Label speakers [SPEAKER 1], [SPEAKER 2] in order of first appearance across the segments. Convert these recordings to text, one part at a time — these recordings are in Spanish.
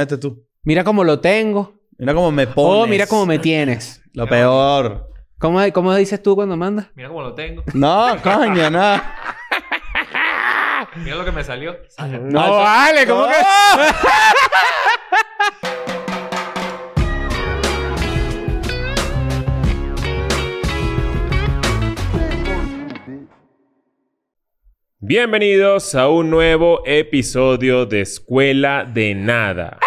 [SPEAKER 1] Este tú.
[SPEAKER 2] Mira cómo lo tengo.
[SPEAKER 1] Mira cómo me pones.
[SPEAKER 2] Oh, mira cómo me tienes.
[SPEAKER 1] Lo peor.
[SPEAKER 2] ¿Cómo, cómo dices tú cuando mandas?
[SPEAKER 3] Mira cómo lo tengo.
[SPEAKER 1] No, coño, no.
[SPEAKER 3] Mira lo que me salió.
[SPEAKER 2] No, vale, ¿cómo que?
[SPEAKER 4] Bienvenidos a un nuevo episodio de Escuela de Nada.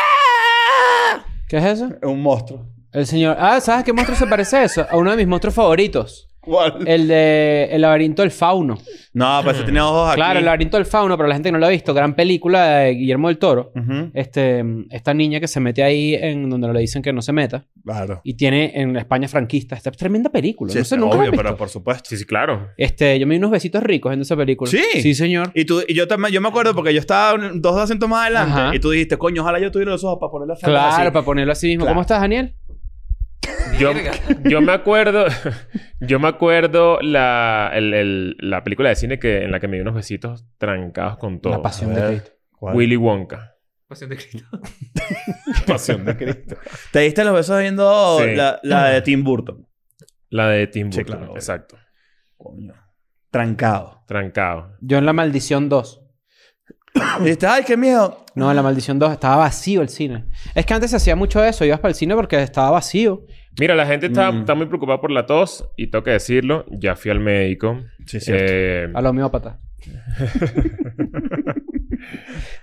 [SPEAKER 2] ¿Qué es eso?
[SPEAKER 1] Es un monstruo.
[SPEAKER 2] El señor. Ah, ¿sabes qué monstruo se parece eso? A uno de mis monstruos favoritos.
[SPEAKER 1] ¿Cuál?
[SPEAKER 2] El de El laberinto del fauno.
[SPEAKER 1] No, pero ese tenía ojos aquí.
[SPEAKER 2] Claro, El laberinto del fauno, para la gente que no lo ha visto, gran película de Guillermo del Toro.
[SPEAKER 1] Ujú.
[SPEAKER 2] Este, esta niña que se mete ahí en donde le dicen que no se meta
[SPEAKER 1] Claro.
[SPEAKER 2] y tiene en la España franquista. Esta es tremenda película.
[SPEAKER 1] Sí,
[SPEAKER 2] no sé, nunca la he
[SPEAKER 1] obvio,
[SPEAKER 2] visto.
[SPEAKER 1] pero por supuesto.
[SPEAKER 4] Sí, sí, claro.
[SPEAKER 2] Este, yo me di unos besitos ricos en esa película.
[SPEAKER 1] ¿Sí?
[SPEAKER 2] Sí, señor.
[SPEAKER 1] Y, tú, y yo también, yo me acuerdo porque yo estaba un- dos asientos más adelante
[SPEAKER 2] Ajá.
[SPEAKER 1] y tú dijiste, coño, ojalá yo tuviera los ojos para poner la falda
[SPEAKER 2] Claro,
[SPEAKER 1] así".
[SPEAKER 2] para ponerlo así mismo.
[SPEAKER 1] Claro.
[SPEAKER 2] ¿Cómo estás, Daniel?
[SPEAKER 4] Yo,
[SPEAKER 3] Verga.
[SPEAKER 4] yo me acuerdo, yo me acuerdo la, el- el- la película de cine que, en la que me dio unos besitos trancados con todo.
[SPEAKER 2] La pasión
[SPEAKER 1] A
[SPEAKER 2] de
[SPEAKER 1] ver.
[SPEAKER 2] Cristo.
[SPEAKER 1] ¿Cuál?
[SPEAKER 4] Willy Wonka.
[SPEAKER 3] Pasión de Cristo.
[SPEAKER 4] Pasión de
[SPEAKER 1] Cristo. Te diste los besos viendo
[SPEAKER 4] Sí.
[SPEAKER 1] la, la de Tim Burton.
[SPEAKER 4] La de Tim
[SPEAKER 1] Sí,
[SPEAKER 4] Burton.
[SPEAKER 1] claro.
[SPEAKER 4] Exacto.
[SPEAKER 1] Coño. Trancado.
[SPEAKER 4] Trancado.
[SPEAKER 2] Yo en La Maldición 2.
[SPEAKER 1] Y dijiste, ay, qué miedo.
[SPEAKER 2] No, en La Maldición 2 estaba vacío el cine. Es que antes se hacía mucho eso. Ibas para el cine porque estaba vacío.
[SPEAKER 4] Mira, la gente está,
[SPEAKER 1] Mm.
[SPEAKER 4] está muy preocupada por la tos y tengo que decirlo. Ya fui al médico.
[SPEAKER 1] Sí, cierto.
[SPEAKER 4] Eh,
[SPEAKER 2] A los homeópatas.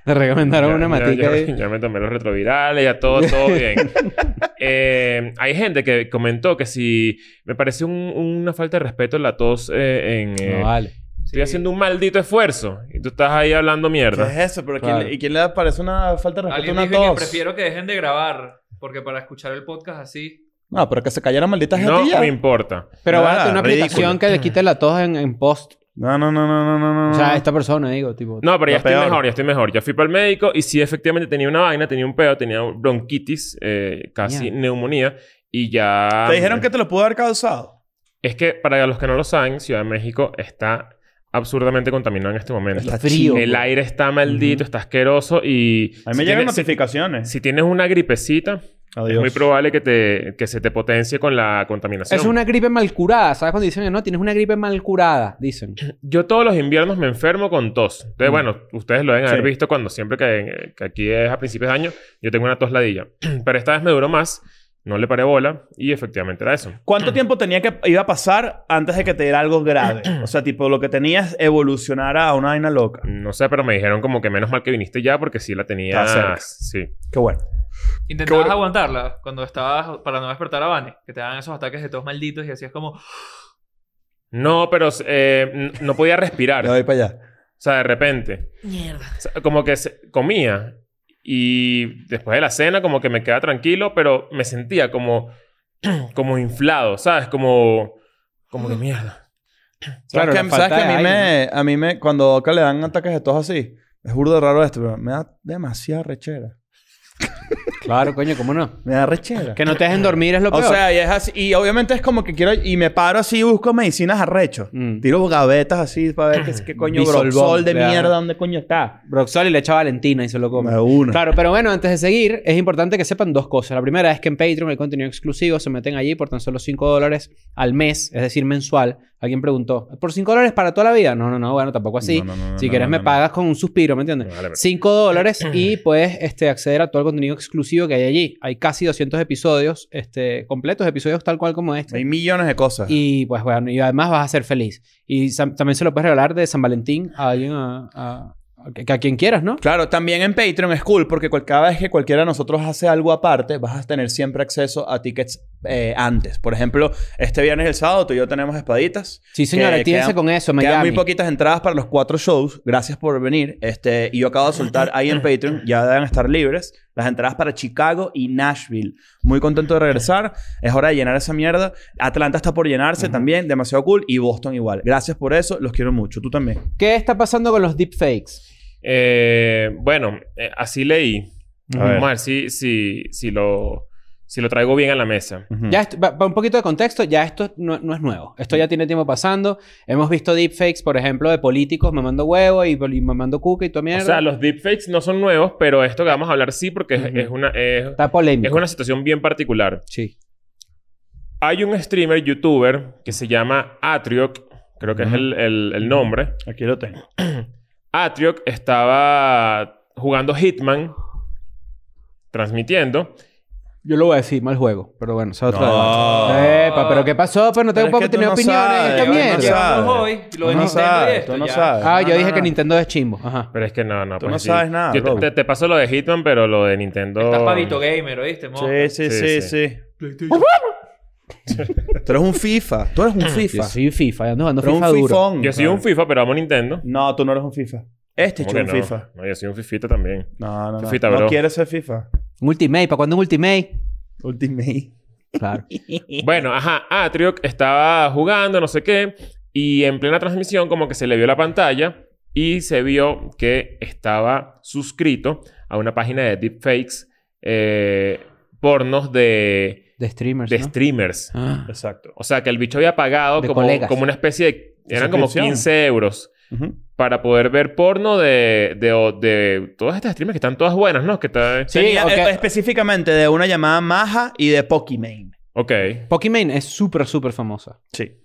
[SPEAKER 2] Me recomendaron
[SPEAKER 4] Ya,
[SPEAKER 2] una
[SPEAKER 4] ya,
[SPEAKER 2] matica.
[SPEAKER 4] Ya,
[SPEAKER 2] ahí.
[SPEAKER 4] ya me tomé los retrovirales, ya todo, todo bien. Eh, hay gente que comentó que si me parece un- una falta de respeto la tos eh, en... eh,
[SPEAKER 2] No vale.
[SPEAKER 4] Estoy haciendo un maldito esfuerzo y tú estás ahí hablando
[SPEAKER 1] Eh, ¿Qué
[SPEAKER 4] mierda.
[SPEAKER 1] es eso? ¿Pero quién
[SPEAKER 2] Claro.
[SPEAKER 1] le- ¿Y quién le parece una falta de respeto
[SPEAKER 3] Alguien
[SPEAKER 1] a
[SPEAKER 3] dijo
[SPEAKER 1] una
[SPEAKER 3] que
[SPEAKER 1] tos?
[SPEAKER 3] prefiero que dejen de grabar. Porque para escuchar el podcast así...
[SPEAKER 1] No, pero que se callara maldita
[SPEAKER 4] No
[SPEAKER 1] gente ya.
[SPEAKER 4] me importa.
[SPEAKER 2] Pero
[SPEAKER 1] Nada,
[SPEAKER 2] van a tener una
[SPEAKER 1] ridículo.
[SPEAKER 2] aplicación que le quite la tos en, en post.
[SPEAKER 1] No, no, no, no, no, no, no.
[SPEAKER 2] O sea,
[SPEAKER 1] no.
[SPEAKER 2] esta persona, digo, tipo.
[SPEAKER 4] No, pero
[SPEAKER 1] Lo
[SPEAKER 4] ya estoy
[SPEAKER 1] peor.
[SPEAKER 4] mejor, ya estoy mejor. Ya fui para el médico y sí, efectivamente tenía una vaina, tenía un pedo, tenía bronquitis, eh, casi
[SPEAKER 2] Ya.
[SPEAKER 4] neumonía. Y ya... mm,
[SPEAKER 1] Te dijeron que te lo pudo haber causado.
[SPEAKER 4] Es que, para los que no lo saben, Ciudad de México está absurdamente contaminada en este momento.
[SPEAKER 1] Está
[SPEAKER 2] frío. pues.
[SPEAKER 4] El aire está maldito, está asqueroso y...
[SPEAKER 1] A mí
[SPEAKER 4] si
[SPEAKER 1] me llegan
[SPEAKER 4] tienes- si-
[SPEAKER 1] notificaciones.
[SPEAKER 4] Si tienes una gripecita,
[SPEAKER 1] Adiós.
[SPEAKER 4] es muy probable que, te, que se te potencie con la contaminación.
[SPEAKER 2] Es una gripe mal curada. ¿Sabes cuando dicen que no? Tienes una gripe mal curada, dicen.
[SPEAKER 4] Yo todos los inviernos me enfermo con tos. Entonces, bueno, ustedes lo deben haber
[SPEAKER 1] Mm. Sí.
[SPEAKER 4] visto cuando siempre que, que aquí es a principios de año, yo tengo una tos ladilla. Pero esta vez me duró más, no le paré bola y efectivamente era eso.
[SPEAKER 1] ¿Cuánto tiempo tenía que iba a pasar antes de que te diera algo grave? O sea, tipo, lo que tenías evolucionara a una vaina loca.
[SPEAKER 4] No sé, pero me dijeron como que menos mal que viniste ya porque sí la tenía.
[SPEAKER 1] Está cerca.
[SPEAKER 4] Sí.
[SPEAKER 1] Qué bueno.
[SPEAKER 3] Intentabas
[SPEAKER 4] bueno.
[SPEAKER 3] aguantarla cuando estabas... Para no despertar a Vane. Que te daban esos ataques de tos malditos y hacías como...
[SPEAKER 4] No, pero eh, n- no podía respirar.
[SPEAKER 1] Le
[SPEAKER 4] O
[SPEAKER 1] voy para allá.
[SPEAKER 4] sea, de repente.
[SPEAKER 3] Mierda.
[SPEAKER 4] O sea, como que se- comía y después de la cena como que me quedaba tranquilo, pero me sentía como, como inflado, ¿sabes? Como, como que mierda.
[SPEAKER 2] Claro,
[SPEAKER 1] ¿Sabes que,
[SPEAKER 2] la
[SPEAKER 1] sabes
[SPEAKER 2] falta
[SPEAKER 1] que a
[SPEAKER 2] de
[SPEAKER 1] mí me...
[SPEAKER 2] aire,
[SPEAKER 1] A mí me... Cuando acá le dan ataques de tos así, es burdo raro esto, pero me da demasiada rechera.
[SPEAKER 2] Claro, coño, ¿cómo no?
[SPEAKER 1] Me da rechera.
[SPEAKER 2] Que no te dejen dormir es lo
[SPEAKER 1] O
[SPEAKER 2] peor.
[SPEAKER 1] sea, y es así. Y obviamente es como que quiero... Y me paro así y busco medicinas arrecho.
[SPEAKER 2] Mm.
[SPEAKER 1] Tiro gavetas así para ver qué, qué coño...
[SPEAKER 2] Bisolbón,
[SPEAKER 1] Sol de
[SPEAKER 2] claro.
[SPEAKER 1] mierda, ¿dónde coño está?
[SPEAKER 2] Broxol y le echa Valentina y se lo come.
[SPEAKER 1] Me uno.
[SPEAKER 2] Claro, pero bueno, antes de seguir, es importante que sepan dos cosas. La primera es que en Patreon hay contenido exclusivo, se meten allí por tan solo 5 dólares al mes, es decir, mensual. Alguien preguntó, ¿por 5 dólares para toda la vida? No, no, no, bueno, tampoco así.
[SPEAKER 1] No, no, no, no,
[SPEAKER 2] si
[SPEAKER 1] no,
[SPEAKER 2] quieres
[SPEAKER 1] no,
[SPEAKER 2] me
[SPEAKER 1] no.
[SPEAKER 2] pagas con un suspiro, ¿me entiendes?
[SPEAKER 4] No, vale, pero-
[SPEAKER 2] 5 dólares y puedes este, acceder a todo el contenido exclusivo que hay allí. Hay casi 200 episodios este, completos, episodios tal cual como este.
[SPEAKER 1] Hay millones de cosas.
[SPEAKER 2] Y pues bueno, y además vas a ser feliz. Y sam- también se lo puedes regalar de San Valentín a alguien, a, a- a que- a quien quieras, ¿no?
[SPEAKER 1] Claro, también en Patreon es cool porque cual- cada vez que cualquiera de nosotros hace algo aparte, vas a tener siempre acceso a tickets eh, antes. Por ejemplo, este viernes y el sábado tú y yo tenemos espaditas.
[SPEAKER 2] Sí, señora,
[SPEAKER 1] Que
[SPEAKER 2] tídense
[SPEAKER 1] quedan-
[SPEAKER 2] con eso,
[SPEAKER 1] Quedan
[SPEAKER 2] Miami.
[SPEAKER 1] muy poquitas entradas para los cuatro shows. Gracias por venir. Este, y yo acabo de soltar ahí en Patreon. Ya deben estar libres. Las entradas para Chicago y Nashville. Muy contento de regresar. Es hora de llenar esa mierda. Atlanta está por llenarse también. Demasiado cool. Y Boston igual. Gracias por eso. Los quiero mucho. Tú también.
[SPEAKER 2] ¿Qué está pasando con los deepfakes?
[SPEAKER 4] Eh, bueno, eh, así leí.
[SPEAKER 1] A ver.
[SPEAKER 4] Vamos a ver si, si, si lo, si lo traigo bien a la mesa.
[SPEAKER 1] Ujú.
[SPEAKER 2] Ya esto- pa- para un poquito de contexto, ya esto no, no es nuevo. Esto
[SPEAKER 1] Hmm.
[SPEAKER 2] ya tiene tiempo pasando. Hemos visto deepfakes, por ejemplo, de políticos mamando huevo y, y mamando cuca y toda mierda.
[SPEAKER 4] O sea, los deepfakes no son nuevos, pero esto que vamos a hablar sí porque es,
[SPEAKER 2] Ujú.
[SPEAKER 4] es una, es,
[SPEAKER 2] Está polémico.
[SPEAKER 4] es una situación bien particular.
[SPEAKER 2] Sí.
[SPEAKER 4] Hay un streamer youtuber que se llama Atrioc, creo que es
[SPEAKER 1] Ujú.
[SPEAKER 4] el, el- el nombre.
[SPEAKER 1] Aquí lo tengo.
[SPEAKER 4] Atrioc estaba jugando Hitman, transmitiendo.
[SPEAKER 2] Yo lo voy a decir, mal juego. Pero bueno, esa es otra.
[SPEAKER 1] No.
[SPEAKER 2] debate. Epa, pero ¿qué pasó? Pues no
[SPEAKER 1] Pero
[SPEAKER 2] tengo
[SPEAKER 1] es
[SPEAKER 2] por
[SPEAKER 1] que
[SPEAKER 2] qué
[SPEAKER 1] tú
[SPEAKER 2] tener
[SPEAKER 1] no
[SPEAKER 2] opinión
[SPEAKER 1] sabes,
[SPEAKER 2] en esta
[SPEAKER 1] tú no
[SPEAKER 2] mierda.
[SPEAKER 1] sabes.
[SPEAKER 3] Hablamos hoy, y
[SPEAKER 1] Tú
[SPEAKER 3] lo de
[SPEAKER 1] no
[SPEAKER 3] Nintendo y
[SPEAKER 1] sabes,
[SPEAKER 3] esto,
[SPEAKER 1] tú no
[SPEAKER 3] ya.
[SPEAKER 1] sabes.
[SPEAKER 2] Ah, yo
[SPEAKER 1] No,
[SPEAKER 2] dije
[SPEAKER 1] no,
[SPEAKER 2] que
[SPEAKER 1] no.
[SPEAKER 2] Nintendo es chimbo. Ajá.
[SPEAKER 4] Pero es que no, no.
[SPEAKER 1] Tú
[SPEAKER 4] pues
[SPEAKER 1] no
[SPEAKER 4] sí.
[SPEAKER 1] sabes nada,
[SPEAKER 4] Yo te-
[SPEAKER 1] bro.
[SPEAKER 4] te, te paso lo de Hitman, pero lo de Nintendo...
[SPEAKER 3] Estás pavito gamer, ¿oíste? mo?
[SPEAKER 1] Sí, sí, sí,
[SPEAKER 4] Oh. Sí,
[SPEAKER 1] sí.
[SPEAKER 3] PlayStation.
[SPEAKER 1] Tú eres un FIFA. Tú eres un
[SPEAKER 2] Yo
[SPEAKER 1] FIFA.
[SPEAKER 2] soy FIFA, yo ando jugando
[SPEAKER 1] Tú eres
[SPEAKER 2] FIFA
[SPEAKER 1] un
[SPEAKER 2] duro.
[SPEAKER 1] fifón.
[SPEAKER 4] Yo soy un FIFA, pero amo Nintendo.
[SPEAKER 1] No, tú no eres un FIFA. Este es
[SPEAKER 4] ¿Cómo que
[SPEAKER 1] un
[SPEAKER 4] no?
[SPEAKER 1] FIFA.
[SPEAKER 4] No, yo soy un fifita también.
[SPEAKER 1] No, no, no.
[SPEAKER 4] Fifita,
[SPEAKER 1] no
[SPEAKER 4] bro.
[SPEAKER 1] quieres ser FIFA.
[SPEAKER 2] Un Ultimate, ¿para cuándo un Ultimate?
[SPEAKER 1] Ultimate.
[SPEAKER 2] Claro.
[SPEAKER 4] Bueno, ajá, Atrioc estaba jugando, no sé qué, y en plena transmisión como que se le vio la pantalla y se vio que estaba suscrito a una página de deepfakes, eh, pornos de,
[SPEAKER 2] De streamers.
[SPEAKER 4] de
[SPEAKER 2] ¿no?
[SPEAKER 4] streamers.
[SPEAKER 2] Ah.
[SPEAKER 1] Exacto.
[SPEAKER 4] O sea, que el bicho había pagado
[SPEAKER 2] De
[SPEAKER 4] como,
[SPEAKER 2] colegas.
[SPEAKER 4] como una especie de... Eran como
[SPEAKER 1] Suscripción.
[SPEAKER 4] 15 euros
[SPEAKER 1] Ujú.
[SPEAKER 4] para poder ver porno de, de, de todas estas streamers que están todas buenas, ¿no? Que está...
[SPEAKER 2] Sí,
[SPEAKER 1] Tenía,
[SPEAKER 2] ok.
[SPEAKER 1] eh, específicamente de una llamada Maja y de Pokimane.
[SPEAKER 4] Ok.
[SPEAKER 2] Pokimane es súper, súper famosa.
[SPEAKER 1] Sí.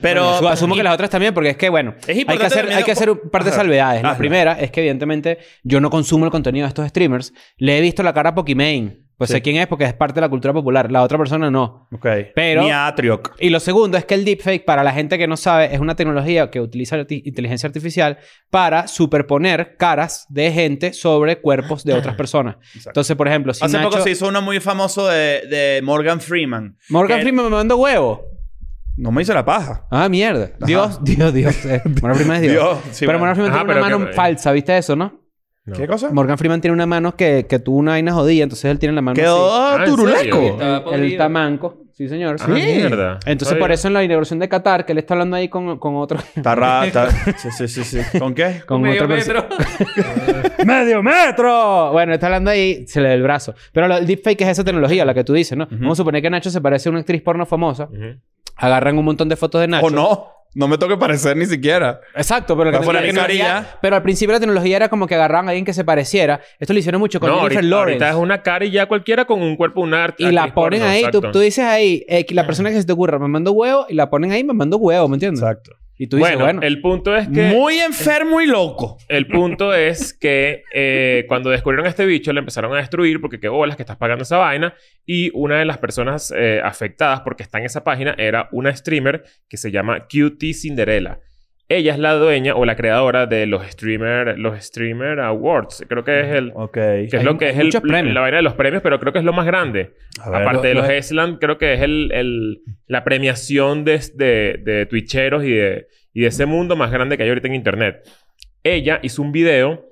[SPEAKER 1] Pero.
[SPEAKER 2] Bueno, asu- asumo que las otras también, porque es que, bueno, hay que
[SPEAKER 1] importante
[SPEAKER 2] hacer,
[SPEAKER 1] también-
[SPEAKER 2] hay que hacer un par de
[SPEAKER 1] Ajá.
[SPEAKER 2] salvedades. La
[SPEAKER 1] Hazla.
[SPEAKER 2] primera es que, evidentemente, yo no consumo el contenido de estos streamers. Le he visto la cara a Pokimane. Pues
[SPEAKER 1] Sí.
[SPEAKER 2] sé quién es porque es parte de la cultura popular. La otra persona no.
[SPEAKER 1] Ok.
[SPEAKER 2] Pero-
[SPEAKER 1] Ni a Atrioc.
[SPEAKER 2] Y lo segundo es que el deepfake, para la gente que no sabe, es una tecnología que utiliza arti- inteligencia artificial para superponer caras de gente sobre cuerpos de otras personas. Entonces, por ejemplo, si
[SPEAKER 1] Hace
[SPEAKER 2] Nacho-
[SPEAKER 1] poco se hizo uno muy famoso de, de Morgan Freeman.
[SPEAKER 2] Morgan
[SPEAKER 1] que-
[SPEAKER 2] Freeman me mandó huevo.
[SPEAKER 1] No me hizo la paja.
[SPEAKER 2] Ah, mierda. Dios, Dios, Dios. Eh, Morgan Freeman es Dios.
[SPEAKER 1] Dios, sí, bueno.
[SPEAKER 2] pero Morgan Freeman
[SPEAKER 4] Ajá,
[SPEAKER 2] tiene
[SPEAKER 4] pero
[SPEAKER 2] una mano
[SPEAKER 4] que-
[SPEAKER 2] falsa, ¿viste eso, no?
[SPEAKER 4] No.
[SPEAKER 1] ¿Qué cosa?
[SPEAKER 2] Morgan Freeman tiene una mano que, que tuvo una vaina jodida, entonces él tiene la mano así.
[SPEAKER 1] Quedó
[SPEAKER 4] Ah, ¿en
[SPEAKER 1] turulaco.
[SPEAKER 4] serio?
[SPEAKER 3] Estaba
[SPEAKER 2] El, el
[SPEAKER 3] podrido.
[SPEAKER 2] tamanco. Sí, señor.
[SPEAKER 4] Ah,
[SPEAKER 2] Sí.
[SPEAKER 4] mierda.
[SPEAKER 2] Entonces,
[SPEAKER 4] Ay,
[SPEAKER 2] por eso en la inauguración de Qatar, que él está hablando ahí con, con otro...
[SPEAKER 1] Está rata. Sí, sí, sí, sí. ¿Con qué?
[SPEAKER 2] Con
[SPEAKER 3] medio
[SPEAKER 2] otra persona.
[SPEAKER 3] metro.
[SPEAKER 2] ¡Medio metro! Bueno, está hablando ahí, se le da el brazo. Pero lo- el deepfake es esa tecnología, la que tú dices, ¿no? Vamos a suponer que Nacho se parece a una actriz porno famosa.
[SPEAKER 4] Ujú.
[SPEAKER 2] Agarran un montón de fotos de Nacho.
[SPEAKER 1] O no. No me toque parecer ni siquiera.
[SPEAKER 2] Exacto, pero, la
[SPEAKER 1] Para
[SPEAKER 2] tecnología-
[SPEAKER 1] polarizar y ya.
[SPEAKER 2] pero al principio la tecnología era como que agarraban a alguien que se pareciera. Esto lo hicieron mucho con
[SPEAKER 4] No,
[SPEAKER 2] Jennifer
[SPEAKER 4] ahorita,
[SPEAKER 2] Lawrence.
[SPEAKER 4] ahorita es una cara y ya cualquiera con un cuerpo, un arte.
[SPEAKER 2] Y
[SPEAKER 1] Ah,
[SPEAKER 2] la ponen ahí, tú, tú dices ahí, eh, que la persona que se te ocurra, me mando huevo, y la ponen ahí, me mando huevo, ¿me entiendes?
[SPEAKER 1] Exacto.
[SPEAKER 2] Y tú dices,
[SPEAKER 4] bueno,
[SPEAKER 2] bueno,
[SPEAKER 4] el punto es que...
[SPEAKER 1] Muy enfermo y loco.
[SPEAKER 4] El punto es que eh, cuando descubrieron a este bicho, le empezaron a destruir porque qué bolas que estás pagando esa vaina. Y una de las personas eh, afectadas porque está en esa página era una streamer que se llama Cutie Cinderella. Ella es la dueña o la creadora de los streamer, los streamer awards. Creo que es el
[SPEAKER 1] Ok.
[SPEAKER 4] que es
[SPEAKER 2] Hay
[SPEAKER 4] lo
[SPEAKER 2] mu-
[SPEAKER 4] que
[SPEAKER 2] hay
[SPEAKER 4] es el,
[SPEAKER 2] muchos premios.
[SPEAKER 4] la vaina de los premios, pero creo que es lo más grande.
[SPEAKER 1] A ver.
[SPEAKER 4] Aparte de
[SPEAKER 2] Lo-
[SPEAKER 4] los
[SPEAKER 2] lo-
[SPEAKER 4] Island, creo que es el, el- la premiación de, de, de Twitcheros y de, y de ese mundo más grande que hay ahorita en Internet. Ella hizo un video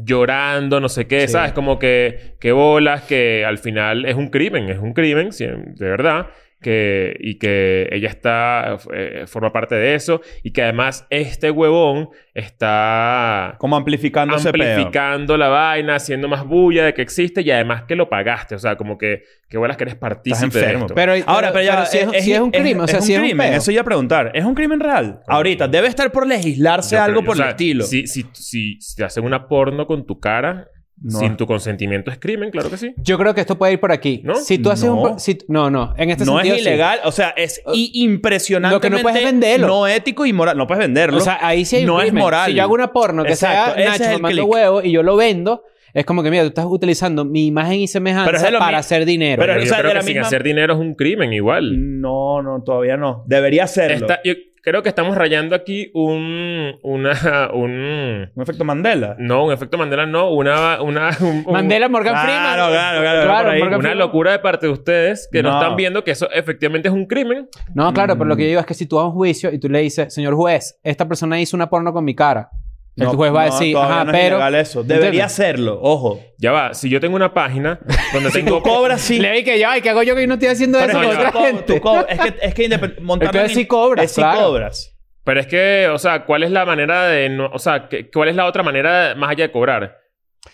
[SPEAKER 4] llorando, no sé qué,
[SPEAKER 2] Sí.
[SPEAKER 4] ¿sabes? Como que, que bolas, que al final es un crimen, es un crimen, sí, de verdad. Que, y que ella está, eh, forma parte de eso. Y que además este huevón está
[SPEAKER 1] Como amplificando ese peo.
[SPEAKER 4] amplificando la vaina, haciendo más bulla de que existe y además que lo pagaste. O sea, como que, qué bolas que eres
[SPEAKER 1] Estás
[SPEAKER 4] partícipe de
[SPEAKER 1] enfermo.
[SPEAKER 4] esto.
[SPEAKER 2] Pero-
[SPEAKER 1] Ahora, pero ya
[SPEAKER 2] o sea, si es- si es un crimen, o sea, si es un
[SPEAKER 1] crimen.
[SPEAKER 2] peo.
[SPEAKER 1] Eso iba a preguntar. ¿Es un crimen real? Ahorita, debe estar por legislarse
[SPEAKER 4] Yo
[SPEAKER 1] algo
[SPEAKER 4] creo-
[SPEAKER 1] por
[SPEAKER 4] o sea,
[SPEAKER 1] el estilo.
[SPEAKER 4] Si, si, si, si te hacen una porno con tu cara,
[SPEAKER 1] No.
[SPEAKER 4] sin tu consentimiento, es crimen, claro que sí.
[SPEAKER 2] yo creo que esto puede ir por aquí.
[SPEAKER 4] ¿No?
[SPEAKER 2] Si tú haces
[SPEAKER 1] No.
[SPEAKER 2] un... pro- si- no, no. En este
[SPEAKER 1] no es
[SPEAKER 2] sentido, sí.
[SPEAKER 1] ilegal, o sea, es i- impresionantemente
[SPEAKER 2] Lo que no puedes venderlo.
[SPEAKER 1] no ético y moral. No puedes venderlo.
[SPEAKER 2] O sea, ahí sí hay un
[SPEAKER 1] No es
[SPEAKER 2] crimen.
[SPEAKER 1] moral.
[SPEAKER 2] Si yo hago una porno que
[SPEAKER 1] Exacto, ese
[SPEAKER 2] sea Nacho
[SPEAKER 1] es el
[SPEAKER 2] mamando
[SPEAKER 1] click.
[SPEAKER 2] huevo y yo lo vendo, es como que, mira, tú estás utilizando mi imagen y
[SPEAKER 1] Pero es
[SPEAKER 2] semejanza
[SPEAKER 1] de lo
[SPEAKER 2] para
[SPEAKER 1] mi-
[SPEAKER 2] hacer dinero.
[SPEAKER 1] Pero,
[SPEAKER 4] Pero,
[SPEAKER 1] o
[SPEAKER 4] yo
[SPEAKER 1] sea,
[SPEAKER 4] creo
[SPEAKER 1] de
[SPEAKER 4] que
[SPEAKER 1] la
[SPEAKER 4] sin
[SPEAKER 1] misma- Mm,
[SPEAKER 4] hacer dinero es un crimen igual.
[SPEAKER 1] no, no, todavía no. Debería serlo.
[SPEAKER 4] Está- yo creo que estamos rayando aquí un... Una, un
[SPEAKER 1] Un efecto Mandela.
[SPEAKER 4] no, un efecto Mandela no. Una... una un- un-
[SPEAKER 2] Mandela Morgan
[SPEAKER 1] Claro,
[SPEAKER 2] Freeman.
[SPEAKER 1] claro, claro, por ahí.
[SPEAKER 2] Morgan
[SPEAKER 4] Una
[SPEAKER 2] Freeman.
[SPEAKER 4] locura de parte de ustedes que no.
[SPEAKER 1] No.
[SPEAKER 4] están viendo que eso efectivamente es un crimen.
[SPEAKER 2] No, claro, pero lo que
[SPEAKER 1] Mm.
[SPEAKER 2] yo digo es que si tú vas a un juicio y tú le dices, señor juez, esta persona hizo una porno con mi cara,
[SPEAKER 1] No,
[SPEAKER 2] el juez va a
[SPEAKER 1] no,
[SPEAKER 2] decir,
[SPEAKER 1] todavía
[SPEAKER 2] ajá,
[SPEAKER 1] no es
[SPEAKER 2] pero.
[SPEAKER 1] ilegal eso. Debería
[SPEAKER 2] ¿Entiendes?
[SPEAKER 1] serlo, ojo.
[SPEAKER 4] Ya va, si yo tengo una página donde tengo...
[SPEAKER 1] Tú cobras sí.
[SPEAKER 2] Le dije, yo, ay, ¿qué hago yo que no estoy haciendo
[SPEAKER 1] Pero
[SPEAKER 2] eso
[SPEAKER 1] es
[SPEAKER 2] con
[SPEAKER 1] que
[SPEAKER 2] otra
[SPEAKER 1] tú co- tú
[SPEAKER 2] gente?
[SPEAKER 1] co- Es que, es que independ- montarlo
[SPEAKER 2] Pero
[SPEAKER 1] en-
[SPEAKER 2] sí cobras,
[SPEAKER 1] es sí
[SPEAKER 2] claro.
[SPEAKER 1] cobras.
[SPEAKER 4] Pero es que, o sea, ¿cuál es la manera de no, o sea, que- cuál es la otra manera más allá de cobrar?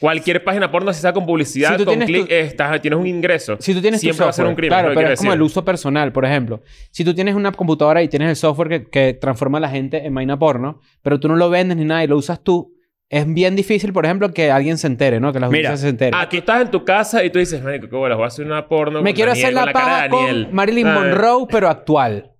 [SPEAKER 4] Cualquier página porno, si está con publicidad,
[SPEAKER 2] Si tú
[SPEAKER 4] con
[SPEAKER 2] tienes
[SPEAKER 4] clic,
[SPEAKER 2] tu-
[SPEAKER 4] estás- tienes un ingreso.
[SPEAKER 2] Si tú tienes tu
[SPEAKER 4] Siempre va a ser
[SPEAKER 2] software,
[SPEAKER 4] un crimen,
[SPEAKER 2] Claro,
[SPEAKER 4] es lo que
[SPEAKER 2] pero
[SPEAKER 4] quiero
[SPEAKER 2] es como
[SPEAKER 4] decir.
[SPEAKER 2] el uso personal, por ejemplo. Si tú tienes una computadora y tienes el software que, que transforma a la gente en vaina porno, pero tú no lo vendes ni nada y lo usas tú, es bien difícil, por ejemplo, que alguien se entere, ¿no? Que las
[SPEAKER 1] Mira,
[SPEAKER 2] audiencias se enteren.
[SPEAKER 4] Aquí Ah, estás en tu casa y tú dices, marico, qué bolas, voy a hacer una porno
[SPEAKER 2] Me
[SPEAKER 4] con
[SPEAKER 2] quiero
[SPEAKER 4] Daniel,
[SPEAKER 2] hacer
[SPEAKER 4] con
[SPEAKER 2] la
[SPEAKER 4] cara
[SPEAKER 2] paja
[SPEAKER 4] de Daniel.
[SPEAKER 2] con Marilyn
[SPEAKER 4] Ah,
[SPEAKER 2] Monroe, pero actual.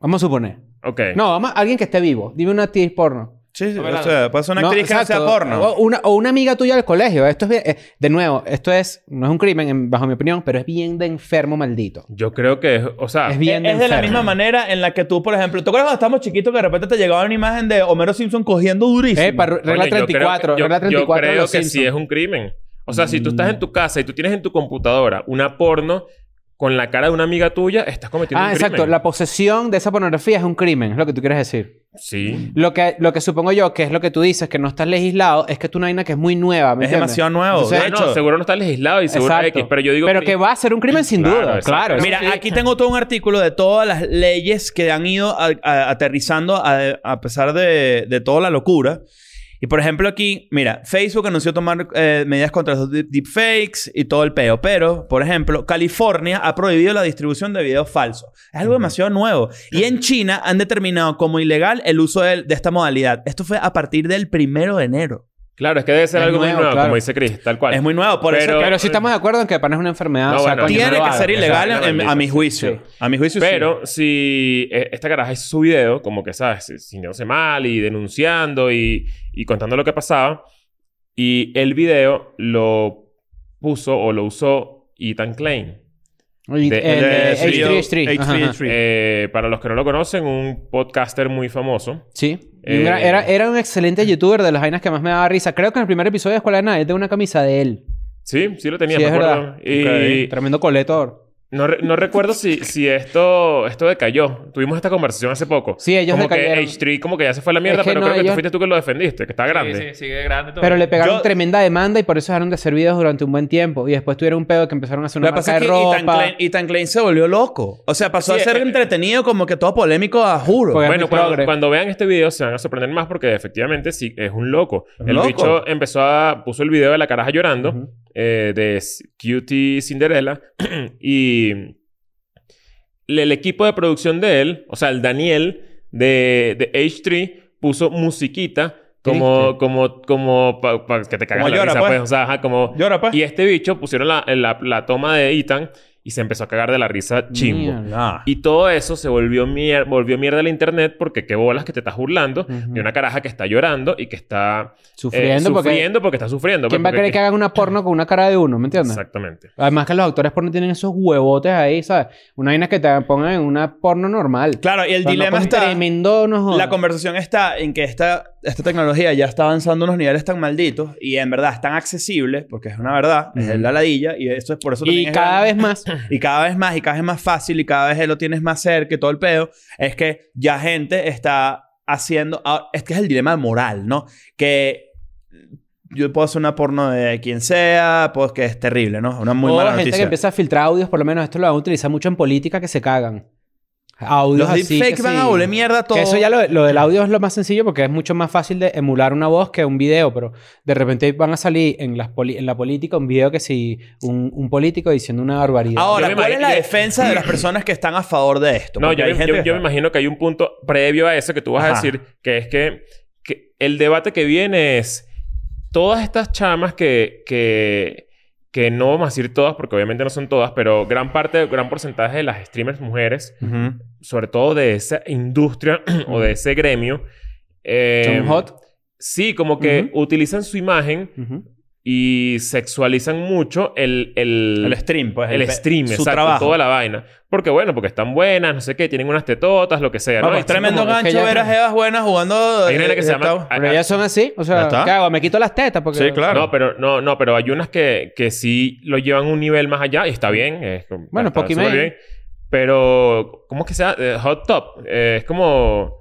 [SPEAKER 2] Vamos a suponer.
[SPEAKER 4] Ok.
[SPEAKER 2] No, vamos, alguien que esté vivo. Dime una actriz porno.
[SPEAKER 1] Sí, sí.
[SPEAKER 3] ¿Verdad?
[SPEAKER 1] O sea, pasa una
[SPEAKER 2] No,
[SPEAKER 1] actriz que no sea
[SPEAKER 2] exacto.
[SPEAKER 1] porno.
[SPEAKER 2] O una, o una amiga tuya del colegio. Esto es bien- eh, de nuevo, esto es, no es un crimen, en- bajo mi opinión, pero es bien de enfermo maldito.
[SPEAKER 4] Yo creo que es, o sea,
[SPEAKER 2] Es bien
[SPEAKER 1] es de la
[SPEAKER 2] enfermo.
[SPEAKER 1] misma manera en la que tú, por ejemplo, ¿te acuerdas cuando estábamos chiquitos que de repente te llegaba una imagen de Homero Simpson cogiendo durísimo?
[SPEAKER 2] Epa, Eh, re- regla
[SPEAKER 4] Coño, yo creo que-
[SPEAKER 2] 34,
[SPEAKER 4] yo-
[SPEAKER 2] regla 34
[SPEAKER 4] Yo
[SPEAKER 2] de
[SPEAKER 4] creo
[SPEAKER 2] los
[SPEAKER 4] que
[SPEAKER 2] Simpsons. Mm.
[SPEAKER 4] sí es un crimen. O sea, si tú estás en tu casa y tú tienes en tu computadora una porno con la cara de una amiga tuya, estás cometiendo
[SPEAKER 2] Ah,
[SPEAKER 4] un
[SPEAKER 2] exacto.
[SPEAKER 4] crimen.
[SPEAKER 2] La posesión de esa pornografía es un crimen, es lo que tú quieres decir.
[SPEAKER 4] Sí.
[SPEAKER 2] Lo que, lo que supongo yo, que es lo que tú dices, que no estás legislado, es que es una vaina que es muy nueva. ¿me
[SPEAKER 1] Es
[SPEAKER 2] entiendes?
[SPEAKER 1] demasiado nuevo.
[SPEAKER 2] Entonces,
[SPEAKER 1] De
[SPEAKER 4] Ah,
[SPEAKER 1] hecho,
[SPEAKER 4] no, seguro no está legislado y seguro
[SPEAKER 2] exacto.
[SPEAKER 4] X, pero yo digo
[SPEAKER 2] que va a ser un crimen sin
[SPEAKER 4] Claro,
[SPEAKER 2] duda.
[SPEAKER 4] exacto.
[SPEAKER 2] Claro. eso
[SPEAKER 1] Mira,
[SPEAKER 2] sí.
[SPEAKER 1] aquí tengo todo un artículo de todas las leyes que han ido a- a- aterrizando a, a pesar de, de toda la locura. Y por ejemplo aquí, mira, Facebook anunció tomar eh, medidas contra los deep- deepfakes y todo el peo. Pero, por ejemplo, California ha prohibido la distribución de videos falsos. Es algo demasiado nuevo. Y en China han determinado como ilegal el uso de, de esta modalidad. Esto fue a partir del primero de enero.
[SPEAKER 4] Claro, es que debe ser
[SPEAKER 2] Es
[SPEAKER 4] algo muy
[SPEAKER 2] nuevo,
[SPEAKER 4] nuevo,
[SPEAKER 2] claro.
[SPEAKER 4] como dice Chris, tal cual.
[SPEAKER 1] Es muy nuevo, por
[SPEAKER 4] Pero-
[SPEAKER 1] eso
[SPEAKER 2] Pero sí estamos de acuerdo en que pana es una enfermedad.
[SPEAKER 4] No,
[SPEAKER 2] o sea,
[SPEAKER 4] bueno,
[SPEAKER 2] coño,
[SPEAKER 1] tiene
[SPEAKER 2] no lo
[SPEAKER 1] que ser
[SPEAKER 2] hagan.
[SPEAKER 1] ilegal
[SPEAKER 4] Exacto,
[SPEAKER 1] en- a
[SPEAKER 4] maldito.
[SPEAKER 1] mi juicio.
[SPEAKER 2] Sí.
[SPEAKER 1] A mi juicio sí.
[SPEAKER 4] Pero si eh, esta caraja hizo su video, como que, ¿sabes? Si- Sintiéndose mal y denunciando y, y contando lo que pasaba. Y el video lo puso o lo usó Ethan Klein.
[SPEAKER 2] El-
[SPEAKER 4] De-
[SPEAKER 2] el-
[SPEAKER 1] de-
[SPEAKER 2] eh, H3H3. Ajá, ajá.
[SPEAKER 1] H3H3.
[SPEAKER 4] Eh, para los que no lo conocen, un podcaster muy famoso.
[SPEAKER 2] Sí. Y un
[SPEAKER 4] Eh,
[SPEAKER 2] gran- era, era un excelente youtuber de las vainas que más me daba risa. Creo que en el primer episodio de Escuela de Nada, él tengo una camisa de él.
[SPEAKER 4] Sí, sí lo tenía,
[SPEAKER 2] Sí,
[SPEAKER 4] me
[SPEAKER 2] es
[SPEAKER 4] acuerdo.
[SPEAKER 2] verdad.
[SPEAKER 4] Y
[SPEAKER 2] Tremendo colector.
[SPEAKER 4] no, re- no recuerdo si, si esto, esto decayó. Tuvimos esta conversación hace poco.
[SPEAKER 2] Sí, ellos
[SPEAKER 4] como
[SPEAKER 2] decayeron.
[SPEAKER 4] que H3 como que ya se fue a la mierda,
[SPEAKER 2] Es que
[SPEAKER 4] pero
[SPEAKER 2] no,
[SPEAKER 4] creo que
[SPEAKER 2] ellos-
[SPEAKER 4] tú fuiste tú que lo defendiste, que está grande.
[SPEAKER 3] Sí, sí, sigue grande todo.
[SPEAKER 2] Pero le pegaron
[SPEAKER 1] Yo-
[SPEAKER 2] tremenda demanda y por eso dejaron de hacer videos durante un buen tiempo. Y después tuvieron un pedo que empezaron a hacer
[SPEAKER 1] Lo
[SPEAKER 2] una
[SPEAKER 1] que pasa
[SPEAKER 2] marca
[SPEAKER 1] es
[SPEAKER 2] de
[SPEAKER 1] que
[SPEAKER 2] ropa.
[SPEAKER 1] Ethan Klein, Ethan Klein se volvió loco. O sea, pasó
[SPEAKER 4] Sí,
[SPEAKER 1] a ser
[SPEAKER 4] eh,
[SPEAKER 1] entretenido como que todo polémico a juro.
[SPEAKER 2] Porque-
[SPEAKER 4] Bueno,
[SPEAKER 2] muy
[SPEAKER 4] cuando,
[SPEAKER 2] progre.
[SPEAKER 4] cuando vean este video se van a sorprender más porque efectivamente sí, es un loco.
[SPEAKER 1] ¿Un
[SPEAKER 4] el
[SPEAKER 1] loco?
[SPEAKER 4] bicho empezó a... puso el video de la caraja llorando
[SPEAKER 2] Ujú.
[SPEAKER 4] eh, de S- Cutie Cinderella y le- el equipo de producción de él, o sea, el Daniel de, de H3 puso musiquita como...
[SPEAKER 2] Triste.
[SPEAKER 4] como... como... pa- pa- que te cagas
[SPEAKER 1] Como
[SPEAKER 4] la
[SPEAKER 1] llora,
[SPEAKER 4] risa,
[SPEAKER 1] pues.
[SPEAKER 4] pues. O sea, ajá, como...
[SPEAKER 1] Llora, pues.
[SPEAKER 4] Y este bicho pusieron la, la- la toma de Ethan y se empezó a cagar de la risa chimbo.
[SPEAKER 2] Mierda.
[SPEAKER 1] Ah.
[SPEAKER 4] Y todo eso se volvió, mier volvió mierda al internet porque qué bolas que te estás burlando
[SPEAKER 2] Ujú.
[SPEAKER 4] de una caraja que está llorando y que está eh,
[SPEAKER 2] Sufriendo porque...
[SPEAKER 4] sufriendo porque está sufriendo.
[SPEAKER 2] ¿Quién
[SPEAKER 4] pues,
[SPEAKER 2] va a
[SPEAKER 4] porque-
[SPEAKER 2] creer que hagan una porno con una cara de uno? ¿Me entiendes?
[SPEAKER 4] Exactamente.
[SPEAKER 2] Además que los actores porno tienen esos huevotes ahí, ¿sabes? Una vaina que te pongan en una porno normal.
[SPEAKER 1] Claro, y el
[SPEAKER 2] O sea, no
[SPEAKER 1] dilema
[SPEAKER 2] con
[SPEAKER 1] está...
[SPEAKER 2] Tremendo, no jodas.
[SPEAKER 1] La conversación está en que esta, esta tecnología ya está avanzando a unos niveles tan malditos y en verdad es tan accesible, porque es una verdad, es la ladilla y eso es por eso también
[SPEAKER 2] Y
[SPEAKER 1] es
[SPEAKER 2] cada
[SPEAKER 1] grande.
[SPEAKER 2] vez más.
[SPEAKER 1] Y cada vez más, y cada vez más fácil, y cada vez lo tienes más cerca, y todo el pedo, es que ya gente está haciendo. ah, Es que es el dilema moral, ¿no? Que yo puedo hacer una porno de quien sea, pues que es terrible, ¿no? Una
[SPEAKER 4] Oh,
[SPEAKER 1] muy
[SPEAKER 2] o
[SPEAKER 1] mala
[SPEAKER 2] gente que
[SPEAKER 1] noticia.
[SPEAKER 2] empieza a filtrar audios, por lo menos esto lo van a utilizar mucho en política, que se cagan.
[SPEAKER 1] Los
[SPEAKER 2] Audios así.
[SPEAKER 1] deepfakes
[SPEAKER 2] que
[SPEAKER 1] van
[SPEAKER 2] sí.
[SPEAKER 1] a volver mierda todo.
[SPEAKER 2] Que eso ya lo, lo del audio es lo más sencillo porque es mucho más fácil de emular una voz que un video, pero de repente van a salir en, las poli- en la política un video que si un, un político diciendo una barbaridad.
[SPEAKER 4] Yo
[SPEAKER 1] Ahora,
[SPEAKER 4] me
[SPEAKER 1] ¿cuál es
[SPEAKER 4] imagino-
[SPEAKER 1] la
[SPEAKER 4] yo-
[SPEAKER 1] defensa de las personas que están a favor de esto?
[SPEAKER 4] No,
[SPEAKER 1] Porque
[SPEAKER 4] yo,
[SPEAKER 1] hay
[SPEAKER 4] me-
[SPEAKER 1] gente
[SPEAKER 4] yo-
[SPEAKER 1] que
[SPEAKER 4] yo me
[SPEAKER 1] está-
[SPEAKER 4] imagino que hay un punto previo a eso que tú vas
[SPEAKER 1] Ajá.
[SPEAKER 4] a decir que es que, que el debate que viene es todas estas chamas que, que, que no vamos a decir todas porque obviamente no son todas, pero gran parte, gran porcentaje de las streamers mujeres,
[SPEAKER 1] Ujú.
[SPEAKER 4] sobre todo de esa industria o de ese gremio, eh,
[SPEAKER 1] em,
[SPEAKER 2] Son hot.
[SPEAKER 1] ah,
[SPEAKER 4] Sí, como que utilizan su imagen
[SPEAKER 2] Ujú.
[SPEAKER 4] y sexualizan mucho el... El,
[SPEAKER 1] El stream, pues.
[SPEAKER 4] el
[SPEAKER 1] pe-
[SPEAKER 4] stream,
[SPEAKER 1] su
[SPEAKER 4] exacto,
[SPEAKER 1] trabajo.
[SPEAKER 4] toda la vaina. Porque bueno, porque están buenas, no sé qué, tienen unas tetotas, lo que sea. ¿no?
[SPEAKER 1] Vamos,
[SPEAKER 4] Y-
[SPEAKER 1] tremendo
[SPEAKER 2] como- es que
[SPEAKER 1] gancho
[SPEAKER 2] ya-
[SPEAKER 1] ver a Jevas buenas jugando.
[SPEAKER 4] Hay una
[SPEAKER 1] eh,
[SPEAKER 4] que se
[SPEAKER 1] eh,
[SPEAKER 4] llama-
[SPEAKER 1] tab-
[SPEAKER 4] Ah,
[SPEAKER 2] Pero
[SPEAKER 4] ah.
[SPEAKER 2] ellas son así. O
[SPEAKER 1] Ya
[SPEAKER 2] sea,
[SPEAKER 1] está.
[SPEAKER 2] ¿qué hago? ¿Me quito las tetas? Porque...
[SPEAKER 1] Sí, claro.
[SPEAKER 4] No, pero no, no, pero hay unas que, que sí lo llevan un nivel más allá y está bien. es como-
[SPEAKER 2] Bueno,
[SPEAKER 4] está
[SPEAKER 2] Pokémon.
[SPEAKER 4] súper bien. Pero, ¿cómo es que sea? Eh, hot top. Eh, es como...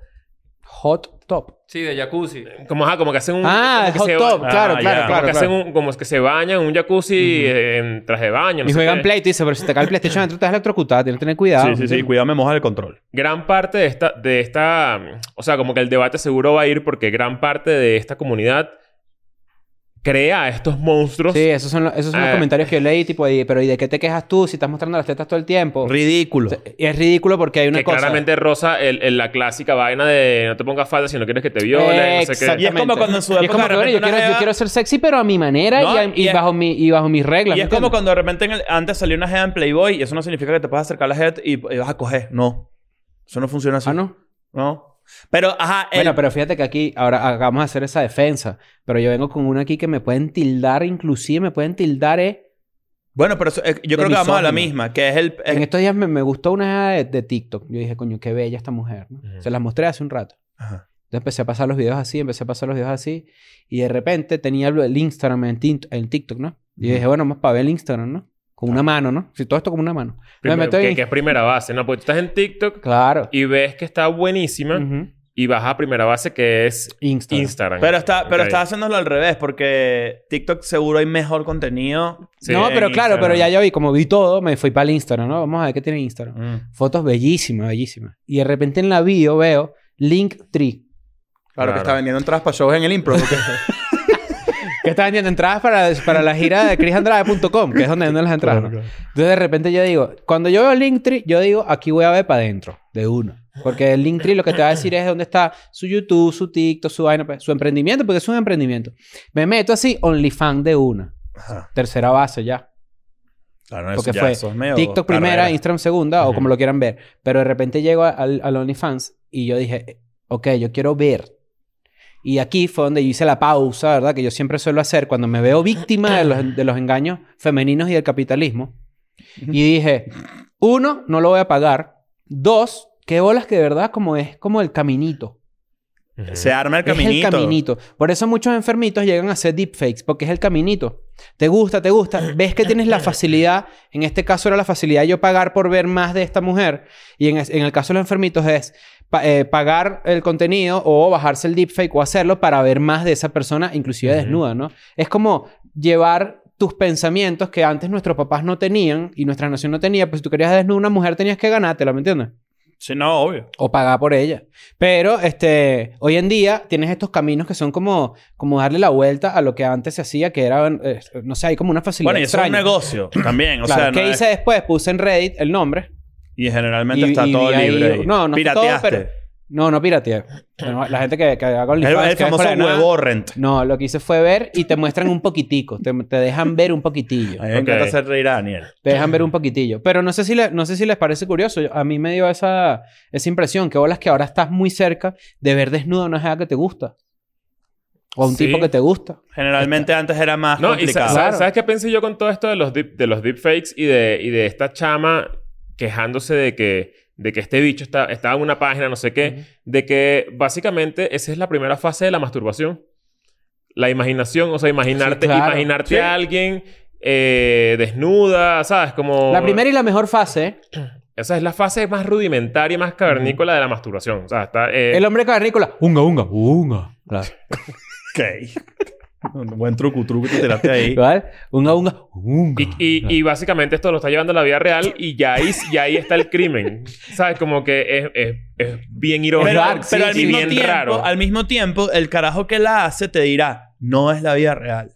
[SPEAKER 2] Hot top.
[SPEAKER 3] Sí, de jacuzzi.
[SPEAKER 4] Como, ajá, como que
[SPEAKER 1] Eh,
[SPEAKER 4] hacen un...
[SPEAKER 2] Ah,
[SPEAKER 4] como que
[SPEAKER 2] hot
[SPEAKER 4] se-
[SPEAKER 2] top.
[SPEAKER 1] Ah,
[SPEAKER 2] Claro,
[SPEAKER 1] ya. Como
[SPEAKER 2] claro, claro.
[SPEAKER 4] Como que
[SPEAKER 2] claro.
[SPEAKER 4] hacen un, como es que se bañan en un jacuzzi eh, en traje de baño. no
[SPEAKER 2] Y
[SPEAKER 4] sé
[SPEAKER 2] juegan
[SPEAKER 4] qué.
[SPEAKER 2] Play, tú dices, pero si te cae el PlayStation dentro, te vas electrocutada, tienes que tener cuidado.
[SPEAKER 1] Sí, sí, sí. Cuidado, me moja el control.
[SPEAKER 4] Gran parte de esta, de esta, o sea, como que el debate seguro va a ir porque gran parte de esta comunidad crea a estos monstruos.
[SPEAKER 2] Sí, esos son, los, esos son los
[SPEAKER 4] Eh.
[SPEAKER 2] comentarios que yo leí, tipo, y- pero ¿y de qué te quejas tú si estás mostrando las tetas todo el
[SPEAKER 4] Oh.
[SPEAKER 2] tiempo?
[SPEAKER 1] Ridículo.
[SPEAKER 2] Y es ridículo porque hay una
[SPEAKER 4] que
[SPEAKER 2] cosa.
[SPEAKER 4] claramente rosa el, el- la clásica vaina de no te pongas falda si no quieres que te violen, no sé
[SPEAKER 1] Y
[SPEAKER 4] qué.
[SPEAKER 1] es como cuando en su
[SPEAKER 2] Y es
[SPEAKER 1] época
[SPEAKER 2] como
[SPEAKER 1] de
[SPEAKER 2] que, bueno,
[SPEAKER 1] repente
[SPEAKER 2] yo,
[SPEAKER 1] una
[SPEAKER 2] quiero, yo
[SPEAKER 1] jeva-
[SPEAKER 2] quiero ser sexy, pero a mi manera
[SPEAKER 1] No,
[SPEAKER 2] y, a-
[SPEAKER 1] y
[SPEAKER 2] y
[SPEAKER 1] es-
[SPEAKER 2] bajo mi, y bajo mis reglas.
[SPEAKER 1] Y
[SPEAKER 2] ¿me
[SPEAKER 1] es como
[SPEAKER 2] entiendes?
[SPEAKER 1] cuando de repente en el- antes salió una jeva en Playboy y eso no significa que te puedas acercar a la head y, y vas a coger. No. Eso no funciona así.
[SPEAKER 2] Ah, no.
[SPEAKER 1] No. Pero, ajá, el-
[SPEAKER 2] Bueno, pero fíjate que aquí ahora acabamos de hacer esa defensa. Pero yo vengo con una aquí que me pueden tildar, inclusive me pueden tildar. eh.
[SPEAKER 1] bueno, pero eso- eh, yo
[SPEAKER 2] de
[SPEAKER 1] creo que vamos a la
[SPEAKER 2] misógino.
[SPEAKER 1] misma, que es el... es-
[SPEAKER 2] En este estos días me, me gustó una de, de TikTok. Yo dije, coño, qué bella esta mujer. ¿no?
[SPEAKER 4] Ujú.
[SPEAKER 2] Se las mostré hace un rato.
[SPEAKER 1] Ajá.
[SPEAKER 2] Entonces empecé a pasar los videos así, empecé a pasar los videos así. Y de repente tenía lo- el Instagram en, tin- en TikTok, ¿no? Y yo dije, bueno, vamos para ver el Instagram, ¿no? Con
[SPEAKER 4] Ah.
[SPEAKER 2] una mano, ¿no? Si todo esto con una mano. Me
[SPEAKER 4] Primero,
[SPEAKER 2] meto en-
[SPEAKER 4] que, que es primera base, ¿no? Porque tú estás en TikTok
[SPEAKER 2] Claro.
[SPEAKER 4] y ves que está buenísima
[SPEAKER 2] Ujú.
[SPEAKER 4] y vas a primera base que es
[SPEAKER 2] Instagram.
[SPEAKER 4] Instagram.
[SPEAKER 1] Pero está, pero
[SPEAKER 4] Ok.
[SPEAKER 1] está haciéndolo al revés, porque TikTok seguro hay mejor contenido.
[SPEAKER 4] Sí,
[SPEAKER 2] no,
[SPEAKER 4] en
[SPEAKER 2] pero claro,
[SPEAKER 4] Instagram.
[SPEAKER 2] pero ya yo vi, como vi todo, me fui para el Instagram, ¿no? Vamos a ver qué tiene Instagram. Fotos bellísimas, bellísimas. Y de repente en la bio veo Linktree.
[SPEAKER 1] Claro,
[SPEAKER 4] Claro.
[SPEAKER 1] que está vendiendo entradas para shows en el impro. porque-
[SPEAKER 2] Que está vendiendo entradas para, para la gira de chrisandrade.com, que es donde venden las entradas. ¿no? Entonces de repente yo digo, cuando yo veo Linktree, yo digo, aquí voy a ver para adentro, de uno. Porque el Linktree lo que te va a decir es dónde está su YouTube, su TikTok, su vaina, pues, su emprendimiento, porque es un emprendimiento. Me meto así, OnlyFans de una.
[SPEAKER 1] Ajá.
[SPEAKER 2] Tercera base ya.
[SPEAKER 1] Claro,
[SPEAKER 2] Porque
[SPEAKER 1] ya,
[SPEAKER 2] fue
[SPEAKER 1] es medio
[SPEAKER 2] TikTok primera,
[SPEAKER 1] carrera.
[SPEAKER 2] Instagram segunda, o
[SPEAKER 4] Ujú.
[SPEAKER 2] como lo quieran ver. Pero de repente llego al, al OnlyFans y yo dije, eh, ok, yo quiero ver. Y aquí fue donde yo hice la pausa, ¿verdad? Que yo siempre suelo hacer cuando me veo víctima de los, de los engaños femeninos y del capitalismo. Y dije, uno, no lo voy a pagar. Dos, qué bolas que de verdad como es como el caminito.
[SPEAKER 4] Ujú.
[SPEAKER 1] Se arma el
[SPEAKER 2] Es
[SPEAKER 1] caminito.
[SPEAKER 2] el caminito. Por eso muchos enfermitos llegan a hacer deepfakes, porque es el caminito. Te gusta, te gusta. Ves que tienes la facilidad. En este caso era la facilidad de yo pagar por ver más de esta mujer. Y en, es- en el caso de los enfermitos es pa- eh, pagar el contenido o bajarse el deepfake o hacerlo para ver más de esa persona, inclusive
[SPEAKER 4] Ujú.
[SPEAKER 2] desnuda, ¿no? Es como llevar tus pensamientos que antes nuestros papás no tenían y nuestra nación no tenía. Pues si tú querías desnuda una mujer tenías que ganártela, ¿me entiendes?
[SPEAKER 1] Sí, no, obvio.
[SPEAKER 2] o pagar por ella. Pero este, hoy en día tienes estos caminos que son como, como darle la vuelta a lo que antes se hacía, que era, eh, no sé, hay como una facilidad.
[SPEAKER 1] Bueno, y eso es un
[SPEAKER 2] extraña.
[SPEAKER 1] negocio también. O
[SPEAKER 2] Claro,
[SPEAKER 1] sea, no
[SPEAKER 2] ¿Qué
[SPEAKER 1] es-
[SPEAKER 2] hice después? Puse en Reddit el nombre.
[SPEAKER 1] Y generalmente
[SPEAKER 2] Y-
[SPEAKER 1] está
[SPEAKER 2] y
[SPEAKER 1] todo
[SPEAKER 2] vi ahí-
[SPEAKER 1] libre. ahí.
[SPEAKER 2] no, no está todo,
[SPEAKER 1] Pirateaste.
[SPEAKER 2] pero- No, no pirateé. Bueno, la gente que, que haga
[SPEAKER 1] El,
[SPEAKER 2] OnlyFans,
[SPEAKER 1] el
[SPEAKER 2] que haga
[SPEAKER 1] famoso
[SPEAKER 2] escuela de nada.
[SPEAKER 1] huevo rent.
[SPEAKER 2] No, lo que hice fue ver y te muestran un poquitico. Te, te dejan ver un poquitillo.
[SPEAKER 1] A mí me encanta
[SPEAKER 4] Ok.
[SPEAKER 1] hacer reír a Daniel.
[SPEAKER 2] Te dejan ver un poquitillo. Pero no sé si, le- no sé si les parece curioso. Yo- A mí me dio esa, esa impresión. Que bolas que ahora estás muy cerca de ver desnuda a una jeva que te gusta. O a un
[SPEAKER 4] Sí.
[SPEAKER 2] tipo que te gusta.
[SPEAKER 1] Generalmente antes era más
[SPEAKER 4] No, y sa-
[SPEAKER 1] complicado.
[SPEAKER 4] sa-
[SPEAKER 2] Claro.
[SPEAKER 4] ¿sabes qué pensé yo con todo esto de los, deep- de los deepfakes y de, y de esta chama quejándose de que, de que este bicho está, estaba en una página, no sé qué? De que básicamente esa es la primera fase de la masturbación. La imaginación, o sea, imaginarte,
[SPEAKER 2] Sí, claro.
[SPEAKER 4] imaginarte
[SPEAKER 1] Sí.
[SPEAKER 4] a alguien eh, desnuda, ¿sabes? Como...
[SPEAKER 2] La primera y la mejor fase. ¿eh?
[SPEAKER 4] Esa es la fase más rudimentaria y más cavernícola de la masturbación. O sea, está... eh,
[SPEAKER 2] El hombre cavernícola. Unga, unga, unga. Claro.
[SPEAKER 1] Ok. Un buen truco, truco que te tiraste ahí.
[SPEAKER 2] ¿Vale? Unga, unga, unga.
[SPEAKER 4] Y, y- y básicamente esto lo está llevando a la vida real y ya ahí, ya ahí está el crimen. ¿Sabes? Como que es, es- es bien irónico.
[SPEAKER 1] Pero,
[SPEAKER 2] dark,
[SPEAKER 1] pero
[SPEAKER 2] sí,
[SPEAKER 1] al,
[SPEAKER 2] sí.
[SPEAKER 1] mismo
[SPEAKER 4] Bien
[SPEAKER 1] tiempo,
[SPEAKER 4] raro.
[SPEAKER 1] al mismo tiempo, el carajo que la hace te dirá, no es la vida real.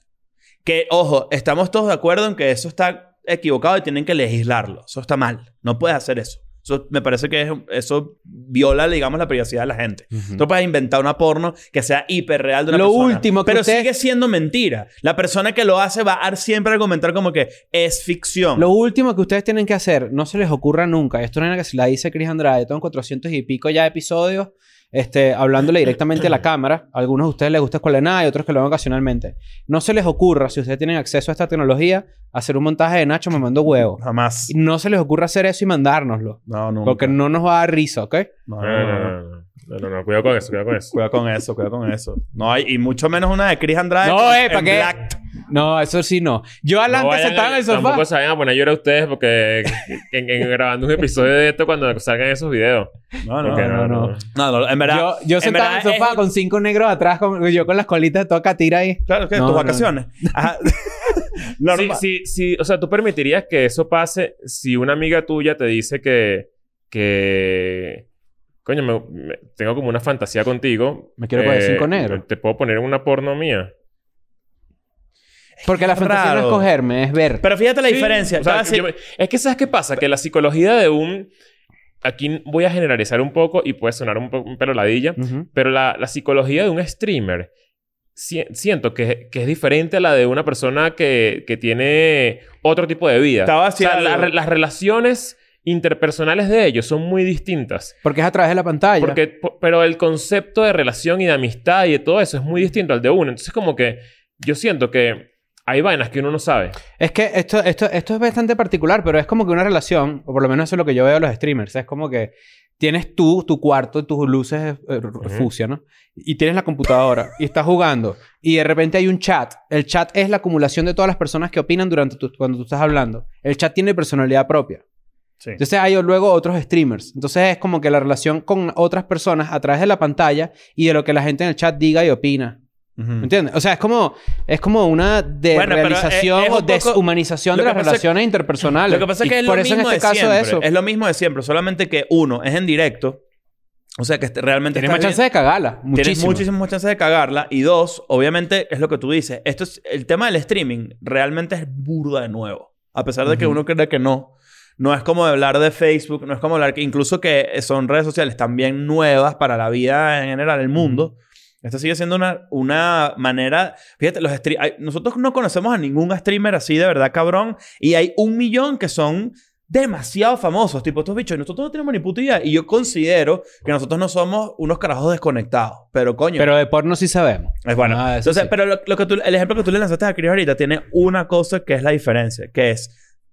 [SPEAKER 1] Que, ojo, estamos todos de acuerdo en que eso está equivocado y tienen que legislarlo. Eso está mal. No puedes hacer eso. Eso me parece que es- eso viola, digamos, la privacidad de la gente. Tú
[SPEAKER 2] Ujú.
[SPEAKER 1] no puedes inventar una porno que sea hiperreal de una
[SPEAKER 2] Lo
[SPEAKER 1] persona.
[SPEAKER 2] último que
[SPEAKER 1] Pero
[SPEAKER 2] usted-
[SPEAKER 1] sigue siendo mentira. La persona que lo hace va a siempre argumentar como que es ficción.
[SPEAKER 2] Lo último que ustedes tienen que hacer, no se les ocurra nunca. Esto no es una que se la dice Chris Andrade. Tengo 400 y pico ya episodios este, hablándole directamente a la cámara. A algunos de ustedes les gusta Escuela de Nada y otros que lo ven ocasionalmente. No se les ocurra, si ustedes tienen acceso a esta tecnología, hacer un montaje de Nacho me mando huevo.
[SPEAKER 1] Jamás.
[SPEAKER 2] Y No se les ocurra hacer eso y mandárnoslo.
[SPEAKER 1] No, nunca.
[SPEAKER 2] Porque no nos va a dar risa, ¿ok?
[SPEAKER 1] No,
[SPEAKER 4] No,
[SPEAKER 1] no, no, no.
[SPEAKER 4] no, no, no, no, no, cuidado con eso, cuidado con eso.
[SPEAKER 1] Cuidado con eso, cuidado con eso. No hay, y mucho menos una de Chris Andrade.
[SPEAKER 2] No,
[SPEAKER 1] con-
[SPEAKER 2] eh, ¿pa'
[SPEAKER 1] en
[SPEAKER 2] qué?
[SPEAKER 1] Black.
[SPEAKER 2] No, eso sí no. Yo
[SPEAKER 4] No
[SPEAKER 2] adelante
[SPEAKER 4] vayan
[SPEAKER 2] sentado en
[SPEAKER 4] a-
[SPEAKER 2] el sofá.
[SPEAKER 4] Tampoco se vayan a poner a llorar ustedes porque en, en- grabando un episodio de esto cuando salgan esos videos.
[SPEAKER 1] No, no,
[SPEAKER 4] Porque
[SPEAKER 1] no.
[SPEAKER 2] no, no.
[SPEAKER 1] No, no, en verdad.
[SPEAKER 2] Yo, yo sentado en el
[SPEAKER 1] verdad
[SPEAKER 2] sofá
[SPEAKER 1] es-
[SPEAKER 2] con cinco negros atrás, con- yo con las colitas de toda catira ahí.
[SPEAKER 1] Claro, que
[SPEAKER 2] No,
[SPEAKER 1] tus
[SPEAKER 2] no,
[SPEAKER 1] vacaciones. Ajá.
[SPEAKER 4] Sí,
[SPEAKER 1] Normal.
[SPEAKER 4] sí, sí. O sea, ¿tú permitirías que eso pase si una amiga tuya te dice que... que coño, me- me- tengo como una fantasía contigo? eh,
[SPEAKER 2] Me quiero poner cinco negros.
[SPEAKER 4] ¿Te puedo poner una porno mía?
[SPEAKER 2] Porque la fantasía no
[SPEAKER 1] Raro.
[SPEAKER 2] es cogerme, es ver.
[SPEAKER 1] Pero fíjate la
[SPEAKER 4] Sí,
[SPEAKER 1] diferencia.
[SPEAKER 4] o sea,
[SPEAKER 1] Cada si-
[SPEAKER 4] yo me- Es que ¿sabes qué pasa? Que la psicología de un... Aquí voy a generalizar un poco y puede sonar un, po- un pelo ladilla,
[SPEAKER 2] Ujú.
[SPEAKER 4] pero la, la psicología de un streamer si- siento que, que es diferente a la de una persona que, que tiene otro tipo de vida.
[SPEAKER 1] Estaba
[SPEAKER 4] o sea,
[SPEAKER 1] haciendo
[SPEAKER 4] la-
[SPEAKER 1] algo.
[SPEAKER 4] las relaciones interpersonales de ellos son muy distintas.
[SPEAKER 2] Porque es a través de la pantalla.
[SPEAKER 4] Porque, po- pero el concepto de relación y de amistad y de todo eso es muy distinto al de uno. Entonces, como que yo siento que hay vainas que uno no sabe.
[SPEAKER 2] Es que esto, esto, esto es bastante particular, pero es como que una relación, o por lo menos eso es lo que yo veo de los streamers, es como que tienes tú, tu cuarto, tus luces eh, r- fucsia, ¿no? Y tienes la computadora y estás jugando y de repente hay un chat. El chat es la acumulación de todas las personas que opinan durante tu- cuando tú estás hablando. El chat tiene personalidad propia.
[SPEAKER 1] Sí.
[SPEAKER 2] Entonces hay luego otros streamers. Entonces es como que la relación con otras personas a través de la pantalla y de lo que la gente en el chat diga y opina. ¿Me
[SPEAKER 1] Ujú.
[SPEAKER 2] entiendes? O sea, es como, es como una desrealización
[SPEAKER 1] pero eh, es- es
[SPEAKER 2] o
[SPEAKER 1] un poco-
[SPEAKER 2] deshumanización
[SPEAKER 1] lo
[SPEAKER 2] de
[SPEAKER 1] que
[SPEAKER 2] las
[SPEAKER 1] pasa es-
[SPEAKER 2] relaciones interpersonales.
[SPEAKER 1] Lo que pasa es
[SPEAKER 2] Y
[SPEAKER 1] que es lo
[SPEAKER 2] por eso
[SPEAKER 1] mismo
[SPEAKER 2] en este
[SPEAKER 1] de
[SPEAKER 2] caso
[SPEAKER 1] siempre.
[SPEAKER 2] eso.
[SPEAKER 1] Es lo mismo de siempre. Solamente que uno es en directo. O sea que este- realmente
[SPEAKER 2] Tienes
[SPEAKER 1] estás
[SPEAKER 2] más chance de cagarla.
[SPEAKER 1] Tienes
[SPEAKER 2] Muchísimo.
[SPEAKER 1] muchísimas más chances de cagarla. Y dos, obviamente, es lo que tú dices. Esto es, el tema del streaming realmente es burda de nuevo. A pesar de que uno cree que no. No es como hablar de Facebook, no es como hablar que incluso que son redes sociales también nuevas para la vida en general, el mundo. Esto sigue siendo una, una manera... Fíjate, los stre- hay- nosotros no conocemos a ningún streamer así de verdad cabrón. Y hay un millón que son demasiado famosos. Tipo, estos bichos, nosotros no tenemos ni puta idea. Y yo considero que nosotros no somos unos carajos desconectados. Pero coño,
[SPEAKER 2] Pero de porno sí sabemos.
[SPEAKER 1] es bueno.
[SPEAKER 2] Ah, eso
[SPEAKER 1] Entonces,
[SPEAKER 2] sí.
[SPEAKER 1] pero lo, lo que tú, el ejemplo que tú le lanzaste a Cris ahorita tiene una cosa que es la diferencia. Que es,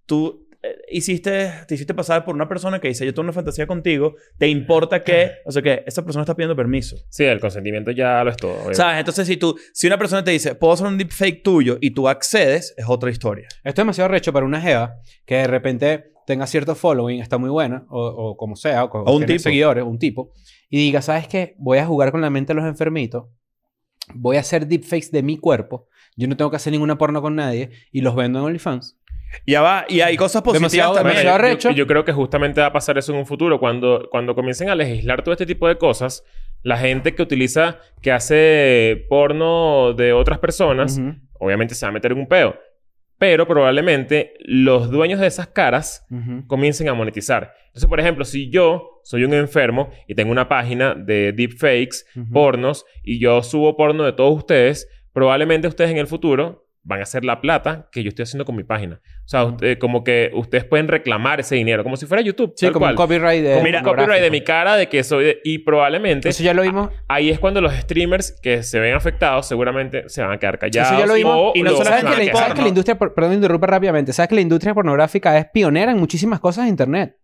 [SPEAKER 1] tú eh, hiciste, te hiciste pasar por una persona que dice, yo tengo una fantasía contigo. Te importa que... O sea, que esa persona está pidiendo permiso.
[SPEAKER 4] Sí, el consentimiento ya lo es todo. obviamente.
[SPEAKER 1] ¿Sabes? Entonces, si tú... Si una persona te dice, puedo hacer un deepfake tuyo y tú accedes, es otra historia.
[SPEAKER 2] Esto es demasiado recho para una jeva que de repente tenga cierto following, está muy buena, o, o como sea, o, con-
[SPEAKER 1] O un
[SPEAKER 2] tiene
[SPEAKER 1] tipo.
[SPEAKER 2] seguidores, un tipo, y diga, ¿sabes qué? Voy a jugar con la mente de los enfermitos, voy a hacer deepfakes de mi cuerpo, yo no tengo que hacer ninguna porno con nadie, y los vendo en OnlyFans.
[SPEAKER 1] Ya va. Y hay cosas positivas
[SPEAKER 2] Demasiado-
[SPEAKER 1] también.
[SPEAKER 4] Bueno,
[SPEAKER 2] demasiado
[SPEAKER 4] yo- yo-
[SPEAKER 2] arrecho.
[SPEAKER 4] Yo, creo que justamente va a pasar eso en un futuro. Cuando, cuando comiencen a legislar todo este tipo de cosas, la gente que utiliza, que hace porno de otras personas,
[SPEAKER 2] Ujú,
[SPEAKER 4] obviamente se va a meter en un peo. Pero probablemente los dueños de esas caras
[SPEAKER 2] ujú.
[SPEAKER 4] comiencen a monetizar. Entonces, por ejemplo, si yo soy un enfermo y tengo una página de deepfakes,
[SPEAKER 2] Ujú.
[SPEAKER 4] pornos, y yo subo porno de todos ustedes, probablemente ustedes en el futuro van a hacer la plata que yo estoy haciendo con mi página. O sea, usted- como que ustedes pueden reclamar ese dinero, como si fuera YouTube.
[SPEAKER 2] Sí,
[SPEAKER 4] tal
[SPEAKER 2] como un
[SPEAKER 4] cual.
[SPEAKER 2] copyright de.
[SPEAKER 4] Como un copyright de mi cara, de que soy... de- y probablemente...
[SPEAKER 2] Eso ya lo vimos.
[SPEAKER 4] Ahí es cuando los streamers que se ven afectados seguramente se van a quedar callados.
[SPEAKER 2] Eso ya lo vimos.
[SPEAKER 4] o
[SPEAKER 1] Y no
[SPEAKER 4] lo
[SPEAKER 1] solo
[SPEAKER 2] ¿Sabes
[SPEAKER 4] van
[SPEAKER 2] que,
[SPEAKER 4] a
[SPEAKER 2] la,
[SPEAKER 4] quejar.
[SPEAKER 2] sabes que la industria, por- perdón, interrumpa rápidamente. ¿Sabes que la industria pornográfica es pionera en muchísimas cosas de Internet?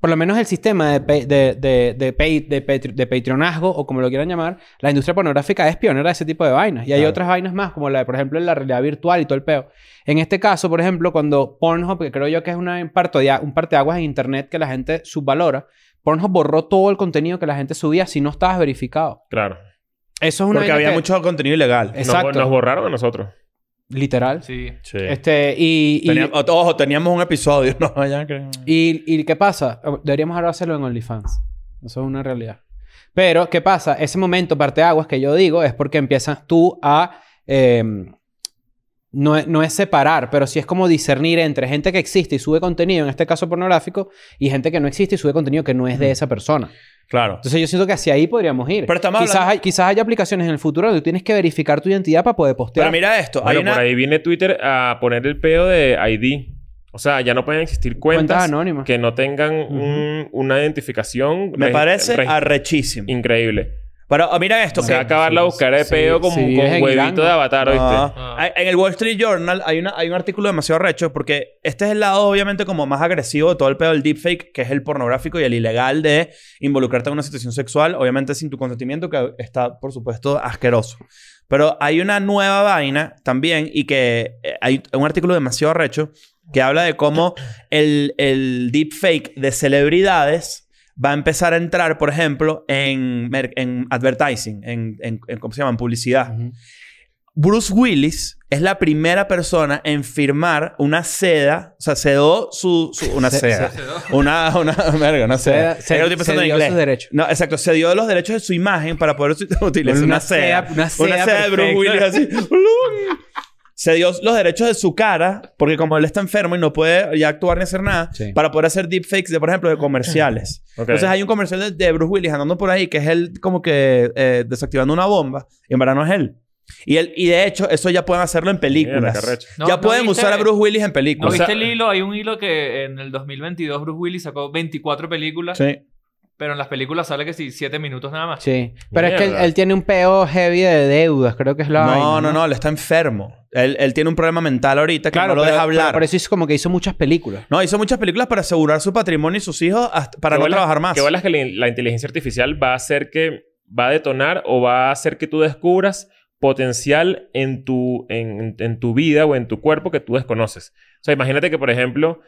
[SPEAKER 2] Por lo menos el sistema de, pa- de, de, de, pay- de, patri- de patronazgo, o como lo quieran llamar, la industria pornográfica es pionera de ese tipo de vainas. Y hay
[SPEAKER 1] Claro.
[SPEAKER 2] otras vainas más, como la de, por ejemplo, la realidad virtual y todo el peo. En este caso, por ejemplo, cuando Pornhub, que creo yo que es una, un partea- un parteaguas en Internet que la gente subvalora, Pornhub borró todo el contenido que la gente subía si no estabas verificado.
[SPEAKER 4] Claro.
[SPEAKER 2] Eso es una
[SPEAKER 1] Porque
[SPEAKER 2] vaina
[SPEAKER 1] había
[SPEAKER 2] que-
[SPEAKER 1] mucho contenido ilegal.
[SPEAKER 4] Nos-
[SPEAKER 2] Exacto.
[SPEAKER 4] Nos, borraron a nosotros.
[SPEAKER 2] Literal.
[SPEAKER 3] Sí.
[SPEAKER 1] Sí.
[SPEAKER 2] Este, y, y,
[SPEAKER 1] Teníamos- ojo, teníamos un episodio. No, vayan que...
[SPEAKER 2] y- y ¿qué pasa? Deberíamos ahora hacerlo en OnlyFans. Eso es una realidad. Pero, ¿qué pasa? Ese momento, parteaguas que yo digo, es porque empiezas tú a... eh, no, es- no es separar, pero sí es como discernir entre gente que existe y sube contenido, en este caso pornográfico, y gente que no existe y sube contenido que no es de esa persona.
[SPEAKER 1] Claro.
[SPEAKER 2] Entonces yo siento que hacia ahí podríamos ir.
[SPEAKER 1] Pero estamos
[SPEAKER 2] quizás,
[SPEAKER 1] hablando-
[SPEAKER 2] hay, quizás haya aplicaciones en el futuro donde tienes que verificar tu identidad para poder postear.
[SPEAKER 1] Pero mira esto. hay
[SPEAKER 4] Bueno,
[SPEAKER 1] una-
[SPEAKER 4] por ahí viene Twitter a poner el pedo de ID. O sea, ya no pueden existir
[SPEAKER 2] cuentas
[SPEAKER 4] cuentas,
[SPEAKER 2] anónimas.
[SPEAKER 4] que no tengan un- una identificación.
[SPEAKER 1] Me
[SPEAKER 4] re-
[SPEAKER 1] parece
[SPEAKER 4] re-
[SPEAKER 1] arrechísimo.
[SPEAKER 4] increíble.
[SPEAKER 1] Pero ah, mira esto.
[SPEAKER 4] Se va a
[SPEAKER 1] que-
[SPEAKER 4] acabar la buscar de
[SPEAKER 2] sí,
[SPEAKER 4] pedo
[SPEAKER 2] sí,
[SPEAKER 4] como
[SPEAKER 2] sí,
[SPEAKER 4] con
[SPEAKER 2] vives en
[SPEAKER 4] huevito
[SPEAKER 2] Irlanda.
[SPEAKER 4] de avatar, ¿oíste?
[SPEAKER 1] Ah.
[SPEAKER 3] Ah.
[SPEAKER 1] Hay- En el Wall Street Journal hay, una, hay un artículo demasiado recho porque este es el lado obviamente como más agresivo de todo el pedo del deepfake, que es el pornográfico y el ilegal de involucrarte en una situación sexual, obviamente sin tu consentimiento, que está por supuesto asqueroso. Pero hay una nueva vaina también y que eh, hay un artículo demasiado recho que habla de cómo el, el deepfake de celebridades va a empezar a entrar, por ejemplo, en, mer- en advertising, en, en- en- ¿cómo se llama? En publicidad.
[SPEAKER 2] Ujú.
[SPEAKER 1] Bruce Willis es la primera persona en firmar una seda. O sea, cedó su... su- una
[SPEAKER 2] Se-
[SPEAKER 1] seda.
[SPEAKER 3] se- cedó.
[SPEAKER 1] Una... Una... verga, una seda.
[SPEAKER 2] Seda- se-
[SPEAKER 1] Yo lo estoy pensando
[SPEAKER 2] se
[SPEAKER 1] en
[SPEAKER 2] dio
[SPEAKER 1] inglés.
[SPEAKER 2] sus derechos.
[SPEAKER 1] No, exacto. Se dio los derechos de su imagen para poder utilizar una,
[SPEAKER 2] Una
[SPEAKER 1] seda.
[SPEAKER 2] seda- una seda
[SPEAKER 1] de Bruce
[SPEAKER 2] perfecta.
[SPEAKER 1] Willis así. se dio los derechos de su cara, porque como él está enfermo y no puede ya actuar ni hacer nada,
[SPEAKER 2] Sí.
[SPEAKER 1] para poder hacer deepfakes, de, por ejemplo, de comerciales.
[SPEAKER 4] Ok.
[SPEAKER 1] Entonces hay un comercial de, de Bruce Willis andando por ahí, que es él como que eh, desactivando una bomba, y en verdad no es él. Y, él, y de hecho, eso ya pueden hacerlo en películas.
[SPEAKER 4] Mira, qué arrecho.
[SPEAKER 3] No,
[SPEAKER 1] ya
[SPEAKER 3] ¿no
[SPEAKER 1] pueden
[SPEAKER 3] viste?
[SPEAKER 1] usar a Bruce Willis en
[SPEAKER 3] ¿No
[SPEAKER 1] películas.
[SPEAKER 4] O
[SPEAKER 3] viste
[SPEAKER 4] sea-
[SPEAKER 3] el hilo? Hay un hilo que en el 2022 Bruce Willis sacó 24 películas,
[SPEAKER 1] Sí.
[SPEAKER 3] pero en las películas sale que sí, 7 minutos nada más.
[SPEAKER 2] Sí. Pero es que él,
[SPEAKER 4] Mierda.
[SPEAKER 2] él tiene un peo heavy de deudas, creo que es la vaina,
[SPEAKER 1] No, no, no, él está enfermo. Él, él tiene un problema mental ahorita que no lo
[SPEAKER 2] pero-
[SPEAKER 1] deja
[SPEAKER 2] pero
[SPEAKER 1] hablar.
[SPEAKER 2] Por eso hizo como que hizo muchas películas.
[SPEAKER 1] No, hizo muchas películas para asegurar su patrimonio y sus hijos hasta- para
[SPEAKER 4] ¿Qué
[SPEAKER 1] no
[SPEAKER 4] bolas-
[SPEAKER 1] trabajar más.
[SPEAKER 4] ¿Qué bolas que la, la inteligencia artificial va a hacer que... Va a detonar o va a hacer que tú descubras potencial en tu, en, en tu vida o en tu cuerpo que tú desconoces. O sea, imagínate que, por ejemplo,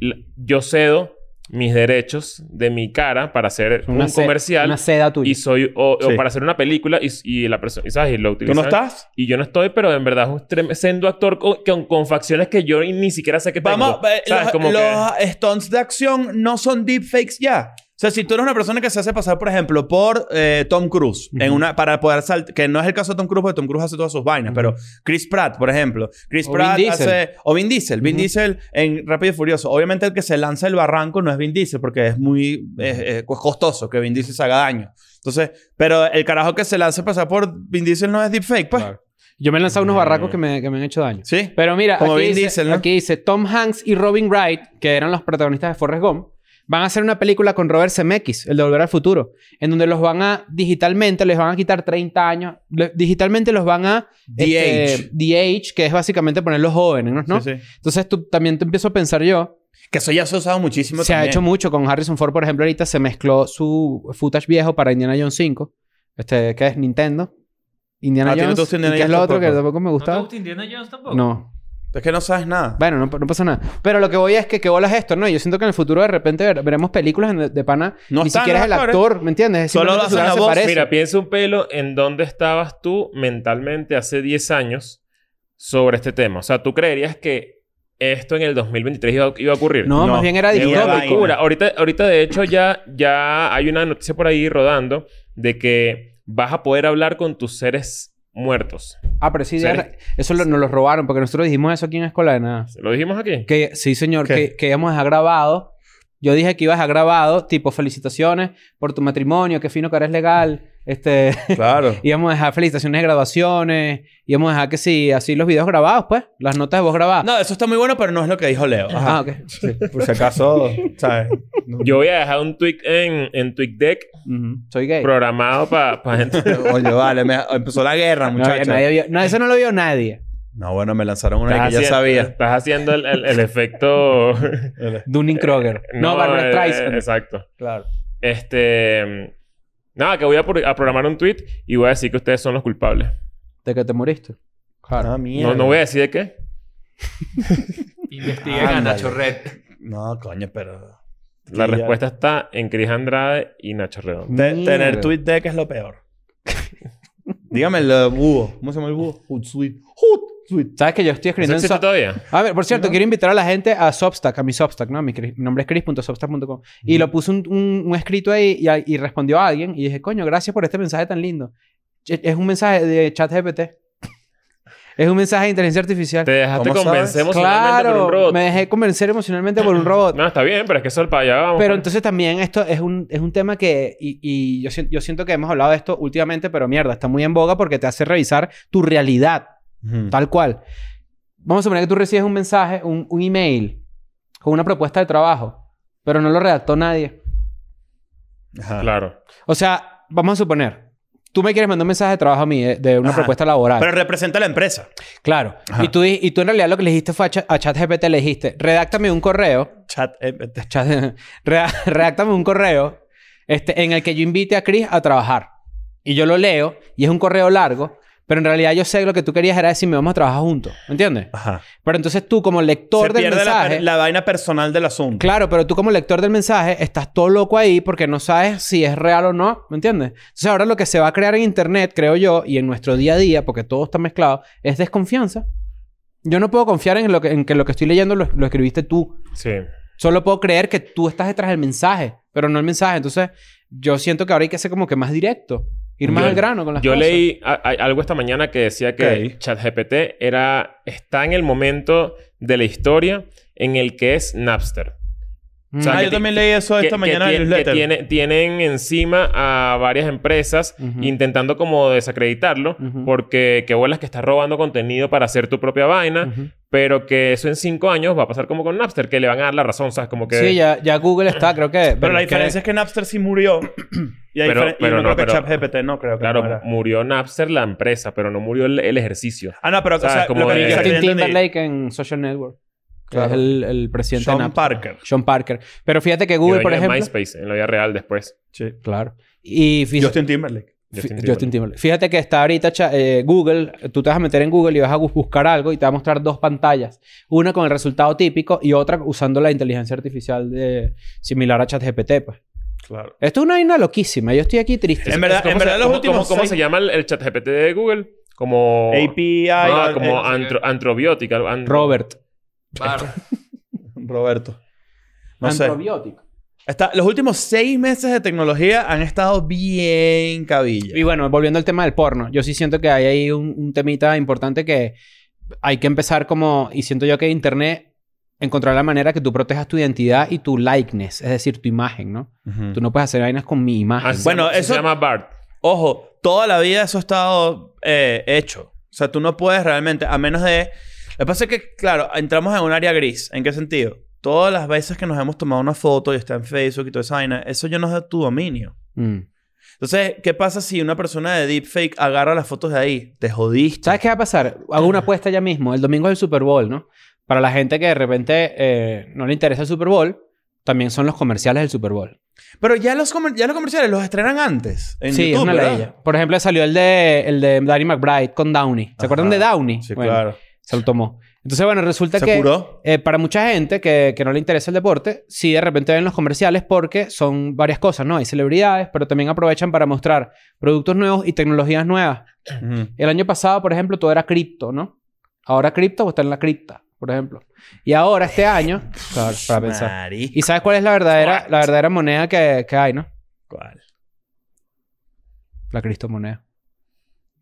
[SPEAKER 4] l- yo cedo mis derechos de mi cara para hacer
[SPEAKER 2] Una
[SPEAKER 4] un
[SPEAKER 2] se-
[SPEAKER 4] comercial
[SPEAKER 2] Una seda tuya.
[SPEAKER 4] y soy... O, o
[SPEAKER 1] Sí.
[SPEAKER 4] para hacer una película y, y la persona... y, ¿Sabes? Y lo
[SPEAKER 1] ¿Tú no
[SPEAKER 4] utilizan.
[SPEAKER 1] estás?
[SPEAKER 4] Y yo no estoy, pero en verdad es un tremendo actor con, con, con facciones que yo ni siquiera sé que tengo.
[SPEAKER 1] Vamos, eh,
[SPEAKER 4] ¿Sabes?
[SPEAKER 1] los,
[SPEAKER 4] Como
[SPEAKER 1] los stunts de acción no son deepfakes ya. O sea, si tú eres una persona que se hace pasar, por ejemplo, por eh, Tom Cruise, en
[SPEAKER 2] Ujú.
[SPEAKER 1] una, para poder saltar, que no es el caso de Tom Cruise, porque Tom Cruise hace todas sus vainas,
[SPEAKER 2] Ujú.
[SPEAKER 1] pero Chris Pratt, por ejemplo, Chris
[SPEAKER 2] O
[SPEAKER 1] Pratt
[SPEAKER 2] Vin Diesel.
[SPEAKER 1] hace, o Vin Diesel, Vin
[SPEAKER 2] Ujú.
[SPEAKER 1] Diesel en Rápido y Furioso. Obviamente el que se lanza el barranco no es Vin Diesel, porque es muy eh, eh, costoso que Vin Diesel se haga daño. Entonces, pero el carajo que se lanza pasar por Vin Diesel no es deepfake, pues.
[SPEAKER 2] Claro. Yo me he lanzado unos
[SPEAKER 4] Mm.
[SPEAKER 2] barracos que me, que me han hecho daño.
[SPEAKER 1] Sí.
[SPEAKER 2] Pero mira,
[SPEAKER 1] Como
[SPEAKER 2] aquí
[SPEAKER 1] Vin
[SPEAKER 2] dice,
[SPEAKER 1] Diesel, ¿no?
[SPEAKER 2] aquí dice Tom Hanks y Robin Wright, que eran los protagonistas de Forrest Gump, van a hacer una película con Robert Zemeckis, el de Volver al Futuro, en donde los van a digitalmente les van a quitar 30 años, le- digitalmente los van a
[SPEAKER 1] DH.
[SPEAKER 2] este, DH, que es básicamente ponerlos jóvenes, ¿no?
[SPEAKER 1] Sí, sí.
[SPEAKER 2] Entonces tú también te empiezo a pensar yo,
[SPEAKER 1] Que eso ya se ha usado muchísimo
[SPEAKER 2] se ha
[SPEAKER 1] también.
[SPEAKER 2] hecho mucho con Harrison Ford, por ejemplo, ahorita se mezcló su footage viejo para Indiana Jones 5, este que es Nintendo. Indiana
[SPEAKER 1] Ah, tiene
[SPEAKER 2] Jones,
[SPEAKER 1] todos Indiana
[SPEAKER 2] ¿y qué es
[SPEAKER 1] Jones
[SPEAKER 2] lo otro que
[SPEAKER 1] tampoco.
[SPEAKER 2] tampoco me
[SPEAKER 3] ¿No te
[SPEAKER 2] gustaba?
[SPEAKER 3] gusta Indiana Jones tampoco?
[SPEAKER 2] No.
[SPEAKER 1] Es que no sabes nada.
[SPEAKER 2] Bueno, no, no pasa nada. Pero lo que voy es que qué bolas esto, ¿no? Yo siento que en el futuro de repente ver- veremos películas en- de, pana.
[SPEAKER 1] No
[SPEAKER 2] ni
[SPEAKER 1] están
[SPEAKER 2] siquiera es
[SPEAKER 1] los
[SPEAKER 2] el
[SPEAKER 1] actores.
[SPEAKER 2] actor, ¿me entiendes? Es
[SPEAKER 1] Solo
[SPEAKER 2] simplemente
[SPEAKER 1] hacen
[SPEAKER 2] su cara
[SPEAKER 1] la
[SPEAKER 2] se
[SPEAKER 1] voz.
[SPEAKER 2] parece.
[SPEAKER 4] Mira, piensa un pelo en dónde estabas tú mentalmente hace 10 años sobre este tema. O sea, ¿tú creerías que esto en el 2023 iba, iba a ocurrir?
[SPEAKER 2] no,
[SPEAKER 1] No.
[SPEAKER 2] más bien era
[SPEAKER 1] Ni
[SPEAKER 4] Es
[SPEAKER 1] una
[SPEAKER 2] distópico.
[SPEAKER 4] una
[SPEAKER 1] vaina.
[SPEAKER 4] locura. Ahorita, ahorita, de hecho, ya, ya hay una noticia por ahí rodando de que vas a poder hablar con tus seres muertos.
[SPEAKER 2] Ah, pero sí,
[SPEAKER 4] Sí.
[SPEAKER 2] ya- eso lo- nos lo robaron porque nosotros dijimos eso aquí en Escuela de Nada.
[SPEAKER 4] ¿Lo dijimos aquí?
[SPEAKER 2] Que, sí, señor,
[SPEAKER 1] ¿Qué?
[SPEAKER 2] que, que íbamos a dejar grabado. Yo dije que ibas a dejar grabado, tipo, felicitaciones por tu matrimonio, qué fino que eres legal. Este,
[SPEAKER 1] Claro.
[SPEAKER 2] íbamos a dejar felicitaciones de graduaciones, íbamos a dejar que sí, así los videos grabados, pues, las notas de voz grabadas.
[SPEAKER 1] No, eso está muy bueno, pero no es lo que dijo Leo. Ajá.
[SPEAKER 2] Ah, ok.
[SPEAKER 1] Por si acaso, ¿sabes? No.
[SPEAKER 4] Yo voy a dejar un tweet en, en TweetDeck
[SPEAKER 2] Ujú. Soy gay.
[SPEAKER 4] programado para gente.
[SPEAKER 1] Oye, vale, me- empezó la guerra,
[SPEAKER 2] No,
[SPEAKER 1] muchachos.
[SPEAKER 2] nadie vio- no, eso no lo vio nadie.
[SPEAKER 1] No, bueno, me lanzaron una
[SPEAKER 4] Estás
[SPEAKER 1] que ya
[SPEAKER 4] haciendo-
[SPEAKER 1] sabía.
[SPEAKER 4] Estás haciendo el, el- el efecto.
[SPEAKER 2] Dunning Kroger. no, Barbara
[SPEAKER 4] eh,
[SPEAKER 2] Streisand.
[SPEAKER 4] eh, Exacto.
[SPEAKER 2] claro.
[SPEAKER 4] Este. Nada, que voy a, pro- a programar un tweet y voy a decir que ustedes son los culpables.
[SPEAKER 2] De que te moriste. Claro.
[SPEAKER 1] Ah, mierda.
[SPEAKER 4] No, no voy a decir de qué.
[SPEAKER 3] Investiguen a
[SPEAKER 1] Ándale.
[SPEAKER 3] Nacho Red.
[SPEAKER 1] No, coño, pero...
[SPEAKER 4] La
[SPEAKER 1] Sí, ya.
[SPEAKER 4] respuesta está en Cris Andrade y Nacho Redondo.
[SPEAKER 1] Te-
[SPEAKER 2] Mierda.
[SPEAKER 1] tener tweet deck es lo peor. Dígame el uh, búho. ¿Cómo se llama el búho? Hootsuite. Hootsuite.
[SPEAKER 2] ¿Sabes que yo estoy
[SPEAKER 4] ¿Eso
[SPEAKER 2] escribiendo en
[SPEAKER 4] existe
[SPEAKER 2] Sub-
[SPEAKER 4] todavía?
[SPEAKER 2] A ver, por cierto, quiero invitar a la gente a Substack, a mi Substack, ¿no? Mi, cri- mi nombre es chris.substack.com. Y lo puse un, un- un escrito ahí y, a- y respondió a alguien y dije, coño, gracias por este mensaje tan lindo. Ch- Es un mensaje de ChatGPT. Es un mensaje de inteligencia artificial.
[SPEAKER 4] Te dejaste
[SPEAKER 1] ¿Cómo
[SPEAKER 4] convencer
[SPEAKER 1] sabes?
[SPEAKER 4] emocionalmente por un
[SPEAKER 2] Claro,
[SPEAKER 4] robot.
[SPEAKER 2] me dejé convencer emocionalmente por un robot.
[SPEAKER 4] No, está bien, pero es que eso es para allá vamos.
[SPEAKER 2] Pero
[SPEAKER 4] pues.
[SPEAKER 2] entonces también esto es un, es un tema que, y, y yo, sien- yo siento que hemos hablado de esto últimamente, pero mierda, está muy en boga porque te hace revisar tu realidad, tal cual. Vamos a suponer que tú recibes un mensaje, un, un email, con una propuesta de trabajo, pero no lo redactó nadie.
[SPEAKER 1] Ajá.
[SPEAKER 4] Claro.
[SPEAKER 2] O sea, vamos a suponer, tú me quieres mandar un mensaje de trabajo a mí eh, de, de una
[SPEAKER 1] Ajá.
[SPEAKER 2] propuesta laboral.
[SPEAKER 1] Pero representa a la empresa.
[SPEAKER 2] Claro.
[SPEAKER 1] Ajá.
[SPEAKER 2] Y tú, di- y tú en realidad lo que le dijiste fue a, Cha- a ChatGPT, le dijiste, redáctame un correo
[SPEAKER 1] Chat. eh, eh,
[SPEAKER 2] Chat- rea- redáctame un correo este, en el que yo invite a Chris a trabajar. Y yo lo leo y es un correo largo, pero en realidad yo sé que lo que tú querías era decirme vamos a trabajar juntos, ¿me entiendes?
[SPEAKER 1] Ajá.
[SPEAKER 2] Pero entonces tú como
[SPEAKER 1] Se
[SPEAKER 2] lector del
[SPEAKER 1] pierde la,
[SPEAKER 2] mensaje,
[SPEAKER 1] per- la vaina personal del asunto.
[SPEAKER 2] claro, pero tú como lector del mensaje estás todo loco ahí porque no sabes si es real o no, ¿me entiendes? Entonces ahora lo que se va a crear en internet, creo yo, y en nuestro día a día, porque todo está mezclado, es desconfianza. Yo no puedo confiar en, lo que, en que lo que estoy leyendo lo- lo escribiste tú.
[SPEAKER 4] Sí.
[SPEAKER 2] Solo puedo creer que tú estás detrás del mensaje, pero no el mensaje. Entonces, yo siento que ahora hay que ser como que más directo. Ir más
[SPEAKER 4] Yo-
[SPEAKER 2] al grano con las
[SPEAKER 4] Yo
[SPEAKER 2] cosas.
[SPEAKER 4] leí a- a- algo esta mañana que decía que
[SPEAKER 1] Ok.
[SPEAKER 4] ChatGPT era, está en el momento de la historia en el que es Napster.
[SPEAKER 2] Mm.
[SPEAKER 4] o sea,
[SPEAKER 1] ah,
[SPEAKER 4] que
[SPEAKER 1] yo
[SPEAKER 4] ti-
[SPEAKER 1] también leí eso
[SPEAKER 4] que-
[SPEAKER 1] esta
[SPEAKER 4] que
[SPEAKER 1] mañana en el
[SPEAKER 4] tien- que
[SPEAKER 1] newsletter.
[SPEAKER 4] tiene- tienen encima a varias empresas
[SPEAKER 2] Ujú.
[SPEAKER 4] intentando como desacreditarlo
[SPEAKER 2] Ujú.
[SPEAKER 4] porque qué bolas que estás robando contenido para hacer tu propia vaina,
[SPEAKER 2] Ujú.
[SPEAKER 4] pero que eso en cinco años va a pasar como con Napster, que le van a dar la razón, ¿sabes? Como que...
[SPEAKER 2] Sí, ya, ya Google está, creo que.
[SPEAKER 1] Pero la diferencia es que Napster sí murió. Y, hay
[SPEAKER 4] Pero-
[SPEAKER 1] diferen- y
[SPEAKER 4] pero
[SPEAKER 1] no,
[SPEAKER 4] no,
[SPEAKER 1] creo que
[SPEAKER 4] pero-
[SPEAKER 1] ChatGPT no creo que
[SPEAKER 4] Claro,
[SPEAKER 1] muera.
[SPEAKER 4] murió Napster la empresa, pero no murió el, el ejercicio.
[SPEAKER 1] Ah, no, pero o
[SPEAKER 4] ¿Sabes?
[SPEAKER 1] sea,
[SPEAKER 4] Como
[SPEAKER 1] lo que
[SPEAKER 4] de-
[SPEAKER 1] o sea, que
[SPEAKER 4] Justin
[SPEAKER 1] yo
[SPEAKER 2] Justin
[SPEAKER 1] entendí.
[SPEAKER 2] Timberlake en Social Network. Que
[SPEAKER 1] Claro.
[SPEAKER 2] es el, el presidente de
[SPEAKER 1] Sean
[SPEAKER 2] Napster.
[SPEAKER 1] Parker.
[SPEAKER 2] Sean Parker. Pero fíjate que
[SPEAKER 4] Google,
[SPEAKER 2] Google, por ejemplo.
[SPEAKER 4] MySpace, en la vida real después.
[SPEAKER 1] Sí.
[SPEAKER 2] Claro. Y fíjate.
[SPEAKER 1] Justin Timberlake.
[SPEAKER 2] Fi-
[SPEAKER 4] Justin
[SPEAKER 2] Justin
[SPEAKER 4] Timberlake.
[SPEAKER 2] Timberlake. Fíjate que está ahorita cha- eh, Google, tú te vas a meter en Google y vas a bus- buscar algo y te va a mostrar dos pantallas. Una con el resultado típico y otra usando la inteligencia artificial de, similar a ChatGPT. Pues.
[SPEAKER 1] Claro.
[SPEAKER 2] Esto es una vaina loquísima. Yo estoy aquí triste.
[SPEAKER 1] En verdad,
[SPEAKER 4] ¿Cómo
[SPEAKER 1] en
[SPEAKER 4] se-
[SPEAKER 1] verdad los
[SPEAKER 4] cómo-
[SPEAKER 1] últimos
[SPEAKER 4] ¿Cómo, cómo
[SPEAKER 1] seis-
[SPEAKER 4] se llama el, el chat GPT de Google? Como...
[SPEAKER 1] API.
[SPEAKER 4] Ah,
[SPEAKER 1] eh,
[SPEAKER 4] como
[SPEAKER 1] eh,
[SPEAKER 4] antro- antrobiótica. an-
[SPEAKER 2] Robert.
[SPEAKER 3] Bar.
[SPEAKER 1] Roberto. No sé.
[SPEAKER 2] Antrobiótico.
[SPEAKER 1] Está- los últimos seis meses de tecnología han estado bien cabilla.
[SPEAKER 2] Y bueno, volviendo al tema del porno, yo sí siento que hay ahí un, un temita importante que hay que empezar como, y siento yo que Internet encontrar la manera que tú protejas tu identidad y tu likeness, es decir, tu imagen, ¿no?
[SPEAKER 1] Ujú.
[SPEAKER 2] Tú no puedes hacer vainas con mi
[SPEAKER 4] Ah,
[SPEAKER 2] imagen.
[SPEAKER 4] se
[SPEAKER 1] Bueno,
[SPEAKER 4] llama-
[SPEAKER 1] eso-
[SPEAKER 4] Se llama BART.
[SPEAKER 1] Ojo, toda la vida eso ha estado eh, hecho. O sea, tú no puedes realmente, a menos de... Lo que pasa es que, claro, entramos en un área gris. ¿En qué sentido? Todas las veces que nos hemos tomado una foto y está en Facebook y toda esa vaina, eso ya no es de tu dominio.
[SPEAKER 2] Mm.
[SPEAKER 1] Entonces, ¿qué pasa si una persona de deepfake agarra las fotos de ahí? Te jodiste.
[SPEAKER 2] ¿Sabes qué va a pasar? Hago una apuesta ya mismo. El domingo es el Super Bowl, ¿no? Para la gente que de repente eh, no le interesa el Super Bowl, también son los comerciales del Super Bowl.
[SPEAKER 1] Pero ya los, comer- ya los comerciales los estrenan antes. En
[SPEAKER 2] sí,
[SPEAKER 1] YouTube,
[SPEAKER 2] es una
[SPEAKER 1] ¿verdad?
[SPEAKER 2] ley. Por ejemplo, salió el de, el de Danny McBride con Downey. ¿Se
[SPEAKER 1] Ajá.
[SPEAKER 2] acuerdan de Downey?
[SPEAKER 1] Sí,
[SPEAKER 2] Bueno,
[SPEAKER 1] claro.
[SPEAKER 2] Se lo tomó. Entonces, bueno, resulta
[SPEAKER 1] Se
[SPEAKER 2] que...
[SPEAKER 1] curó.
[SPEAKER 2] eh, para mucha gente que, que no le interesa el deporte, sí de repente ven los comerciales porque son varias cosas, ¿no? Hay celebridades, pero también aprovechan para mostrar productos nuevos y tecnologías nuevas.
[SPEAKER 1] Ujú.
[SPEAKER 2] El año pasado, por ejemplo, todo era cripto, ¿no? Ahora cripto pues, está en la cripta, por ejemplo. Y ahora, este año, claro, para pensar.
[SPEAKER 1] Marico.
[SPEAKER 2] ¿Y sabes cuál es la verdadera, la verdadera moneda que, que hay, no?
[SPEAKER 1] ¿Cuál?
[SPEAKER 2] La criptomoneda,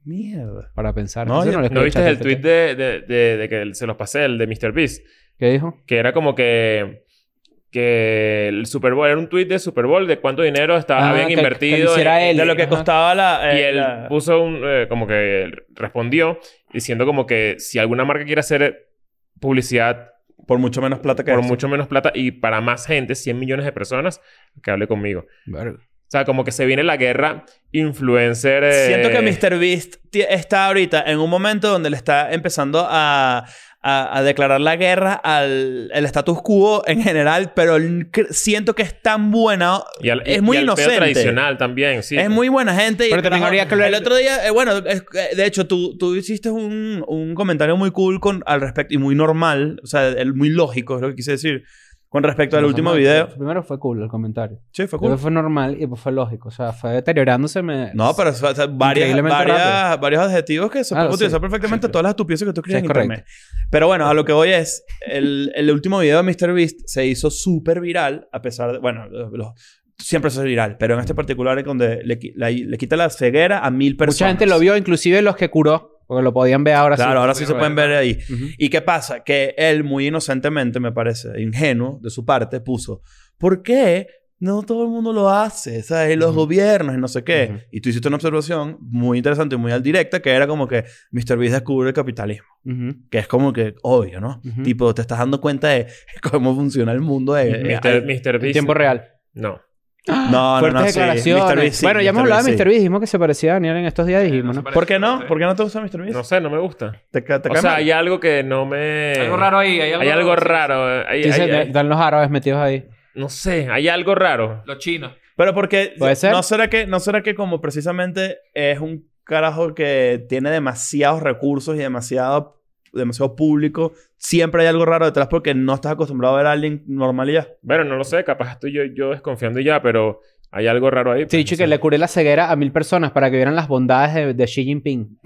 [SPEAKER 1] Mierda.
[SPEAKER 2] para pensar.
[SPEAKER 1] No,
[SPEAKER 2] Entonces,
[SPEAKER 1] yo-
[SPEAKER 2] le
[SPEAKER 4] ¿No viste
[SPEAKER 2] escuchaste
[SPEAKER 4] el tweet de, de- de- de que se los pasé, el de MrBeast?
[SPEAKER 2] ¿Qué dijo?
[SPEAKER 4] Que era como que... Que el Super Bowl... Era un tweet de Super Bowl de cuánto dinero estaba,
[SPEAKER 2] Ah,
[SPEAKER 4] habían
[SPEAKER 2] que- que
[SPEAKER 4] invertido... en-
[SPEAKER 2] hiciera él.
[SPEAKER 1] De lo que
[SPEAKER 2] Ajá.
[SPEAKER 1] costaba la... eh,
[SPEAKER 4] Y él
[SPEAKER 1] la-
[SPEAKER 4] puso un... eh, como que respondió diciendo como que si alguna marca quiere hacer publicidad
[SPEAKER 1] Por mucho menos plata que
[SPEAKER 4] por
[SPEAKER 1] eso.
[SPEAKER 4] mucho menos plata y para más gente, 100 millones de personas, que hable conmigo. O sea, como que se viene la guerra influencer... eh,
[SPEAKER 1] Siento que Mr. Beast ti- está ahorita en un momento donde le está empezando a, a- a declarar la guerra al el status quo en general, pero el- cre- siento que es tan buena.
[SPEAKER 4] y al- y-
[SPEAKER 1] es muy
[SPEAKER 4] y al pedo
[SPEAKER 1] inocente.
[SPEAKER 4] tradicional también, sí.
[SPEAKER 1] Es muy buena gente. y
[SPEAKER 2] Pero
[SPEAKER 1] el
[SPEAKER 2] también
[SPEAKER 1] carajo-
[SPEAKER 2] habría que hablar-
[SPEAKER 1] El otro día, eh, bueno, es- eh, de hecho, tú, tú hiciste un, un comentario muy cool con, al respecto y muy normal, o sea, el- muy lógico, es lo que quise decir, con respecto al último video.
[SPEAKER 2] Primero fue cool el comentario.
[SPEAKER 1] Sí, fue cool.
[SPEAKER 2] Luego fue normal y después fue lógico. O sea, fue deteriorándose. me-
[SPEAKER 1] No, pero o sea, varias,
[SPEAKER 2] Increíblemente
[SPEAKER 1] varias, varios adjetivos que se
[SPEAKER 2] Claro,
[SPEAKER 1] pueden utilizar
[SPEAKER 2] sí.
[SPEAKER 1] perfectamente
[SPEAKER 2] Sí.
[SPEAKER 1] todas las estupideces que tú crees
[SPEAKER 2] Sí,
[SPEAKER 1] en
[SPEAKER 2] es correcto.
[SPEAKER 1] internet. Pero bueno, a lo que voy es, el, el último video de MrBeast se hizo súper viral, a pesar de, bueno, los- los- siempre se hace viral, pero en este particular es donde le, qui- la- le quita la ceguera a mil personas.
[SPEAKER 2] Mucha gente lo vio, inclusive los que curó, porque lo podían ver ahora
[SPEAKER 1] Claro, ahora sí se
[SPEAKER 3] Bueno,
[SPEAKER 1] pueden ver
[SPEAKER 3] bueno.
[SPEAKER 1] ahí.
[SPEAKER 2] sí. Ujú.
[SPEAKER 1] ¿Y qué pasa? Que él, muy inocentemente, me parece, ingenuo de su parte, puso, ¿por qué no todo el mundo lo hace? ¿Sabes? Y Los
[SPEAKER 2] Ujú.
[SPEAKER 1] gobiernos y no sé qué.
[SPEAKER 2] Ujú.
[SPEAKER 1] Y tú hiciste una observación muy interesante y muy al directa, que era como que Mr. Beast descubre el capitalismo.
[SPEAKER 2] Ujú.
[SPEAKER 1] Que es como que obvio, ¿no?
[SPEAKER 2] Ujú.
[SPEAKER 1] Tipo, te estás dando cuenta de cómo funciona el mundo de... de-
[SPEAKER 4] Mr. Mr.
[SPEAKER 2] En
[SPEAKER 4] Eh, Beast.
[SPEAKER 2] tiempo real.
[SPEAKER 4] No.
[SPEAKER 1] No, no,
[SPEAKER 2] Fuertes
[SPEAKER 1] no, sí.
[SPEAKER 2] declaraciones.
[SPEAKER 1] Mr. Beast sí,
[SPEAKER 2] bueno, ya hemos
[SPEAKER 1] Mr.
[SPEAKER 2] hablado de
[SPEAKER 1] Beast
[SPEAKER 2] Mr.
[SPEAKER 1] sí.
[SPEAKER 2] Beast. Dijimos que se parecía a Nier en estos días. Dijimos, ¿no?
[SPEAKER 3] se parece,
[SPEAKER 1] ¿Por qué no?
[SPEAKER 3] parece.
[SPEAKER 1] ¿Por qué no te gusta Mr. Beast?
[SPEAKER 4] No sé, no me gusta.
[SPEAKER 1] ¿Te, ca- te
[SPEAKER 4] O
[SPEAKER 1] cae
[SPEAKER 4] sea,
[SPEAKER 1] mal?
[SPEAKER 4] hay algo que no me...
[SPEAKER 3] Algo raro ahí. Hay algo,
[SPEAKER 4] Hay algo raro. eh, hay-
[SPEAKER 2] Sí, se-
[SPEAKER 4] hay- hay-
[SPEAKER 2] Están los árabes metidos ahí.
[SPEAKER 4] No sé, hay algo raro.
[SPEAKER 3] Los chinos.
[SPEAKER 1] Pero porque
[SPEAKER 2] ¿Puede ser?
[SPEAKER 1] no será que no será que como precisamente es un carajo que tiene demasiados recursos y demasiado demasiado público, siempre hay algo raro detrás porque no estás acostumbrado a ver a alguien normal y ya.
[SPEAKER 4] Bueno, no lo sé, capaz estoy yo, yo desconfiando ya, pero hay algo raro ahí.
[SPEAKER 2] Sí,
[SPEAKER 4] pues,
[SPEAKER 2] dicho
[SPEAKER 4] no
[SPEAKER 2] que
[SPEAKER 4] sé.
[SPEAKER 2] le curé la ceguera a mil personas para que vieran las bondades de, de Xi Jinping.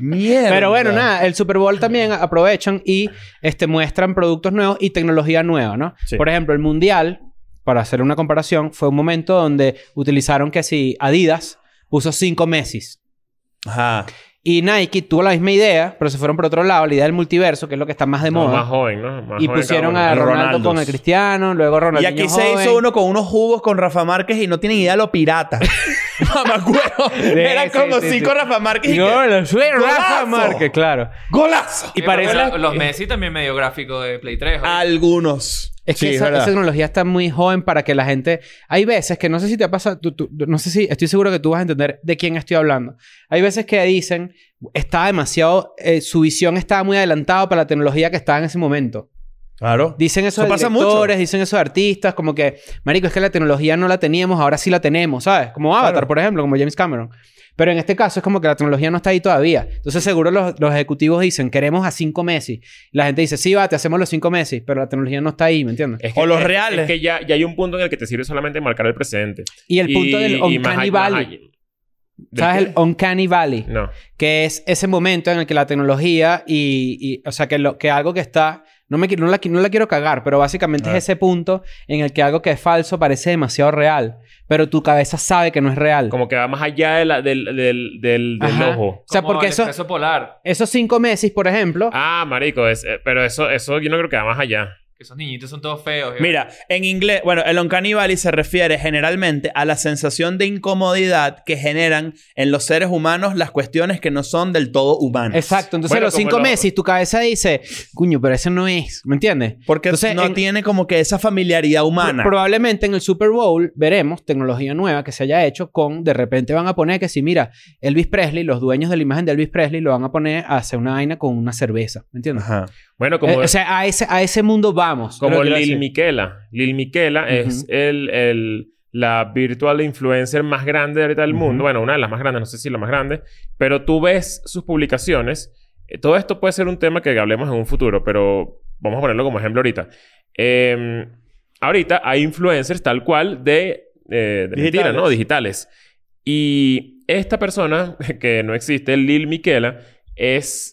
[SPEAKER 1] Mierda.
[SPEAKER 2] Pero bueno, nada, el Super Bowl también aprovechan y este, muestran productos nuevos y tecnología nueva, ¿no?
[SPEAKER 1] Sí.
[SPEAKER 2] Por ejemplo, el Mundial, para hacer una comparación, fue un momento donde utilizaron que si Adidas puso cinco Messi.
[SPEAKER 1] Ajá.
[SPEAKER 2] Y Nike tuvo la misma idea, pero se fueron por otro lado, la idea del multiverso, que es lo que está más de
[SPEAKER 4] No,
[SPEAKER 2] moda.
[SPEAKER 4] más joven, ¿no? Más
[SPEAKER 2] y
[SPEAKER 4] joven
[SPEAKER 2] pusieron
[SPEAKER 4] cada
[SPEAKER 2] a
[SPEAKER 4] uno.
[SPEAKER 1] Ronaldo.
[SPEAKER 2] Ronaldo con el Cristiano, luego
[SPEAKER 1] Y
[SPEAKER 2] Ronaldo.
[SPEAKER 1] aquí se hizo uno con unos jugos con Rafa Márquez y no tienen idea lo pirata. Mamacuevo. Eran
[SPEAKER 2] sí,
[SPEAKER 1] como
[SPEAKER 2] sí,
[SPEAKER 1] cinco
[SPEAKER 2] sí.
[SPEAKER 1] Rafa Márquez y
[SPEAKER 2] No,
[SPEAKER 1] que-
[SPEAKER 2] lo fue Rafa
[SPEAKER 1] ¡Golazo!
[SPEAKER 2] Márquez, claro.
[SPEAKER 1] ¡Golazo!
[SPEAKER 2] Y
[SPEAKER 3] Sí,
[SPEAKER 2] parece. Ah,
[SPEAKER 3] pero pues, Los Messi también medio gráfico de Play 3. ¿o?
[SPEAKER 1] Algunos.
[SPEAKER 2] Es que
[SPEAKER 1] Sí,
[SPEAKER 2] esa,
[SPEAKER 1] verdad.
[SPEAKER 2] esa tecnología está muy joven para que la gente... Hay veces que no sé si te pasa... Tú, tú- no sé si... Estoy seguro que tú vas a entender de quién estoy hablando. Hay veces que dicen... Está demasiado... eh, su visión estaba muy adelantada para la tecnología que estaba en ese momento.
[SPEAKER 1] Claro.
[SPEAKER 2] Dicen eso,
[SPEAKER 1] Eso
[SPEAKER 2] de
[SPEAKER 1] pasa mucho.
[SPEAKER 2] directores, dicen eso de artistas. Como que... Marico, es que la tecnología no la teníamos. Ahora sí la tenemos, ¿sabes? Como Avatar,
[SPEAKER 1] Claro.
[SPEAKER 2] por ejemplo. Como James Cameron. Pero en este caso es como que la tecnología no está ahí todavía. Entonces seguro los, los ejecutivos dicen... Queremos a cinco Messi. La gente dice... Sí, va, te hacemos los cinco Messi. Pero la tecnología no está ahí, ¿me entiendes?
[SPEAKER 4] Es
[SPEAKER 1] O los
[SPEAKER 4] es-
[SPEAKER 1] reales.
[SPEAKER 4] Es que ya, ya hay un punto en el que te sirve solamente marcar el precedente.
[SPEAKER 2] Y el punto
[SPEAKER 4] Y-
[SPEAKER 2] del
[SPEAKER 4] y más
[SPEAKER 2] Uncanny
[SPEAKER 4] allá- más
[SPEAKER 2] Valley.
[SPEAKER 4] allá- ¿Del
[SPEAKER 2] ¿Sabes
[SPEAKER 4] qué?
[SPEAKER 2] el Uncanny Valley?
[SPEAKER 4] No.
[SPEAKER 2] Que es ese momento en el que la tecnología y... y- o sea, que, lo, que algo que está... No, me, qui- no, la, qui- no la quiero cagar, pero básicamente
[SPEAKER 1] Ah.
[SPEAKER 2] es ese punto en el que algo que es falso parece demasiado real. Pero tu cabeza sabe que no es real.
[SPEAKER 4] Como que va más allá de la- del, del, del, del
[SPEAKER 2] Ajá.
[SPEAKER 4] ojo.
[SPEAKER 2] O sea,
[SPEAKER 3] Como
[SPEAKER 2] porque
[SPEAKER 3] el
[SPEAKER 2] eso-
[SPEAKER 3] expreso polar.
[SPEAKER 2] Esos cinco meses, por ejemplo...
[SPEAKER 4] Ah, marico. Es, eh, pero eso, eso yo no creo que va más allá.
[SPEAKER 3] Que esos niñitos son todos feos. ¿eh?
[SPEAKER 1] Mira, en inglés, bueno, el uncanny valley se refiere generalmente a la sensación de incomodidad que generan en los seres humanos las cuestiones que no son del todo humanas.
[SPEAKER 2] Exacto. Entonces,
[SPEAKER 4] Bueno,
[SPEAKER 2] los
[SPEAKER 4] como
[SPEAKER 2] cinco
[SPEAKER 4] lo-
[SPEAKER 2] meses, tu cabeza dice... Cuño, pero ese no es. ¿Me entiendes?
[SPEAKER 1] Porque
[SPEAKER 2] Entonces,
[SPEAKER 1] no
[SPEAKER 2] en-
[SPEAKER 1] tiene como que esa familiaridad humana.
[SPEAKER 2] Pro- probablemente en el Super Bowl veremos tecnología nueva que se haya hecho con, de repente van a poner que si mira, Elvis Presley, los dueños de la imagen de Elvis Presley lo van a poner a hacer una vaina con una cerveza, ¿me entiendes?
[SPEAKER 1] Ajá.
[SPEAKER 4] Bueno, como,
[SPEAKER 2] Eh, o sea, a ese, a ese mundo vamos.
[SPEAKER 4] como
[SPEAKER 2] Creo que lo
[SPEAKER 4] Lil
[SPEAKER 2] quiero decir.
[SPEAKER 4] Miquela. Lil Miquela es el, el- la virtual influencer más grande ahorita del
[SPEAKER 1] Ujú.
[SPEAKER 4] mundo. Bueno, una de las más grandes, no sé si la más grande. Pero tú ves sus publicaciones. Eh, Todo esto puede ser un tema que hablemos en un futuro, pero vamos a ponerlo como ejemplo ahorita. Eh, ahorita hay influencers tal cual de, eh, de mentira,
[SPEAKER 1] Digitales.
[SPEAKER 4] ¿no? Digitales. Y esta persona que no existe, Lil Miquela, es...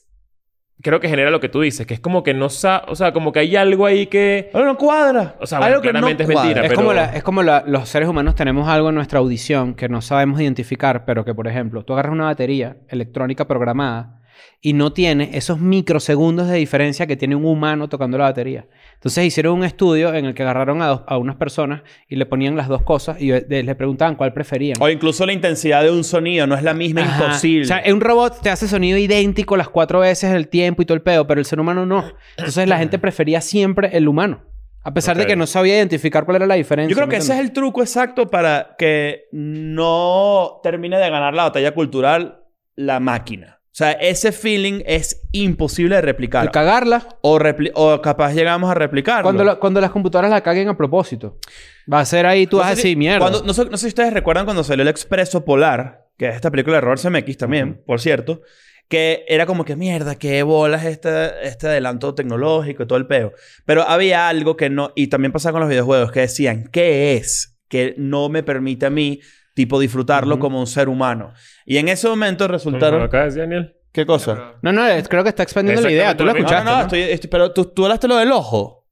[SPEAKER 4] Creo que genera lo que tú dices, que es como que no sabe... O sea, como que hay algo ahí que...
[SPEAKER 1] Pero no cuadra.
[SPEAKER 4] O sea, bueno,
[SPEAKER 1] que
[SPEAKER 4] claramente es mentira,
[SPEAKER 2] Es
[SPEAKER 4] pero-
[SPEAKER 2] como, la- es como la- los seres humanos tenemos algo en nuestra audición que no sabemos identificar, pero que, por ejemplo, tú agarras una batería electrónica programada y no tiene esos microsegundos de diferencia que tiene un humano tocando la batería. Entonces hicieron un estudio en el que agarraron a, dos- a unas personas y le ponían las dos cosas y eh, de- le preguntaban cuál preferían.
[SPEAKER 1] O incluso la intensidad de un sonido no es la misma,
[SPEAKER 2] Ajá.
[SPEAKER 1] imposible.
[SPEAKER 2] O sea, un robot te hace sonido idéntico las cuatro veces el tiempo y todo el pedo, pero el ser humano no. Entonces la gente prefería siempre el humano. A pesar
[SPEAKER 4] Ok.
[SPEAKER 2] de que no sabía identificar cuál era la diferencia.
[SPEAKER 1] Yo creo
[SPEAKER 2] ¿me
[SPEAKER 1] que ese es
[SPEAKER 2] entiendes?
[SPEAKER 1] el truco exacto para que no termine de ganar la batalla cultural la máquina. O sea, ese feeling es imposible de replicar.
[SPEAKER 2] El cagarla.
[SPEAKER 1] O, repli- o capaz llegamos a replicarlo.
[SPEAKER 2] Cuando, la- cuando las computadoras la caguen a propósito. Va a ser ahí, tú
[SPEAKER 1] No
[SPEAKER 2] vas a
[SPEAKER 1] sé si-
[SPEAKER 2] decir, mierda.
[SPEAKER 1] cuando- no, sé, no sé si ustedes recuerdan cuando salió el Expreso Polar, que es esta película de Robert Zemeckis también, por cierto, que era como que mierda, qué bolas este, este adelanto tecnológico y todo el peo. Pero había algo que no, y también pasaba con los videojuegos, que decían, ¿qué es que no me permite a mí, tipo, disfrutarlo
[SPEAKER 2] Ujú.
[SPEAKER 1] como un ser humano? Y en ese momento resultaron...
[SPEAKER 4] acá decía Daniel.
[SPEAKER 1] ¿Qué
[SPEAKER 3] Pero-
[SPEAKER 1] cosa?
[SPEAKER 2] No, no, es- creo que está expandiendo la idea. Tú la
[SPEAKER 4] Exactamente
[SPEAKER 1] No, no,
[SPEAKER 2] escuchaste.
[SPEAKER 4] lo
[SPEAKER 1] no,
[SPEAKER 2] ¿no?
[SPEAKER 1] estoy- estoy- pero tú, tú hablaste lo del ojo.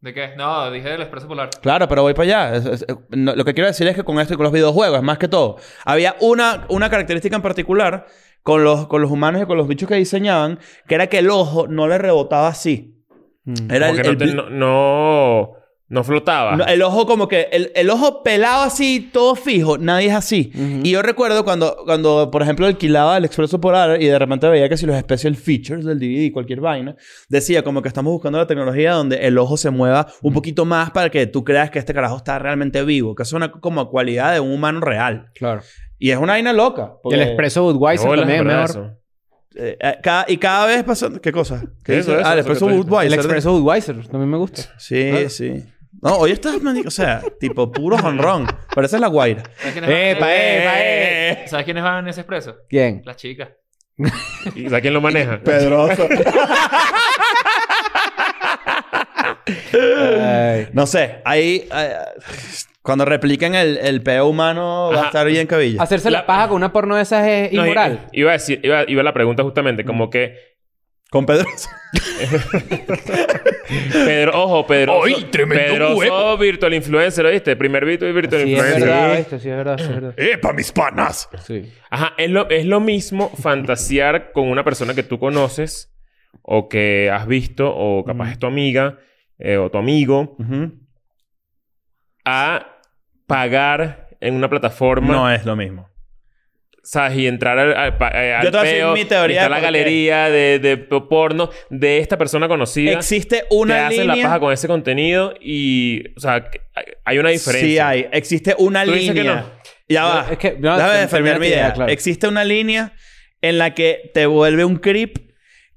[SPEAKER 3] ¿De qué? No, dije del expreso polar.
[SPEAKER 1] Claro, pero voy para allá. Es- es- eh, no, lo que quiero decir es que con esto y con los videojuegos, más que todo, había una, una característica en particular con los, con los humanos y con los bichos que diseñaban, que era que el ojo no le rebotaba así.
[SPEAKER 2] Mm.
[SPEAKER 1] Era
[SPEAKER 4] Como
[SPEAKER 1] el,
[SPEAKER 4] que no,
[SPEAKER 1] el
[SPEAKER 4] te-
[SPEAKER 1] bl-
[SPEAKER 4] no, ah. no, no flotaba.
[SPEAKER 1] no, el ojo como que... El, el ojo pelado así, todo fijo. Nadie es así.
[SPEAKER 2] Ujú.
[SPEAKER 1] Y yo recuerdo cuando, cuando, por ejemplo, alquilaba el Expreso Polar y de repente veía que si los special features del DVD, cualquier vaina, decía como que estamos buscando la tecnología donde el ojo se mueva un poquito más para que tú creas que este carajo está realmente vivo, que es una como cualidad de un humano real.
[SPEAKER 2] Claro.
[SPEAKER 1] Y es una vaina loca.
[SPEAKER 2] Y
[SPEAKER 1] porque,
[SPEAKER 2] el expreso
[SPEAKER 4] Qué
[SPEAKER 2] Budweiser
[SPEAKER 4] bolas,
[SPEAKER 2] también es
[SPEAKER 4] ¿verdad,
[SPEAKER 2] mejor.
[SPEAKER 4] eso?
[SPEAKER 1] eh, eh, cada- y cada vez pasando... ¿Qué cosa? ¿Qué dice?
[SPEAKER 4] Eso, eso,
[SPEAKER 1] ah, el
[SPEAKER 4] eso que
[SPEAKER 1] Expreso
[SPEAKER 4] tú dices.
[SPEAKER 1] Budweiser.
[SPEAKER 2] El expreso Budweiser también me gusta.
[SPEAKER 1] Sí,
[SPEAKER 2] Claro.
[SPEAKER 1] sí. No, hoy estás, manico, o sea, tipo puro jonrón. Pareces la guaira.
[SPEAKER 3] ¿Sabes quiénes van-
[SPEAKER 2] ¡Epa, epa, eh!
[SPEAKER 3] ¿Sabes quiénes van en ese expreso?
[SPEAKER 2] ¿Quién?
[SPEAKER 3] Las chicas.
[SPEAKER 4] ¿Y sabes quién lo maneja?
[SPEAKER 1] Pedroso.
[SPEAKER 2] Ay.
[SPEAKER 1] No sé, ahí eh, cuando repliquen el, el peo humano va a
[SPEAKER 4] Ajá.
[SPEAKER 1] estar bien cabilla.
[SPEAKER 2] Hacerse la...
[SPEAKER 4] La-
[SPEAKER 2] paja con una porno de esas es
[SPEAKER 4] No, i-
[SPEAKER 2] inmoral.
[SPEAKER 4] iba a decir, iba, iba la pregunta justamente, como que
[SPEAKER 1] Con Pedro.
[SPEAKER 4] Pedro, ojo, Pedro.
[SPEAKER 5] ¡Ay, tremendo
[SPEAKER 4] Pedro
[SPEAKER 5] huevo!
[SPEAKER 4] virtual influencer, ¿oíste? Primer virtu- virtual
[SPEAKER 2] Sí, es
[SPEAKER 4] influencer.
[SPEAKER 2] verdad, esto sí es verdad, sí es verdad.
[SPEAKER 5] ¡Epa, mis panas!
[SPEAKER 2] Sí.
[SPEAKER 4] Ajá, es lo, es lo mismo fantasear con una persona que tú conoces o que has visto o capaz es tu amiga eh, o tu amigo
[SPEAKER 1] Ujú.
[SPEAKER 4] a pagar en una plataforma,
[SPEAKER 1] No eh. es lo mismo.
[SPEAKER 4] ¿sabes? Y entrar al, al, pa- eh, al
[SPEAKER 1] Yo te voy a decir
[SPEAKER 4] peo,
[SPEAKER 1] mi teoría
[SPEAKER 4] está
[SPEAKER 1] de
[SPEAKER 4] la
[SPEAKER 1] por qué.
[SPEAKER 4] galería de, de porno de esta persona conocida.
[SPEAKER 1] Existe
[SPEAKER 4] te
[SPEAKER 1] una
[SPEAKER 4] hacen
[SPEAKER 1] línea.
[SPEAKER 4] la paja con ese contenido y, o sea, que hay- hay una diferencia.
[SPEAKER 1] Sí hay. Existe una
[SPEAKER 4] ¿Tú dices
[SPEAKER 1] línea.
[SPEAKER 4] que
[SPEAKER 1] Ya va.
[SPEAKER 2] Es que- no,
[SPEAKER 1] Déjame
[SPEAKER 2] termina
[SPEAKER 1] defender
[SPEAKER 2] tu
[SPEAKER 1] mi
[SPEAKER 2] idea,
[SPEAKER 1] idea.
[SPEAKER 2] claro.
[SPEAKER 1] Existe una línea en la que te vuelve un creep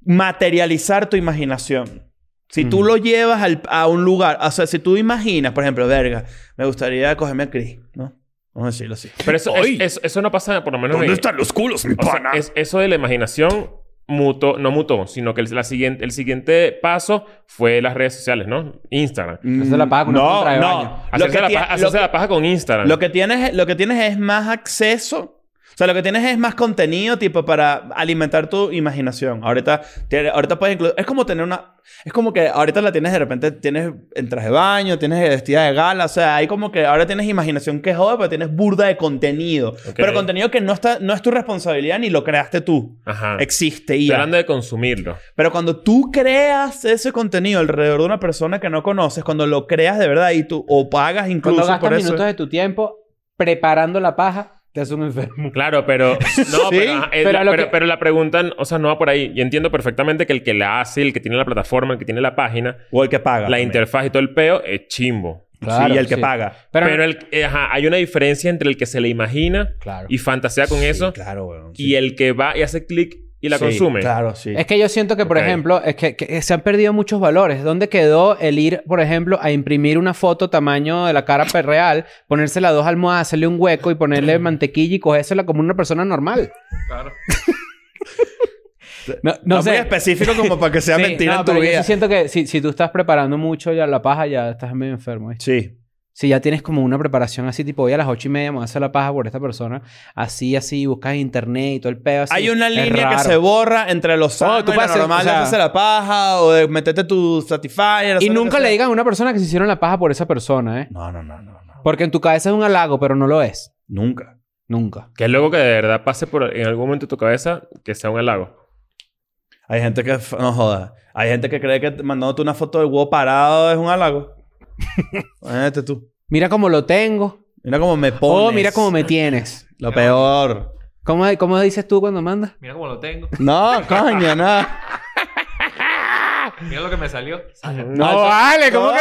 [SPEAKER 1] materializar tu imaginación. Si tú
[SPEAKER 2] Ujú.
[SPEAKER 1] lo llevas al- a un lugar, o sea, si tú imaginas, por ejemplo, verga, me gustaría cogerme a Chris, ¿no? Vamos a decirlo así.
[SPEAKER 4] Pero eso,
[SPEAKER 5] ¡Ay!
[SPEAKER 4] es- eso- eso no pasa, por lo menos
[SPEAKER 5] ¿Dónde
[SPEAKER 4] en-
[SPEAKER 5] están los culos, mi
[SPEAKER 4] O sea,
[SPEAKER 5] pana?
[SPEAKER 4] es- eso de la imaginación mutó, no mutó, sino que el, la siguiente, el siguiente paso fue las redes sociales, ¿no? Instagram.
[SPEAKER 2] Hacerse la paja con una
[SPEAKER 1] no,
[SPEAKER 2] contra de baño.
[SPEAKER 1] no. Lo
[SPEAKER 4] Hacerse,
[SPEAKER 1] que,
[SPEAKER 4] la,
[SPEAKER 1] tie-
[SPEAKER 4] paja,
[SPEAKER 1] lo
[SPEAKER 4] hacerse la
[SPEAKER 1] que-
[SPEAKER 4] paja con Instagram.
[SPEAKER 1] lo que tienes, lo que tienes es más acceso. O sea, lo que tienes es más contenido, tipo, para alimentar tu imaginación. Ahorita, tiene- ahorita puedes incluso... Es como tener una... Es como que ahorita la tienes de repente... Tienes en traje de baño, tienes vestida de gala. O sea, hay como que ahora tienes imaginación que joda, pero tienes burda de contenido. Pero contenido que no, está, no es tu responsabilidad ni lo creaste tú.
[SPEAKER 4] Ajá.
[SPEAKER 1] Existe y
[SPEAKER 4] Estoy
[SPEAKER 1] ya.
[SPEAKER 4] hablando de consumirlo.
[SPEAKER 1] Pero cuando tú creas ese contenido alrededor de una persona que no conoces, cuando lo creas de verdad y tú... O pagas
[SPEAKER 2] Cuando
[SPEAKER 1] incluso
[SPEAKER 2] gastas
[SPEAKER 1] por eso...
[SPEAKER 2] minutos de tu tiempo preparando la paja, te haces un enfermo.
[SPEAKER 4] Claro, pero... No,
[SPEAKER 1] Sí,
[SPEAKER 4] pero, ajá, eh,
[SPEAKER 2] pero
[SPEAKER 4] la-
[SPEAKER 2] lo
[SPEAKER 4] pero-
[SPEAKER 2] que-
[SPEAKER 4] pero la pregunta, o sea, no va por ahí. Y entiendo perfectamente que el que la hace, el que tiene la plataforma, el que tiene la página,
[SPEAKER 1] O el que paga.
[SPEAKER 4] la
[SPEAKER 1] también.
[SPEAKER 4] interfaz y todo el peo es chimbo.
[SPEAKER 1] sí, y el que paga.
[SPEAKER 2] Pero,
[SPEAKER 4] Pero, el, eh, ajá, hay una diferencia entre el que se le imagina
[SPEAKER 2] claro.
[SPEAKER 4] y fantasea con eso
[SPEAKER 1] Claro, weón.
[SPEAKER 4] y el que va y hace clic y la consume.
[SPEAKER 1] Claro, sí.
[SPEAKER 2] Es que yo siento que, por
[SPEAKER 4] Ok.
[SPEAKER 2] ejemplo, es que, que se han perdido muchos valores. ¿Dónde quedó el ir, por ejemplo, a imprimir una foto tamaño de la cara pe- real, ponerse las dos almohadas, hacerle un hueco y ponerle mantequilla y cogérsela como una persona normal?
[SPEAKER 3] Claro.
[SPEAKER 2] No,
[SPEAKER 1] no
[SPEAKER 2] no
[SPEAKER 1] muy
[SPEAKER 2] sé.
[SPEAKER 1] específico como para que sea
[SPEAKER 2] Sí,
[SPEAKER 1] mentira
[SPEAKER 2] no,
[SPEAKER 1] en tu
[SPEAKER 2] pero yo sí
[SPEAKER 1] vida.
[SPEAKER 2] siento que si, si tú estás preparando mucho ya la paja, ya estás medio enfermo. ¿viste?
[SPEAKER 1] Sí.
[SPEAKER 2] Si ya tienes como una preparación así, tipo, voy a las ocho y media, me voy a hacer la paja por esta persona, así, así, buscas en internet y todo el pedo. así.
[SPEAKER 1] Hay una
[SPEAKER 2] Es
[SPEAKER 1] línea que
[SPEAKER 2] raro.
[SPEAKER 1] se borra entre los sano
[SPEAKER 2] tú
[SPEAKER 1] y la
[SPEAKER 2] puedes-
[SPEAKER 1] normal
[SPEAKER 2] o
[SPEAKER 1] de
[SPEAKER 2] sea-
[SPEAKER 1] hacerse la paja o de meterte tu satisfier.
[SPEAKER 2] Y
[SPEAKER 1] hacer lo
[SPEAKER 2] nunca
[SPEAKER 1] que
[SPEAKER 2] le
[SPEAKER 1] sea.
[SPEAKER 2] digan a una persona que se hicieron la paja por esa persona, ¿eh?
[SPEAKER 1] No, no, no, no, no.
[SPEAKER 2] Porque en tu cabeza es un halago, pero no lo es.
[SPEAKER 1] Nunca.
[SPEAKER 2] Nunca.
[SPEAKER 4] Que es loco que de verdad pase por en algún momento de tu cabeza que sea un halago.
[SPEAKER 1] Hay gente que... f- No joda. Hay gente que cree que mandándote una foto del huevo parado es un halago. Imagínate tú.
[SPEAKER 2] Mira cómo lo tengo.
[SPEAKER 1] Mira cómo me pones.
[SPEAKER 2] Oh, mira cómo me tienes.
[SPEAKER 1] Lo peor.
[SPEAKER 2] ¿Cómo, cómo dices tú cuando mandas?
[SPEAKER 3] Mira cómo lo tengo.
[SPEAKER 1] No, coño, no.
[SPEAKER 3] Mira lo que me salió.
[SPEAKER 1] No, vale, ¿cómo que?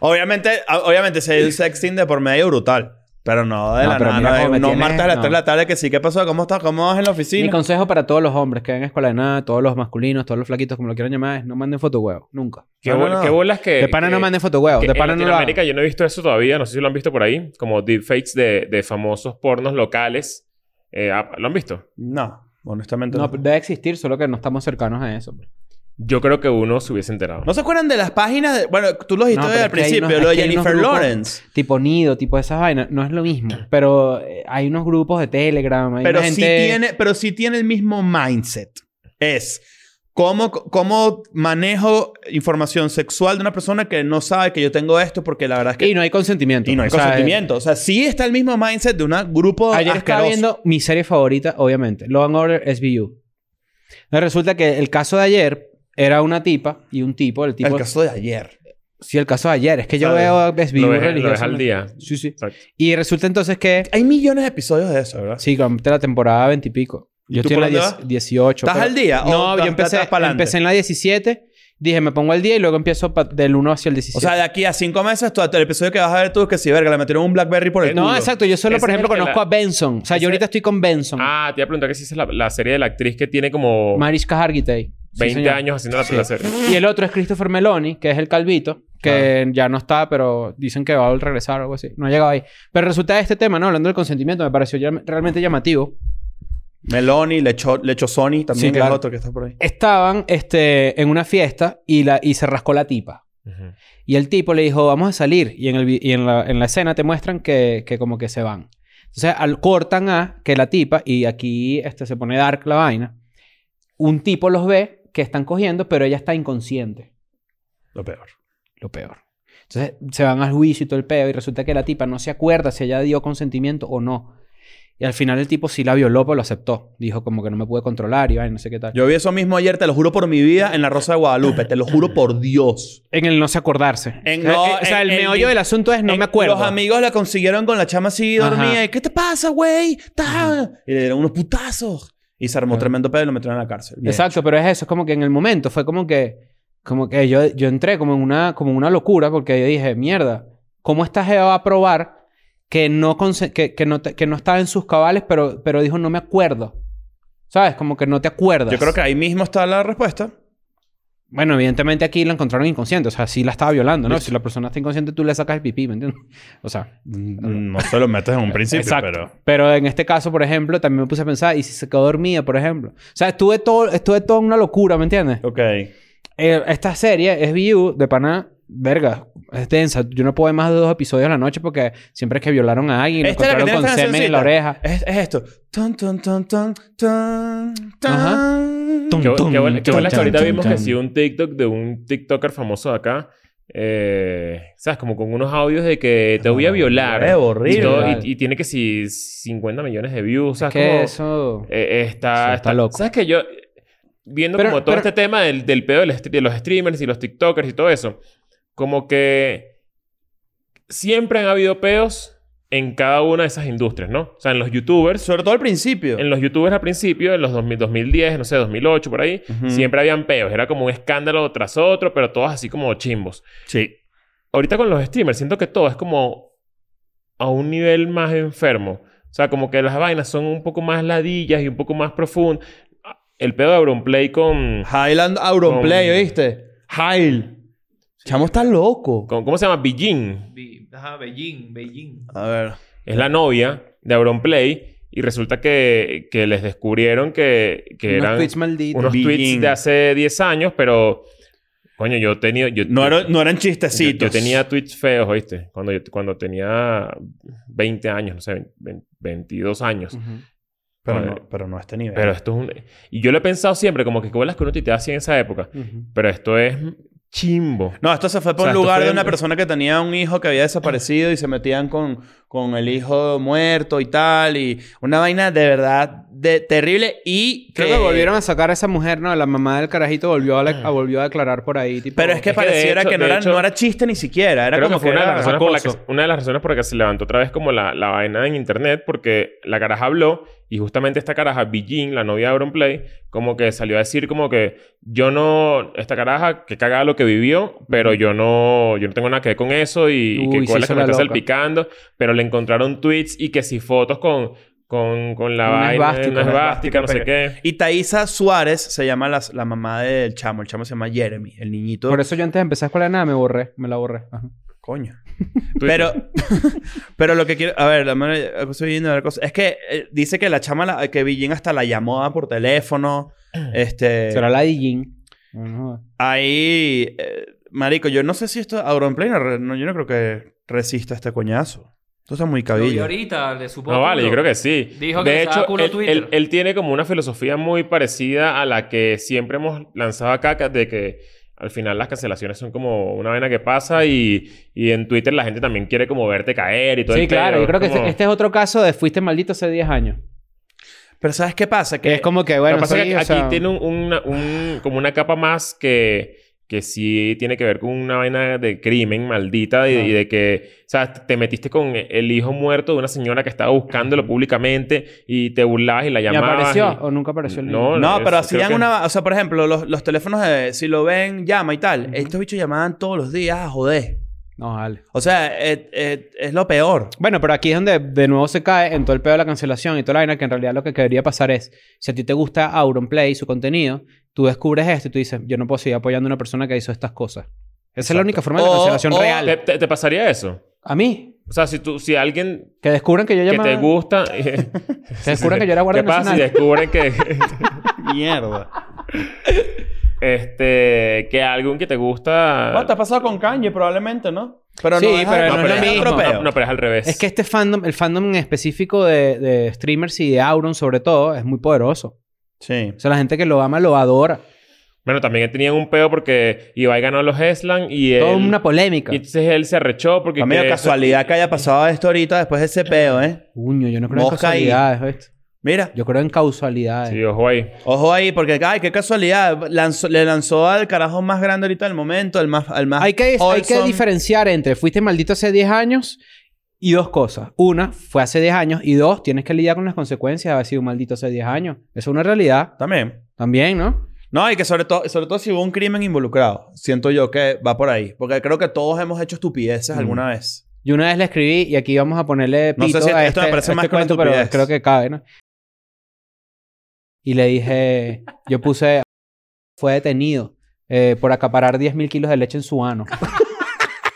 [SPEAKER 1] obviamente, a- obviamente, si hay un sexting de por medio brutal. Pero no, de
[SPEAKER 2] No,
[SPEAKER 1] la
[SPEAKER 2] pero
[SPEAKER 1] nada,
[SPEAKER 2] mira cómo
[SPEAKER 1] No,
[SPEAKER 2] me
[SPEAKER 1] no
[SPEAKER 2] tienes,
[SPEAKER 1] martes a las
[SPEAKER 2] no.
[SPEAKER 1] 3 de la tarde que sí. ¿Qué pasó? ¿Cómo estás? ¿Cómo vas en la
[SPEAKER 2] Mi
[SPEAKER 1] oficina?
[SPEAKER 2] consejo para todos los hombres que ven escuela de nada, todos los masculinos, todos los flaquitos, como lo quieran llamar, es no manden foto huevo. Nunca.
[SPEAKER 4] ¿Qué,
[SPEAKER 1] No,
[SPEAKER 4] bol-
[SPEAKER 1] no.
[SPEAKER 4] qué bolas que...
[SPEAKER 2] De pana
[SPEAKER 4] que-
[SPEAKER 2] no manden foto huevo.
[SPEAKER 4] que
[SPEAKER 2] De
[SPEAKER 4] en
[SPEAKER 2] pana no lo hagan.
[SPEAKER 4] Latinoamérica yo no he visto eso todavía. No sé si lo han visto por ahí. Como deepfakes de, de famosos pornos locales. Eh, ah, ¿Lo han visto?
[SPEAKER 1] No, honestamente. No,
[SPEAKER 2] No, debe existir, solo que no estamos cercanos a eso.
[SPEAKER 4] Yo creo que uno se hubiese enterado.
[SPEAKER 1] ¿No se acuerdan de las páginas? de- Bueno, tú lo dijiste
[SPEAKER 2] No, pero
[SPEAKER 1] al
[SPEAKER 2] es que hay
[SPEAKER 1] principio,
[SPEAKER 2] unos-
[SPEAKER 1] lo de
[SPEAKER 2] es que hay unos
[SPEAKER 1] Jennifer
[SPEAKER 2] grupos-
[SPEAKER 1] Lawrence.
[SPEAKER 2] Tipo nido, tipo esas vainas. No es lo mismo. Pero eh, hay unos grupos de Telegram. Hay
[SPEAKER 1] Pero
[SPEAKER 2] una
[SPEAKER 1] sí,
[SPEAKER 2] gente-
[SPEAKER 1] tiene, pero sí tiene el mismo mindset. Es cómo, cómo manejo información sexual de una persona que no sabe que yo tengo esto porque la verdad es que...
[SPEAKER 2] Y no hay consentimiento.
[SPEAKER 1] Y no hay
[SPEAKER 2] O sea,
[SPEAKER 1] consentimiento. O sea, sí está el mismo mindset de un grupo
[SPEAKER 2] Ayer estaba
[SPEAKER 1] asqueroso.
[SPEAKER 2] viendo mi serie favorita, obviamente, Law and Order SVU. Entonces, Resulta que el caso de ayer era una tipa y un tipo. El tipo.
[SPEAKER 1] el caso de ayer.
[SPEAKER 2] Sí, el caso de ayer. Es que yo
[SPEAKER 1] ¿Sabes?
[SPEAKER 2] veo SVU
[SPEAKER 4] Lo ves-
[SPEAKER 2] religioso.
[SPEAKER 4] lo ves al día.
[SPEAKER 2] Sí, sí.
[SPEAKER 4] Exacto.
[SPEAKER 2] Y resulta entonces que.
[SPEAKER 1] Hay millones de episodios de eso, ¿verdad?
[SPEAKER 2] Sí, compré la temporada 20 y pico.
[SPEAKER 1] ¿Y
[SPEAKER 2] Yo
[SPEAKER 1] tú
[SPEAKER 2] estoy en la
[SPEAKER 1] por dónde
[SPEAKER 2] 10 18.
[SPEAKER 1] ¿Estás
[SPEAKER 2] pero-
[SPEAKER 1] al día? o
[SPEAKER 2] No,
[SPEAKER 1] estás-
[SPEAKER 2] yo empecé,
[SPEAKER 1] estás pa'lante?
[SPEAKER 2] empecé en la 17. Dije, me pongo al día y luego empiezo pa- del 1 hacia el 17.
[SPEAKER 1] O sea, de aquí a cinco meses, tú, el episodio que vas a ver tú es que si, verga, le metieron un Blackberry por el
[SPEAKER 2] Eh, no,
[SPEAKER 1] culo.
[SPEAKER 2] exacto. Yo solo,
[SPEAKER 4] Ese
[SPEAKER 2] por
[SPEAKER 4] es
[SPEAKER 2] ejemplo,
[SPEAKER 4] el que
[SPEAKER 2] conozco
[SPEAKER 4] la-
[SPEAKER 2] a Benson. O sea,
[SPEAKER 4] ese-
[SPEAKER 2] yo ahorita estoy con Benson.
[SPEAKER 4] Ah, te iba a preguntar que si es la, la serie de la actriz que tiene como
[SPEAKER 2] Mariska Hargitay. Sí,
[SPEAKER 4] 20
[SPEAKER 2] señor.
[SPEAKER 4] años haciendo la,
[SPEAKER 2] Sí.
[SPEAKER 4] la serie.
[SPEAKER 2] Y el otro es Christopher Meloni, que es el calvito, que ya no está, pero dicen que va a regresar o algo así. No ha llegado ahí. Pero resulta este tema, ¿no? Hablando del consentimiento, me pareció llam- realmente llamativo.
[SPEAKER 1] Meloni, Lecho, Lecho Sony, también
[SPEAKER 2] Sí,
[SPEAKER 1] que es
[SPEAKER 2] claro.
[SPEAKER 1] otro que está por ahí.
[SPEAKER 2] Estaban este, en una fiesta y, la, y se rascó la tipa.
[SPEAKER 4] Ujú.
[SPEAKER 2] Y el tipo le dijo, vamos a salir. Y en, el vi- y en, la, en la escena te muestran que, que como que se van. Entonces al, cortan a que la tipa, y aquí este, se pone dark la vaina, un tipo los ve que están cogiendo, pero ella está inconsciente.
[SPEAKER 1] Lo peor.
[SPEAKER 2] Lo peor. Entonces se van al juicio y todo el peo y resulta que la tipa no se acuerda si ella dio consentimiento o no. Y al final el tipo sí la violó, pero lo aceptó. Dijo como que no me pude controlar y ay, no sé qué tal.
[SPEAKER 1] Yo vi eso mismo ayer, te lo juro por mi vida, en la Rosa de Guadalupe. Te lo juro por Dios.
[SPEAKER 2] En el no se acordarse.
[SPEAKER 1] En
[SPEAKER 2] o sea,
[SPEAKER 1] no-
[SPEAKER 2] eh, o sea, el
[SPEAKER 1] en- en-
[SPEAKER 2] meollo del asunto es no
[SPEAKER 1] Eh,
[SPEAKER 2] me acuerdo.
[SPEAKER 1] Los amigos la consiguieron con la chama así
[SPEAKER 2] Ajá.
[SPEAKER 1] dormida. Y, ¿Qué te pasa, güey? Ta. Y le dieron unos putazos. Y se armó
[SPEAKER 2] Claro.
[SPEAKER 1] tremendo pedo y lo metieron en la cárcel. Bien.
[SPEAKER 2] Exacto, pero es eso, es como que en el momento fue como que como que yo, yo entré como en una como en una locura porque yo dije, mierda, ¿cómo esta jeva va a probar que no conse- que, que no te- que no estaba en sus cabales, pero pero dijo no me acuerdo? ¿Sabes? Como que no te acuerdas.
[SPEAKER 1] Yo creo que ahí mismo está la respuesta.
[SPEAKER 2] Bueno, evidentemente aquí la encontraron inconsciente. O sea, sí la estaba violando, ¿no? Si la persona está inconsciente, tú le sacas el pipí, ¿me entiendes? O sea...
[SPEAKER 1] Mm, No se lo metes en un principio,
[SPEAKER 2] Exacto.
[SPEAKER 1] pero...
[SPEAKER 2] Pero en este caso, por ejemplo, también me puse a pensar, ¿y si se quedó dormida, por ejemplo? O sea, estuve todo, estuve toda una locura, ¿me entiendes?
[SPEAKER 1] Ok.
[SPEAKER 2] Eh, esta serie es view de pana, verga, es densa. Yo no puedo ver más de dos episodios a la noche porque siempre es que violaron a alguien, lo
[SPEAKER 1] Esta es la que
[SPEAKER 2] encontraron con
[SPEAKER 1] tiene esta
[SPEAKER 2] semen en la oreja.
[SPEAKER 1] cancioncita. Es, es esto. Tun, tun, tun, tun, tun,
[SPEAKER 2] Ajá.
[SPEAKER 1] tun.
[SPEAKER 2] Tum,
[SPEAKER 4] Qué,
[SPEAKER 2] tum,
[SPEAKER 4] qué buena, qué
[SPEAKER 2] tum,
[SPEAKER 4] buena que
[SPEAKER 2] tum,
[SPEAKER 4] ahorita
[SPEAKER 2] tum,
[SPEAKER 4] vimos
[SPEAKER 2] tum.
[SPEAKER 4] que sí un TikTok de un TikToker famoso de acá. eh, ¿Sabes? Como con unos audios de que te voy
[SPEAKER 2] Ah,
[SPEAKER 4] a violar.
[SPEAKER 1] Es horrible.
[SPEAKER 4] Y, todo- y-
[SPEAKER 2] vale.
[SPEAKER 4] y tiene que si 50 millones de views. O sea,
[SPEAKER 2] Es que
[SPEAKER 4] como,
[SPEAKER 2] eso...
[SPEAKER 4] eh, está,
[SPEAKER 2] Sí, está loco.
[SPEAKER 4] ¿Sabes que yo... Viendo
[SPEAKER 2] Pero-
[SPEAKER 4] como todo
[SPEAKER 2] pero-
[SPEAKER 4] este tema del, del pedo del stre- de los streamers y los TikTokers y todo eso. Como que... Siempre han habido pedos en cada una de esas industrias, ¿no? O sea, en los youtubers...
[SPEAKER 1] Sobre todo al principio.
[SPEAKER 4] En los youtubers al principio, en los 2000, 2010, no sé, 2008, por ahí,
[SPEAKER 1] Ujú.
[SPEAKER 4] siempre habían peos. Era como un escándalo tras otro, pero todos así como chimbos.
[SPEAKER 1] Sí.
[SPEAKER 4] Ahorita con los streamers siento que todo es como a un nivel más enfermo. O sea, como que las vainas son un poco más ladillas y un poco más profundas. Ah, El pedo de Auronplay con,
[SPEAKER 1] Highland Auronplay,
[SPEAKER 4] Con-
[SPEAKER 1] ¿oíste? Hyle. Chamo está loco.
[SPEAKER 4] con- ¿Cómo se llama? Beijing.
[SPEAKER 3] Be- Ajá, Beijing, Beijing.
[SPEAKER 1] A ver.
[SPEAKER 4] Es la novia de Auronplay. Y resulta que, que les descubrieron que, que
[SPEAKER 2] unos
[SPEAKER 4] eran
[SPEAKER 2] tweets malditos.
[SPEAKER 4] unos
[SPEAKER 1] Beijing.
[SPEAKER 4] tweets de hace 10 años, pero... Coño, yo tenía... Yo,
[SPEAKER 1] No, era- no eran
[SPEAKER 4] Yo,
[SPEAKER 1] chistecitos.
[SPEAKER 4] yo tenía tweets feos, ¿oíste? Cuando, yo, cuando tenía 20 años, no sé, 20, 22 años.
[SPEAKER 2] Ujú.
[SPEAKER 1] Pero no, pero no a este nivel.
[SPEAKER 4] Pero esto es un... Y yo lo he pensado siempre, como que qué bolas que uno tuitea así en esa época.
[SPEAKER 2] Ujú.
[SPEAKER 4] Pero esto es chimbo.
[SPEAKER 1] No, esto se fue por
[SPEAKER 4] O sea,
[SPEAKER 1] un
[SPEAKER 4] esto
[SPEAKER 1] lugar
[SPEAKER 4] fue
[SPEAKER 1] de
[SPEAKER 4] un-
[SPEAKER 1] una persona que tenía un hijo que había desaparecido y se metían con, con el hijo muerto y tal. Y una vaina de verdad de, terrible y
[SPEAKER 2] Creo que volvieron a sacar a esa mujer, ¿no? La mamá del carajito volvió a, la- a- volvió a declarar por ahí. Tipo,
[SPEAKER 1] Ah. Pero es que
[SPEAKER 4] Es que de
[SPEAKER 1] pareciera que,
[SPEAKER 4] hecho-
[SPEAKER 1] no,
[SPEAKER 4] de
[SPEAKER 1] era,
[SPEAKER 4] hecho-
[SPEAKER 1] no era chiste ni siquiera. Era
[SPEAKER 4] Creo
[SPEAKER 1] como
[SPEAKER 4] que fue
[SPEAKER 1] que
[SPEAKER 4] una de, las
[SPEAKER 1] era
[SPEAKER 4] razones por la
[SPEAKER 1] acoso.
[SPEAKER 4] que, una de las razones por las que se levantó otra vez como la, la vaina en internet, porque la caraja habló y justamente esta caraja, Beijing, la novia de Auronplay, como que salió a decir como que yo no, esta caraja, que cagada lo que vivió, pero yo no, yo no tengo nada que ver con eso y, y
[SPEAKER 2] Uy, se
[SPEAKER 4] que cuál es
[SPEAKER 2] hizo
[SPEAKER 4] que me
[SPEAKER 2] la
[SPEAKER 4] está
[SPEAKER 2] loca.
[SPEAKER 4] salpicando, pero le encontraron tweets y que si fotos con, con, con la
[SPEAKER 2] Una
[SPEAKER 4] vaina,
[SPEAKER 2] esvástica,
[SPEAKER 4] una
[SPEAKER 2] una
[SPEAKER 4] esvástica, no sé
[SPEAKER 1] esvástica,
[SPEAKER 4] qué.
[SPEAKER 1] Y Thaisa Suárez se llama la, la mamá del chamo. El chamo se llama Jeremy, el niñito.
[SPEAKER 4] e-
[SPEAKER 2] Por eso yo antes de empezar escuela de nada me borré. Me la borré. Ajá.
[SPEAKER 1] Coño.
[SPEAKER 4] Twitter.
[SPEAKER 1] Pero, pero lo que quiero. A ver, la manera- estoy viendo una cosa. Es que eh, dice que la chama, la- que Villín hasta la llamó ah, por teléfono.
[SPEAKER 4] Ah.
[SPEAKER 1] Este.
[SPEAKER 2] Será la Dijin. No, no.
[SPEAKER 1] Ahí. eh, marico, yo no sé si esto. Auronplay no, re- no, yo no creo que resista este coñazo. Esto está muy
[SPEAKER 3] Lo vi
[SPEAKER 1] cabillo.
[SPEAKER 3] ahorita, le supo.
[SPEAKER 4] No vale, yo creo que sí.
[SPEAKER 3] Dijo que
[SPEAKER 4] de
[SPEAKER 3] le estaba
[SPEAKER 4] hecho,
[SPEAKER 3] culo
[SPEAKER 4] él,
[SPEAKER 3] Twitter.
[SPEAKER 4] él- él tiene como una filosofía muy parecida a la que siempre hemos lanzado acá, que- de que al final las cancelaciones son como una vaina que pasa y, y en Twitter la gente también quiere como verte caer y todo
[SPEAKER 2] Sí,
[SPEAKER 4] el
[SPEAKER 2] claro.
[SPEAKER 4] pedo.
[SPEAKER 2] Yo creo que
[SPEAKER 4] Es como-
[SPEAKER 2] este, este es otro caso de fuiste maldito hace 10 años.
[SPEAKER 1] Pero ¿sabes qué pasa?
[SPEAKER 2] Que
[SPEAKER 1] Que
[SPEAKER 2] es como que,
[SPEAKER 4] Lo que
[SPEAKER 2] bueno,
[SPEAKER 4] pasa es
[SPEAKER 2] soy,
[SPEAKER 4] que
[SPEAKER 2] o
[SPEAKER 4] aquí
[SPEAKER 2] sea,
[SPEAKER 4] tiene un- una, un- como una capa más que, que sí tiene que ver con una vaina de crimen maldita y, y de que, o sea, te metiste con el hijo muerto de una señora que estaba buscándolo públicamente y te burlabas y la
[SPEAKER 2] ¿y
[SPEAKER 4] llamabas.
[SPEAKER 2] apareció
[SPEAKER 4] y-
[SPEAKER 2] o nunca apareció el
[SPEAKER 4] No,
[SPEAKER 2] niño?
[SPEAKER 1] No,
[SPEAKER 4] es-
[SPEAKER 1] pero
[SPEAKER 4] creo
[SPEAKER 1] hacían
[SPEAKER 4] que-
[SPEAKER 1] una... O sea, por ejemplo, los, los teléfonos de... Si lo ven, llama y tal. Estos bichos llamaban todos los días a joder.
[SPEAKER 2] No, vale.
[SPEAKER 1] O sea, eh, eh, es lo peor.
[SPEAKER 2] Bueno, pero aquí es donde de nuevo se cae en todo el pedo de la cancelación y toda la vaina, que en realidad lo que debería pasar es, si a ti te gusta Auronplay y su contenido, tú descubres esto y tú dices, yo no puedo seguir apoyando a una persona que hizo estas cosas. Esa es la
[SPEAKER 1] Exacto.
[SPEAKER 2] única forma de la
[SPEAKER 1] O-
[SPEAKER 2] cancelación
[SPEAKER 1] o-
[SPEAKER 2] real.
[SPEAKER 4] ¿Te, te, te pasaría eso?
[SPEAKER 2] A mí,
[SPEAKER 4] O sea, si, tú, si alguien
[SPEAKER 2] que descubran que yo
[SPEAKER 4] que
[SPEAKER 2] llamaba...
[SPEAKER 4] te gusta... eh,
[SPEAKER 2] Que descubran que yo era guardia
[SPEAKER 4] ¿Qué pasa si
[SPEAKER 2] nacional.
[SPEAKER 4] descubren que...
[SPEAKER 1] Mierda.
[SPEAKER 4] este... Que algún que te gusta...
[SPEAKER 1] Bueno, te ha pasado con Kanye probablemente, ¿no? Pero
[SPEAKER 2] Sí,
[SPEAKER 1] deja de-
[SPEAKER 2] pero
[SPEAKER 4] no es lo
[SPEAKER 2] mismo.
[SPEAKER 1] otro peo.
[SPEAKER 4] No, no, pero es al revés.
[SPEAKER 2] Es que este fandom, el fandom en específico de, de streamers y de Auron sobre todo, es muy poderoso.
[SPEAKER 1] Sí.
[SPEAKER 2] O sea, la gente que lo ama lo adora.
[SPEAKER 4] Bueno, también tenían un peo porque Ibai ganó los Eslan y él...
[SPEAKER 2] Toda una polémica.
[SPEAKER 4] y entonces él se arrechó porque...
[SPEAKER 1] Está medio
[SPEAKER 4] que-
[SPEAKER 1] casualidad que haya pasado esto ahorita después de ese peo, ¿eh?
[SPEAKER 2] Coño, yo no creo en
[SPEAKER 1] Mosca ahí.
[SPEAKER 2] causalidades, ¿oíste?
[SPEAKER 1] Mira,
[SPEAKER 2] Yo creo en causalidades.
[SPEAKER 4] Sí, ojo ahí.
[SPEAKER 1] ojo ahí, porque, ay, qué casualidad. Lanzó- le lanzó al carajo más grande ahorita del momento, al más. Al más
[SPEAKER 2] hay, que, hay que
[SPEAKER 1] wholesome.
[SPEAKER 2] diferenciar entre fuiste maldito hace 10 años y dos cosas. Una, fue hace 10 años. Y dos, tienes que lidiar con las consecuencias de haber sido un maldito hace 10 años. Eso es una realidad
[SPEAKER 1] También.
[SPEAKER 2] también, ¿no?
[SPEAKER 1] No, y que sobre todo, sobre todo si hubo un crimen involucrado. Siento yo que va por ahí. Porque creo que todos hemos hecho estupideces
[SPEAKER 2] Mm.
[SPEAKER 1] alguna vez.
[SPEAKER 2] Yo una vez le escribí y aquí vamos a ponerle
[SPEAKER 1] No sé
[SPEAKER 2] pito
[SPEAKER 1] si
[SPEAKER 2] a
[SPEAKER 1] esto me
[SPEAKER 2] este,
[SPEAKER 1] parece
[SPEAKER 2] a este
[SPEAKER 1] más que una
[SPEAKER 2] cuento, pero
[SPEAKER 1] estupidez.
[SPEAKER 2] creo que cabe, ¿no? Y le dije, yo puse, fue detenido eh, por acaparar 10.000 kilos de leche en su ano.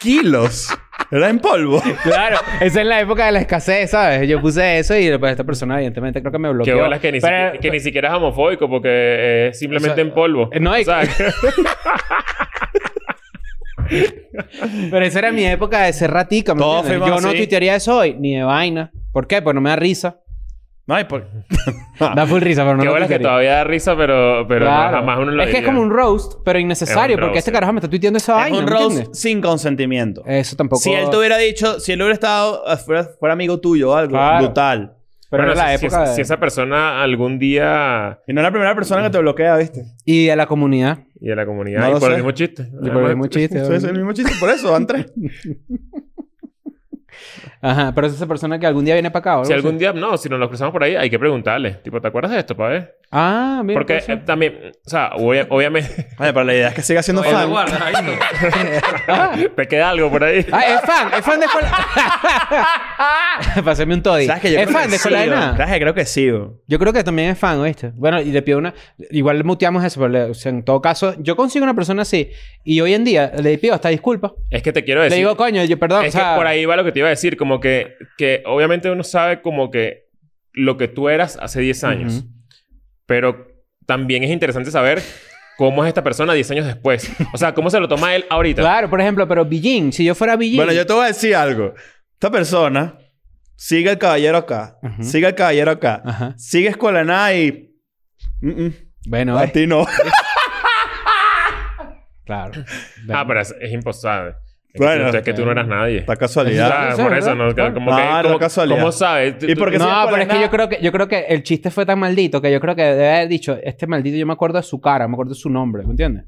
[SPEAKER 1] ¡Kilos! Era en polvo.
[SPEAKER 2] Claro, esa es la época de la escasez, ¿sabes? Yo puse eso y después esta persona evidentemente creo que me
[SPEAKER 4] Qué
[SPEAKER 2] bloqueó.
[SPEAKER 4] bolas que ni,
[SPEAKER 2] Pero-
[SPEAKER 4] siquiera, que ni siquiera es homofóbico porque es simplemente
[SPEAKER 2] O sea,
[SPEAKER 4] en polvo.
[SPEAKER 2] eh, no hay-
[SPEAKER 4] O sea, que-
[SPEAKER 2] Pero esa era mi época de ser ratica, ¿me
[SPEAKER 1] Todos
[SPEAKER 2] entiendes? Yo
[SPEAKER 1] fuimos
[SPEAKER 2] no
[SPEAKER 1] así.
[SPEAKER 2] tuitearía eso hoy, ni de vaina. ¿Por qué? Pues no me da risa.
[SPEAKER 1] No, y por...
[SPEAKER 2] Da full risa, pero no
[SPEAKER 4] Ah. qué
[SPEAKER 2] lo
[SPEAKER 4] bolas que
[SPEAKER 2] tuitearía.
[SPEAKER 4] todavía da risa, pero, pero no,
[SPEAKER 2] Claro.
[SPEAKER 4] jamás uno lo
[SPEAKER 2] Es que es
[SPEAKER 4] diría.
[SPEAKER 2] como un roast, pero innecesario,
[SPEAKER 4] Es un
[SPEAKER 2] porque
[SPEAKER 4] roast,
[SPEAKER 2] este
[SPEAKER 4] sí.
[SPEAKER 2] carajo me está tuiteando esa
[SPEAKER 1] es
[SPEAKER 2] vaina,
[SPEAKER 1] un
[SPEAKER 2] ¿me
[SPEAKER 1] roast
[SPEAKER 2] entiendes? Eh,
[SPEAKER 1] sin consentimiento.
[SPEAKER 2] Eso tampoco...
[SPEAKER 1] Si él te hubiera dicho, si él hubiera estado, eh, fuera, fuera amigo tuyo o algo,
[SPEAKER 2] Claro.
[SPEAKER 1] brutal.
[SPEAKER 2] Pero
[SPEAKER 4] Bueno,
[SPEAKER 2] era la
[SPEAKER 4] si- si-
[SPEAKER 2] época
[SPEAKER 4] si,
[SPEAKER 2] de-
[SPEAKER 4] esa persona algún día...
[SPEAKER 1] Y no es la primera persona que te bloquea, ¿viste?
[SPEAKER 2] Y de la comunidad.
[SPEAKER 4] Y de la comunidad.
[SPEAKER 1] No
[SPEAKER 4] y
[SPEAKER 1] lo
[SPEAKER 4] por el
[SPEAKER 1] sé.
[SPEAKER 4] mismo chiste.
[SPEAKER 2] Y por el mismo chiste.
[SPEAKER 1] Eso es el mismo chiste, por eso, van tres.
[SPEAKER 2] Ajá, pero es esa persona que algún día viene para acá, ¿o
[SPEAKER 4] Si
[SPEAKER 2] algo
[SPEAKER 4] algún
[SPEAKER 2] así?
[SPEAKER 4] día, no, si nos lo cruzamos por ahí, hay que preguntarle. Tipo, ¿te acuerdas de esto, pa' ver?
[SPEAKER 2] Ah, mira.
[SPEAKER 4] Porque
[SPEAKER 2] pues, sí.
[SPEAKER 4] eh, también, o sea, obvia- obviamente,
[SPEAKER 1] Vale, pero la idea es que siga siendo
[SPEAKER 3] Oye,
[SPEAKER 1] fan.
[SPEAKER 3] lo guardas ahí, ¿no?
[SPEAKER 4] te queda algo por ahí.
[SPEAKER 2] Ah, es fan, es fan de escuela. Pásame un toddy.
[SPEAKER 1] ¿Sabes que yo
[SPEAKER 2] Es
[SPEAKER 1] creo
[SPEAKER 2] fan
[SPEAKER 1] que
[SPEAKER 2] de
[SPEAKER 1] sí,
[SPEAKER 2] escuela de
[SPEAKER 1] bro?
[SPEAKER 2] nada.
[SPEAKER 1] ¿Sabes que creo que sí, bro?
[SPEAKER 2] Yo creo que también es fan, ¿oíste? Bueno, y le pido una. Igual le muteamos eso, pero le- o sea, en todo caso, yo consigo una persona así y hoy en día le pido hasta disculpas.
[SPEAKER 4] Es que te quiero
[SPEAKER 2] Le
[SPEAKER 4] decir.
[SPEAKER 2] digo, coño, yo perdón.
[SPEAKER 4] es
[SPEAKER 2] o sea,
[SPEAKER 4] que por ahí va lo que te iba a decir. Como que, que obviamente uno sabe como que lo que tú eras hace 10 años.
[SPEAKER 2] Ujú.
[SPEAKER 4] Pero también es interesante saber cómo es esta persona 10 años después. O sea, cómo se lo toma él ahorita.
[SPEAKER 2] Claro, por ejemplo, pero Beijing, si yo fuera Beijing.
[SPEAKER 1] Bueno, yo te voy a decir algo. Esta persona sigue el caballero acá.
[SPEAKER 2] Ajá.
[SPEAKER 1] Sigue el caballero acá.
[SPEAKER 2] Ajá.
[SPEAKER 1] Sigue escuela de nada y. Mm, mm,
[SPEAKER 2] Bueno, eh,
[SPEAKER 1] A
[SPEAKER 2] ¿ves?
[SPEAKER 1] ti no.
[SPEAKER 2] claro.
[SPEAKER 4] Ah, pero es, es imposible. Es
[SPEAKER 1] Bueno.
[SPEAKER 4] que, tú- es que tú no eras nadie.
[SPEAKER 1] Está
[SPEAKER 4] O
[SPEAKER 1] casualidad.
[SPEAKER 4] sea,
[SPEAKER 2] Eso es
[SPEAKER 4] por
[SPEAKER 2] verdad.
[SPEAKER 4] eso, ¿no? Como
[SPEAKER 1] Claro,
[SPEAKER 4] que, como-
[SPEAKER 1] casualidad.
[SPEAKER 4] ¿Cómo sabes? Tú-
[SPEAKER 1] ¿Y
[SPEAKER 4] tú-
[SPEAKER 1] por qué
[SPEAKER 2] No,
[SPEAKER 1] sí,
[SPEAKER 2] pero es que
[SPEAKER 1] nada.
[SPEAKER 2] yo creo que yo creo que el chiste fue tan maldito que yo creo que debe haber dicho, este maldito yo me acuerdo de su cara, me acuerdo de su nombre, ¿me entiendes?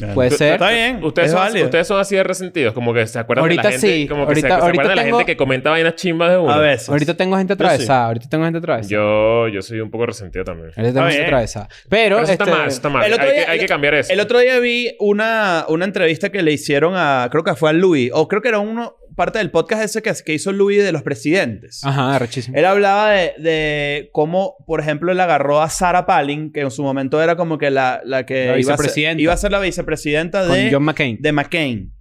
[SPEAKER 1] Bueno,
[SPEAKER 2] Puede
[SPEAKER 1] tú-
[SPEAKER 2] ser.
[SPEAKER 1] Está bien.
[SPEAKER 4] Ustedes
[SPEAKER 1] es
[SPEAKER 4] son,
[SPEAKER 1] válido.
[SPEAKER 4] ustedes son así de resentidos, como que se acuerdan de
[SPEAKER 2] Ahorita
[SPEAKER 4] la gente,
[SPEAKER 2] sí.
[SPEAKER 4] como que
[SPEAKER 2] Ahorita-
[SPEAKER 4] se, se
[SPEAKER 2] ahorita
[SPEAKER 4] acuerdan de la
[SPEAKER 2] tengo-
[SPEAKER 4] gente que comenta vainas chimbas de uno.
[SPEAKER 1] A veces.
[SPEAKER 2] Ahorita tengo gente atravesada, ahorita tengo gente atravesada.
[SPEAKER 4] Yo, yo soy un poco resentido también.
[SPEAKER 2] Ahorita tengo
[SPEAKER 1] Está
[SPEAKER 2] gente
[SPEAKER 1] bien.
[SPEAKER 2] atravesada. Pero,
[SPEAKER 4] Pero eso está
[SPEAKER 2] este,
[SPEAKER 4] mal, eso está mal.
[SPEAKER 1] El otro
[SPEAKER 4] hay,
[SPEAKER 1] día-
[SPEAKER 4] que, hay
[SPEAKER 1] el-
[SPEAKER 4] que cambiar eso.
[SPEAKER 1] El otro día vi una, una entrevista que le hicieron a. Creo que fue a Louis. O creo que era uno, parte del podcast ese que, que hizo Louis de los presidentes.
[SPEAKER 2] ajá, rechísimo.
[SPEAKER 1] Él hablaba de, de cómo, por ejemplo, él agarró a Sarah Palin, que en su momento era como que la, la que
[SPEAKER 2] La
[SPEAKER 1] iba, a ser,
[SPEAKER 2] vicepresidenta.
[SPEAKER 1] iba a ser la vicepresidenta
[SPEAKER 2] Con
[SPEAKER 1] de,
[SPEAKER 2] John McCain.
[SPEAKER 1] de McCain.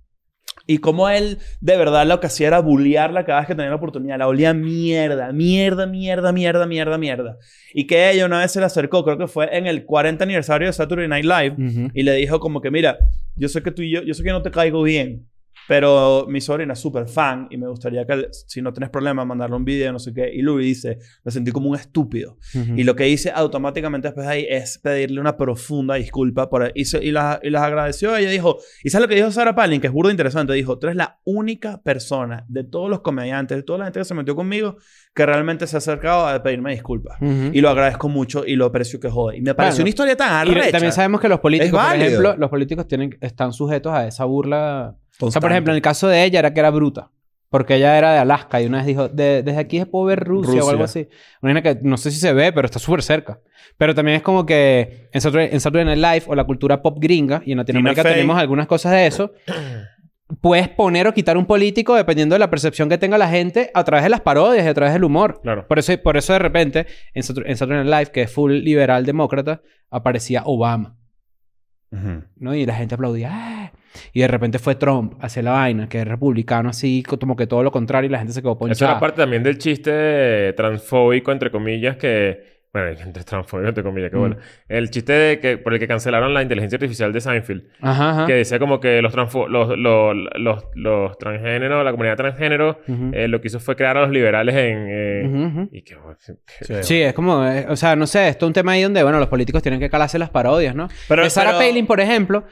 [SPEAKER 1] Y cómo él, de verdad, lo que hacía era bullearla cada vez que tenía la oportunidad. La olía mierda, mierda, mierda, mierda, mierda, mierda. Y que ella una vez se le acercó, creo que fue en el 40 aniversario de Saturday Night Live,
[SPEAKER 2] Ujú.
[SPEAKER 1] y le dijo como que, mira, yo sé que tú y yo, yo sé que no te caigo bien, pero mi sobrina es súper fan y me gustaría que, si no tienes problema, mandarle un video, no sé qué. Y Louis dice, me sentí como un estúpido.
[SPEAKER 2] Ujú.
[SPEAKER 1] Y lo que hice automáticamente después de ahí es pedirle una profunda disculpa por... Y, se- y, las, y las agradeció. Ella dijo, y sabes lo que dijo Sarah Palin, que es burdo interesante, dijo, tú eres la única persona de todos los comediantes, de toda la gente que se metió conmigo, que realmente se ha acercado a pedirme disculpas.
[SPEAKER 2] Ujú.
[SPEAKER 1] Y lo agradezco mucho y lo aprecio que jode. Y me pareció
[SPEAKER 2] Bueno,
[SPEAKER 1] una historia tan
[SPEAKER 2] Y
[SPEAKER 1] arrecha.
[SPEAKER 2] también sabemos que los
[SPEAKER 1] Es
[SPEAKER 2] políticos, por
[SPEAKER 1] válido.
[SPEAKER 2] ejemplo, los políticos tienen, están sujetos a esa burla. O sea,
[SPEAKER 1] Constante.
[SPEAKER 2] por ejemplo, en el caso de ella era que era bruta. Porque ella era de Alaska y una vez dijo, "De- desde aquí puedo ver Rusia, o
[SPEAKER 1] Rusia.
[SPEAKER 2] algo así. Una vaina que no sé si se ve, pero está súper cerca. Pero también es como que en Saturday, en Saturday Night Live o la cultura pop gringa, y en Latinoamérica
[SPEAKER 1] Tina Fey.
[SPEAKER 2] tenemos algunas cosas de eso, puedes poner o quitar un político dependiendo de la percepción que tenga la gente a través de las parodias y a través del humor.
[SPEAKER 4] Claro.
[SPEAKER 2] Por eso, por eso de repente en Satur- en Saturday Night Live, que es full liberal demócrata, aparecía Obama.
[SPEAKER 1] Ujú.
[SPEAKER 2] ¿no? Y la gente aplaudía. ¡ah! Y de repente fue Trump hacia la vaina, que es republicano así, co- como que todo lo contrario, y la gente se quedó
[SPEAKER 4] Eso era
[SPEAKER 2] ponchada.
[SPEAKER 4] parte también del chiste transfóbico, entre comillas, que Bueno, entre transformando entre comillas, qué
[SPEAKER 2] Mm.
[SPEAKER 4] bueno. El chiste de que, por el que cancelaron la inteligencia artificial de Seinfeld.
[SPEAKER 2] Ajá, ajá.
[SPEAKER 4] Que decía como que los, transfo- los, los, los, los transgéneros, la comunidad transgénero,
[SPEAKER 2] Ujú.
[SPEAKER 4] eh, lo que hizo fue crear a los liberales en... eh,
[SPEAKER 2] Ujú, ujú.
[SPEAKER 4] Y que...
[SPEAKER 2] Sí, es como, eh, o sea, no sé, esto es un tema ahí donde, bueno, los políticos tienen que calarse las parodias, ¿no?
[SPEAKER 1] Pero,
[SPEAKER 2] De Sarah
[SPEAKER 1] pero-
[SPEAKER 2] Palin, por ejemplo,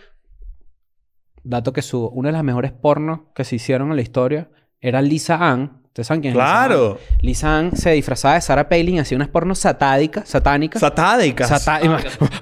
[SPEAKER 2] dato que subo, una de las mejores pornos que se hicieron en la historia era Lisa Ann. ¿Ustedes saben quién es Lisa Ann?
[SPEAKER 1] Claro.
[SPEAKER 2] Lisa Ann se disfrazaba de Sarah Palin, hacía unas pornos satádicas, satánicas.
[SPEAKER 1] Satádicas.
[SPEAKER 2] Satá-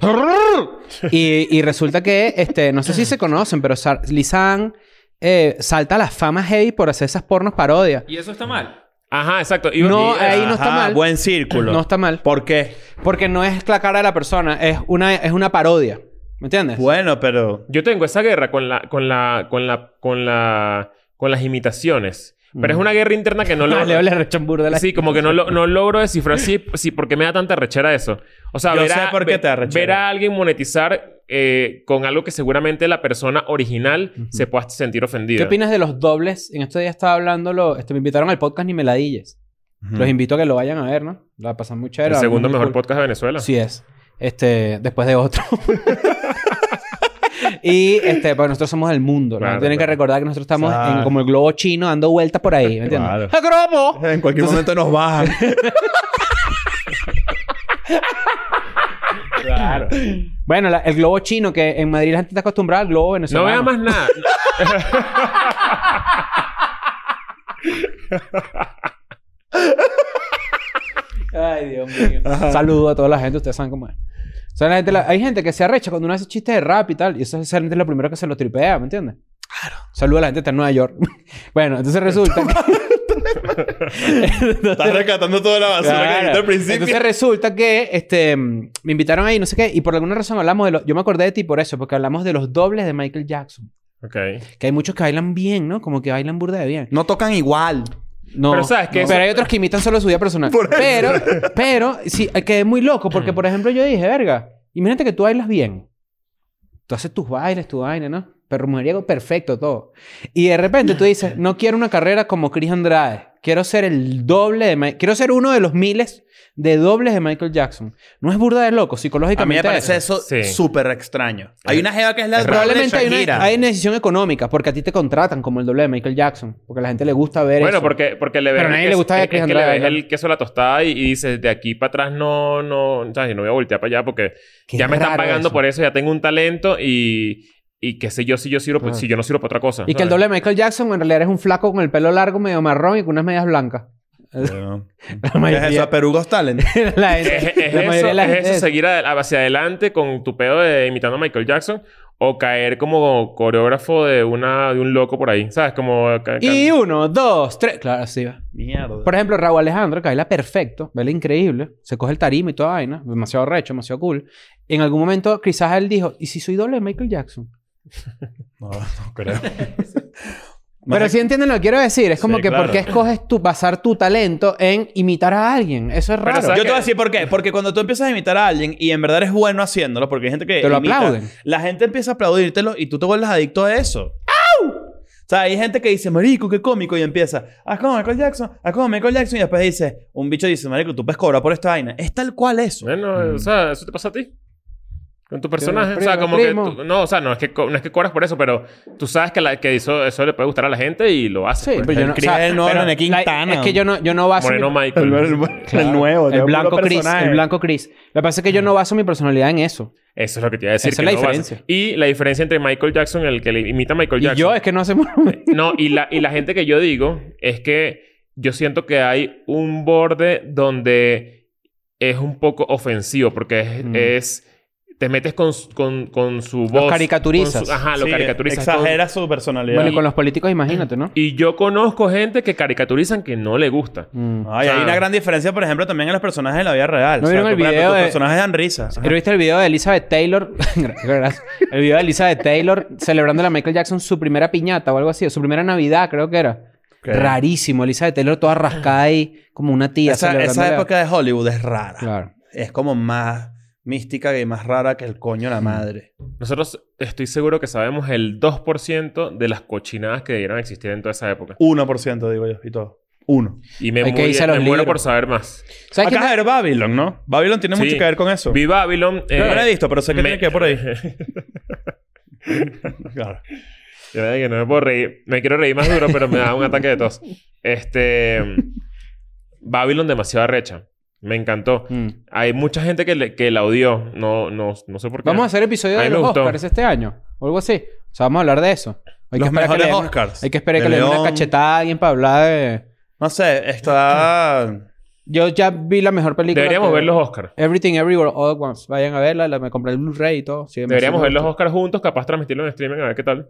[SPEAKER 4] Ah,
[SPEAKER 2] y, y resulta que, este, no sé si se conocen, pero Sar- Lisa Ann eh, salta a la fama heavy por hacer esas pornos parodias.
[SPEAKER 3] Y eso está mal.
[SPEAKER 4] Ajá, exacto. Iba-
[SPEAKER 2] No,
[SPEAKER 4] y- ah,
[SPEAKER 2] ahí no está
[SPEAKER 1] Ajá,
[SPEAKER 2] mal.
[SPEAKER 1] Buen círculo.
[SPEAKER 2] No está mal.
[SPEAKER 1] ¿Por qué?
[SPEAKER 2] Porque no es la cara de la persona, es una, es una parodia. ¿Me entiendes?
[SPEAKER 1] Bueno, pero.
[SPEAKER 4] Yo tengo esa guerra con la... Con la... Con la... Con la... Con las imitaciones. Pero es una guerra interna que no lo...
[SPEAKER 2] Ah, Leo le arrechó un burda de la
[SPEAKER 4] Sí, como que no, lo- no logro descifrar si, si por qué me da tanta rechera eso. O sea,
[SPEAKER 1] Yo
[SPEAKER 4] ver,
[SPEAKER 1] sé
[SPEAKER 4] a,
[SPEAKER 1] por qué
[SPEAKER 4] ver-
[SPEAKER 1] te da rechera.
[SPEAKER 4] ver a alguien monetizar eh, con algo que seguramente la persona original se pueda sentir ofendida.
[SPEAKER 2] ¿Qué opinas de los dobles? En estos días estaba hablándolo, este, me invitaron al podcast Ni Meladillas. Los invito a que lo vayan a ver, ¿no? La pasan muy
[SPEAKER 4] El
[SPEAKER 2] chévere.
[SPEAKER 4] segundo mejor
[SPEAKER 2] podcast.
[SPEAKER 4] podcast de Venezuela.
[SPEAKER 2] Sí es. Este, después de otro. y este, pues nosotros somos el mundo, ¿no?
[SPEAKER 4] Claro,
[SPEAKER 2] Tienen que
[SPEAKER 4] claro.
[SPEAKER 2] recordar que nosotros estamos
[SPEAKER 1] Claro.
[SPEAKER 2] en como el globo chino dando vueltas por ahí, ¿me entiendes?
[SPEAKER 1] Claro.
[SPEAKER 2] ¡Ah, globo!
[SPEAKER 1] En cualquier momento nos bajan.
[SPEAKER 4] Claro.
[SPEAKER 2] Bueno, la- el globo chino que en Madrid la gente está acostumbrada al globo
[SPEAKER 4] No
[SPEAKER 2] venezolano.
[SPEAKER 4] vea más nada.
[SPEAKER 2] Ay, Dios mío. Saludo a toda la gente, ustedes saben cómo es. O sea, la gente- la- hay gente que se arrecha cuando uno hace chistes de rap y tal, y eso es gente lo primero que se lo tripea, ¿me entiendes? Claro. Saludo a la gente que está en Nueva York. bueno, entonces resulta que.
[SPEAKER 1] Estás rescatando toda la basura que
[SPEAKER 2] Claro.
[SPEAKER 1] dijiste al principio.
[SPEAKER 2] Entonces resulta que este, mm, me invitaron ahí, no sé qué, y por alguna razón hablamos de los. Yo me acordé de ti por eso, porque hablamos de los dobles de Michael Jackson.
[SPEAKER 4] ok.
[SPEAKER 2] Que hay muchos que bailan bien, ¿no? Como que bailan burda de bien.
[SPEAKER 1] no tocan igual.
[SPEAKER 2] No,
[SPEAKER 4] Pero ¿sabes qué?
[SPEAKER 2] no.
[SPEAKER 4] Eso-
[SPEAKER 2] Pero hay otros que imitan solo su vida personal.
[SPEAKER 1] Por eso.
[SPEAKER 2] Pero, pero, sí, quedé muy loco porque,
[SPEAKER 4] Mm.
[SPEAKER 2] por ejemplo, yo dije, verga, imagínate que tú bailas bien. Tú haces tus bailes, tu vaina, ¿no? Pero mujeriego perfecto, todo. Y de repente tú dices, no quiero una carrera como Chris Andrade. Quiero ser el doble de... Ma- Quiero ser uno de los miles de dobles de Michael Jackson. No es burda de loco,
[SPEAKER 1] A mí
[SPEAKER 2] psicológicamente.
[SPEAKER 1] me parece eso
[SPEAKER 4] Sí.
[SPEAKER 1] súper extraño. Hay una jeva que es la doble de
[SPEAKER 2] Probablemente hay
[SPEAKER 1] Shakira.
[SPEAKER 2] una, hay una decisión económica porque a ti te contratan como el doble de Michael Jackson. Porque a la gente le gusta ver
[SPEAKER 4] Bueno,
[SPEAKER 2] eso.
[SPEAKER 4] porque, porque le ves,
[SPEAKER 2] Pero a nadie
[SPEAKER 4] el
[SPEAKER 2] le
[SPEAKER 4] queso-
[SPEAKER 2] gustaba
[SPEAKER 4] es-
[SPEAKER 2] que
[SPEAKER 4] es que le
[SPEAKER 2] Andrade
[SPEAKER 4] ves
[SPEAKER 2] ganara.
[SPEAKER 4] el queso a la tostada y, y dices, de aquí para atrás no, no, ¿sabes? no voy a voltear para allá porque
[SPEAKER 2] Qué
[SPEAKER 4] ya me están
[SPEAKER 2] raro
[SPEAKER 4] pagando
[SPEAKER 2] eso.
[SPEAKER 4] por eso, ya tengo un talento y, y qué sé yo si yo sirvo, pues,
[SPEAKER 2] Claro.
[SPEAKER 4] si yo no sirvo para otra cosa.
[SPEAKER 2] Ah. Y que el
[SPEAKER 4] ¿sabes?
[SPEAKER 2] doble de Michael Jackson en realidad es un flaco con el pelo largo, medio marrón y con unas medias blancas.
[SPEAKER 1] Bueno.
[SPEAKER 2] La
[SPEAKER 1] ¿Qué es
[SPEAKER 2] mayoría,
[SPEAKER 1] eso? ¿A Perú Ghost Talent?
[SPEAKER 2] la gente-
[SPEAKER 4] es, es
[SPEAKER 2] la
[SPEAKER 4] eso,
[SPEAKER 2] mayoría de la
[SPEAKER 4] es
[SPEAKER 2] gente
[SPEAKER 4] eso,
[SPEAKER 2] es-
[SPEAKER 4] seguir adel- hacia adelante con tu pedo de imitando a Michael Jackson o caer como coreógrafo de una de un loco por ahí, ¿sabes? Como ca- ca-
[SPEAKER 2] Y uno, dos, tres. Claro, así va.
[SPEAKER 1] Mierda.
[SPEAKER 2] Por ejemplo, Raúl Alejandro, que baila perfecto, baila increíble, se coge el tarima y toda vaina, demasiado recho, demasiado cool. En algún momento, quizás él dijo, ¿y si soy doble de Michael Jackson?
[SPEAKER 1] No, no creo.
[SPEAKER 2] Pero si entienden lo que quiero decir, es como
[SPEAKER 4] Sí,
[SPEAKER 2] que
[SPEAKER 4] claro.
[SPEAKER 2] ¿por qué escoges tu, basar tu talento en imitar a alguien? Eso es raro.
[SPEAKER 4] ¿sabes
[SPEAKER 1] Yo te voy a decir por qué. Porque cuando tú empiezas a imitar a alguien y en verdad eres bueno haciéndolo, porque hay gente que.
[SPEAKER 2] Te lo
[SPEAKER 1] imita,
[SPEAKER 2] aplauden.
[SPEAKER 1] La gente empieza a aplaudírtelo y tú te vuelves adicto a eso. ¡Au! O sea, hay gente que dice, Marico, qué cómico, y empieza, ah, como Michael Jackson, ah, como Michael Jackson, y después dice, un bicho dice, Marico, tú puedes cobrar por esta vaina. Es tal cual eso.
[SPEAKER 4] Bueno, o sea, eso te pasa a ti. Con tu personaje, o sea,
[SPEAKER 2] Mm. primo,
[SPEAKER 4] como
[SPEAKER 2] primo.
[SPEAKER 4] que tú- no, o sea, no es que co- no es que cobras por eso, pero tú sabes que, la, que eso, eso le puede gustar a la gente y lo haces.
[SPEAKER 2] Sí,
[SPEAKER 4] pues.
[SPEAKER 2] pero yo no...
[SPEAKER 1] Chris es el nuevo
[SPEAKER 2] pero
[SPEAKER 1] René Quintana.
[SPEAKER 2] Es que yo no, yo no baso... mi-
[SPEAKER 4] Moreno Michael.
[SPEAKER 2] Claro. el blanco Chris, el blanco Chris. Lo que pasa es que yo no baso mi personalidad en eso.
[SPEAKER 4] Eso es lo que te iba a decir.
[SPEAKER 2] Esa
[SPEAKER 4] que
[SPEAKER 2] es la
[SPEAKER 4] no vas-
[SPEAKER 2] diferencia.
[SPEAKER 4] Y la diferencia entre Michael Jackson, el que le imita a Michael
[SPEAKER 2] Y
[SPEAKER 4] Jackson.
[SPEAKER 2] yo es que no hacemos
[SPEAKER 4] No, y la, y la gente que yo digo es que yo siento que hay un borde donde es un poco ofensivo, porque es.
[SPEAKER 2] Mm.
[SPEAKER 4] es- te metes con, su- con, con su voz. con
[SPEAKER 2] caricaturizas.
[SPEAKER 4] su- ajá, lo
[SPEAKER 1] Sí,
[SPEAKER 4] caricaturizas. con-
[SPEAKER 1] Exagera su personalidad.
[SPEAKER 2] Bueno, y con los políticos, imagínate, ¿no?
[SPEAKER 4] y yo conozco gente que caricaturizan que no le gusta.
[SPEAKER 2] Mm.
[SPEAKER 1] Ay,
[SPEAKER 4] O sea-
[SPEAKER 1] hay una gran diferencia, por ejemplo, también en los personajes de la vida real.
[SPEAKER 2] ¿No vieron
[SPEAKER 1] tú,
[SPEAKER 2] el
[SPEAKER 1] por ejemplo,
[SPEAKER 2] video
[SPEAKER 1] tus
[SPEAKER 2] de-
[SPEAKER 1] personajes dan risa.
[SPEAKER 2] ¿Pero viste el video de Elizabeth Taylor? Gracias. el video de Elizabeth Taylor celebrando a Michael Jackson su primera piñata o algo así, o su primera Navidad, creo que era.
[SPEAKER 1] Ok.
[SPEAKER 2] Rarísimo, Elizabeth Taylor toda rascada ahí, como una tía.
[SPEAKER 1] Esa,
[SPEAKER 2] celebrándole
[SPEAKER 1] esa
[SPEAKER 2] a-
[SPEAKER 1] época de Hollywood es rara.
[SPEAKER 2] Claro.
[SPEAKER 1] Es como más mística y más rara que el coño de
[SPEAKER 2] Hmm.
[SPEAKER 1] la madre.
[SPEAKER 4] Nosotros estoy seguro que sabemos el 2% de las cochinadas que debieron existir en toda esa época.
[SPEAKER 1] 1%, digo yo, y todo. Uno.
[SPEAKER 4] Y me,
[SPEAKER 2] Hay que
[SPEAKER 4] muy-
[SPEAKER 2] irse a
[SPEAKER 4] me
[SPEAKER 2] los
[SPEAKER 4] muero
[SPEAKER 2] libros.
[SPEAKER 4] por saber más.
[SPEAKER 2] ¿Sabes
[SPEAKER 1] Acá
[SPEAKER 2] quién?
[SPEAKER 1] de ver Babylon, ¿no? Babylon tiene
[SPEAKER 4] Sí.
[SPEAKER 1] mucho que ver con eso.
[SPEAKER 4] Vi Babylon. eh,
[SPEAKER 1] no lo he visto, pero sé que
[SPEAKER 4] me- eh,
[SPEAKER 1] tiene que ver por ahí. Claro.
[SPEAKER 4] De verdad que no me puedo reír. Me quiero reír más duro, pero me da un ataque de tos. Este. Babylon demasiado arrecha. Me encantó.
[SPEAKER 2] Mm.
[SPEAKER 4] Hay mucha gente que, le- que la odió. No, no, no sé por qué.
[SPEAKER 2] Vamos a hacer episodio
[SPEAKER 4] A
[SPEAKER 2] de
[SPEAKER 4] mí me
[SPEAKER 2] los
[SPEAKER 4] gustó.
[SPEAKER 2] Oscars este año. O algo así. O sea, vamos a hablar de eso. Hay
[SPEAKER 1] Los
[SPEAKER 2] que esperar que
[SPEAKER 1] mejores
[SPEAKER 2] le den-
[SPEAKER 1] Oscars.
[SPEAKER 2] Hay que esperar que
[SPEAKER 1] De
[SPEAKER 2] le den una
[SPEAKER 1] León.
[SPEAKER 2] cachetada a alguien para hablar de...
[SPEAKER 1] No sé, está...
[SPEAKER 2] Yo ya vi la mejor película.
[SPEAKER 4] Deberíamos
[SPEAKER 2] que-
[SPEAKER 4] ver los Oscars.
[SPEAKER 2] Everything Everywhere All at Once. Vayan a verla. la- me compré el Blu-ray y todo. Sí, me
[SPEAKER 4] Deberíamos
[SPEAKER 2] sí me
[SPEAKER 4] ver los
[SPEAKER 2] gustó.
[SPEAKER 4] Oscars juntos, capaz transmitirlo en streaming, a ver qué tal.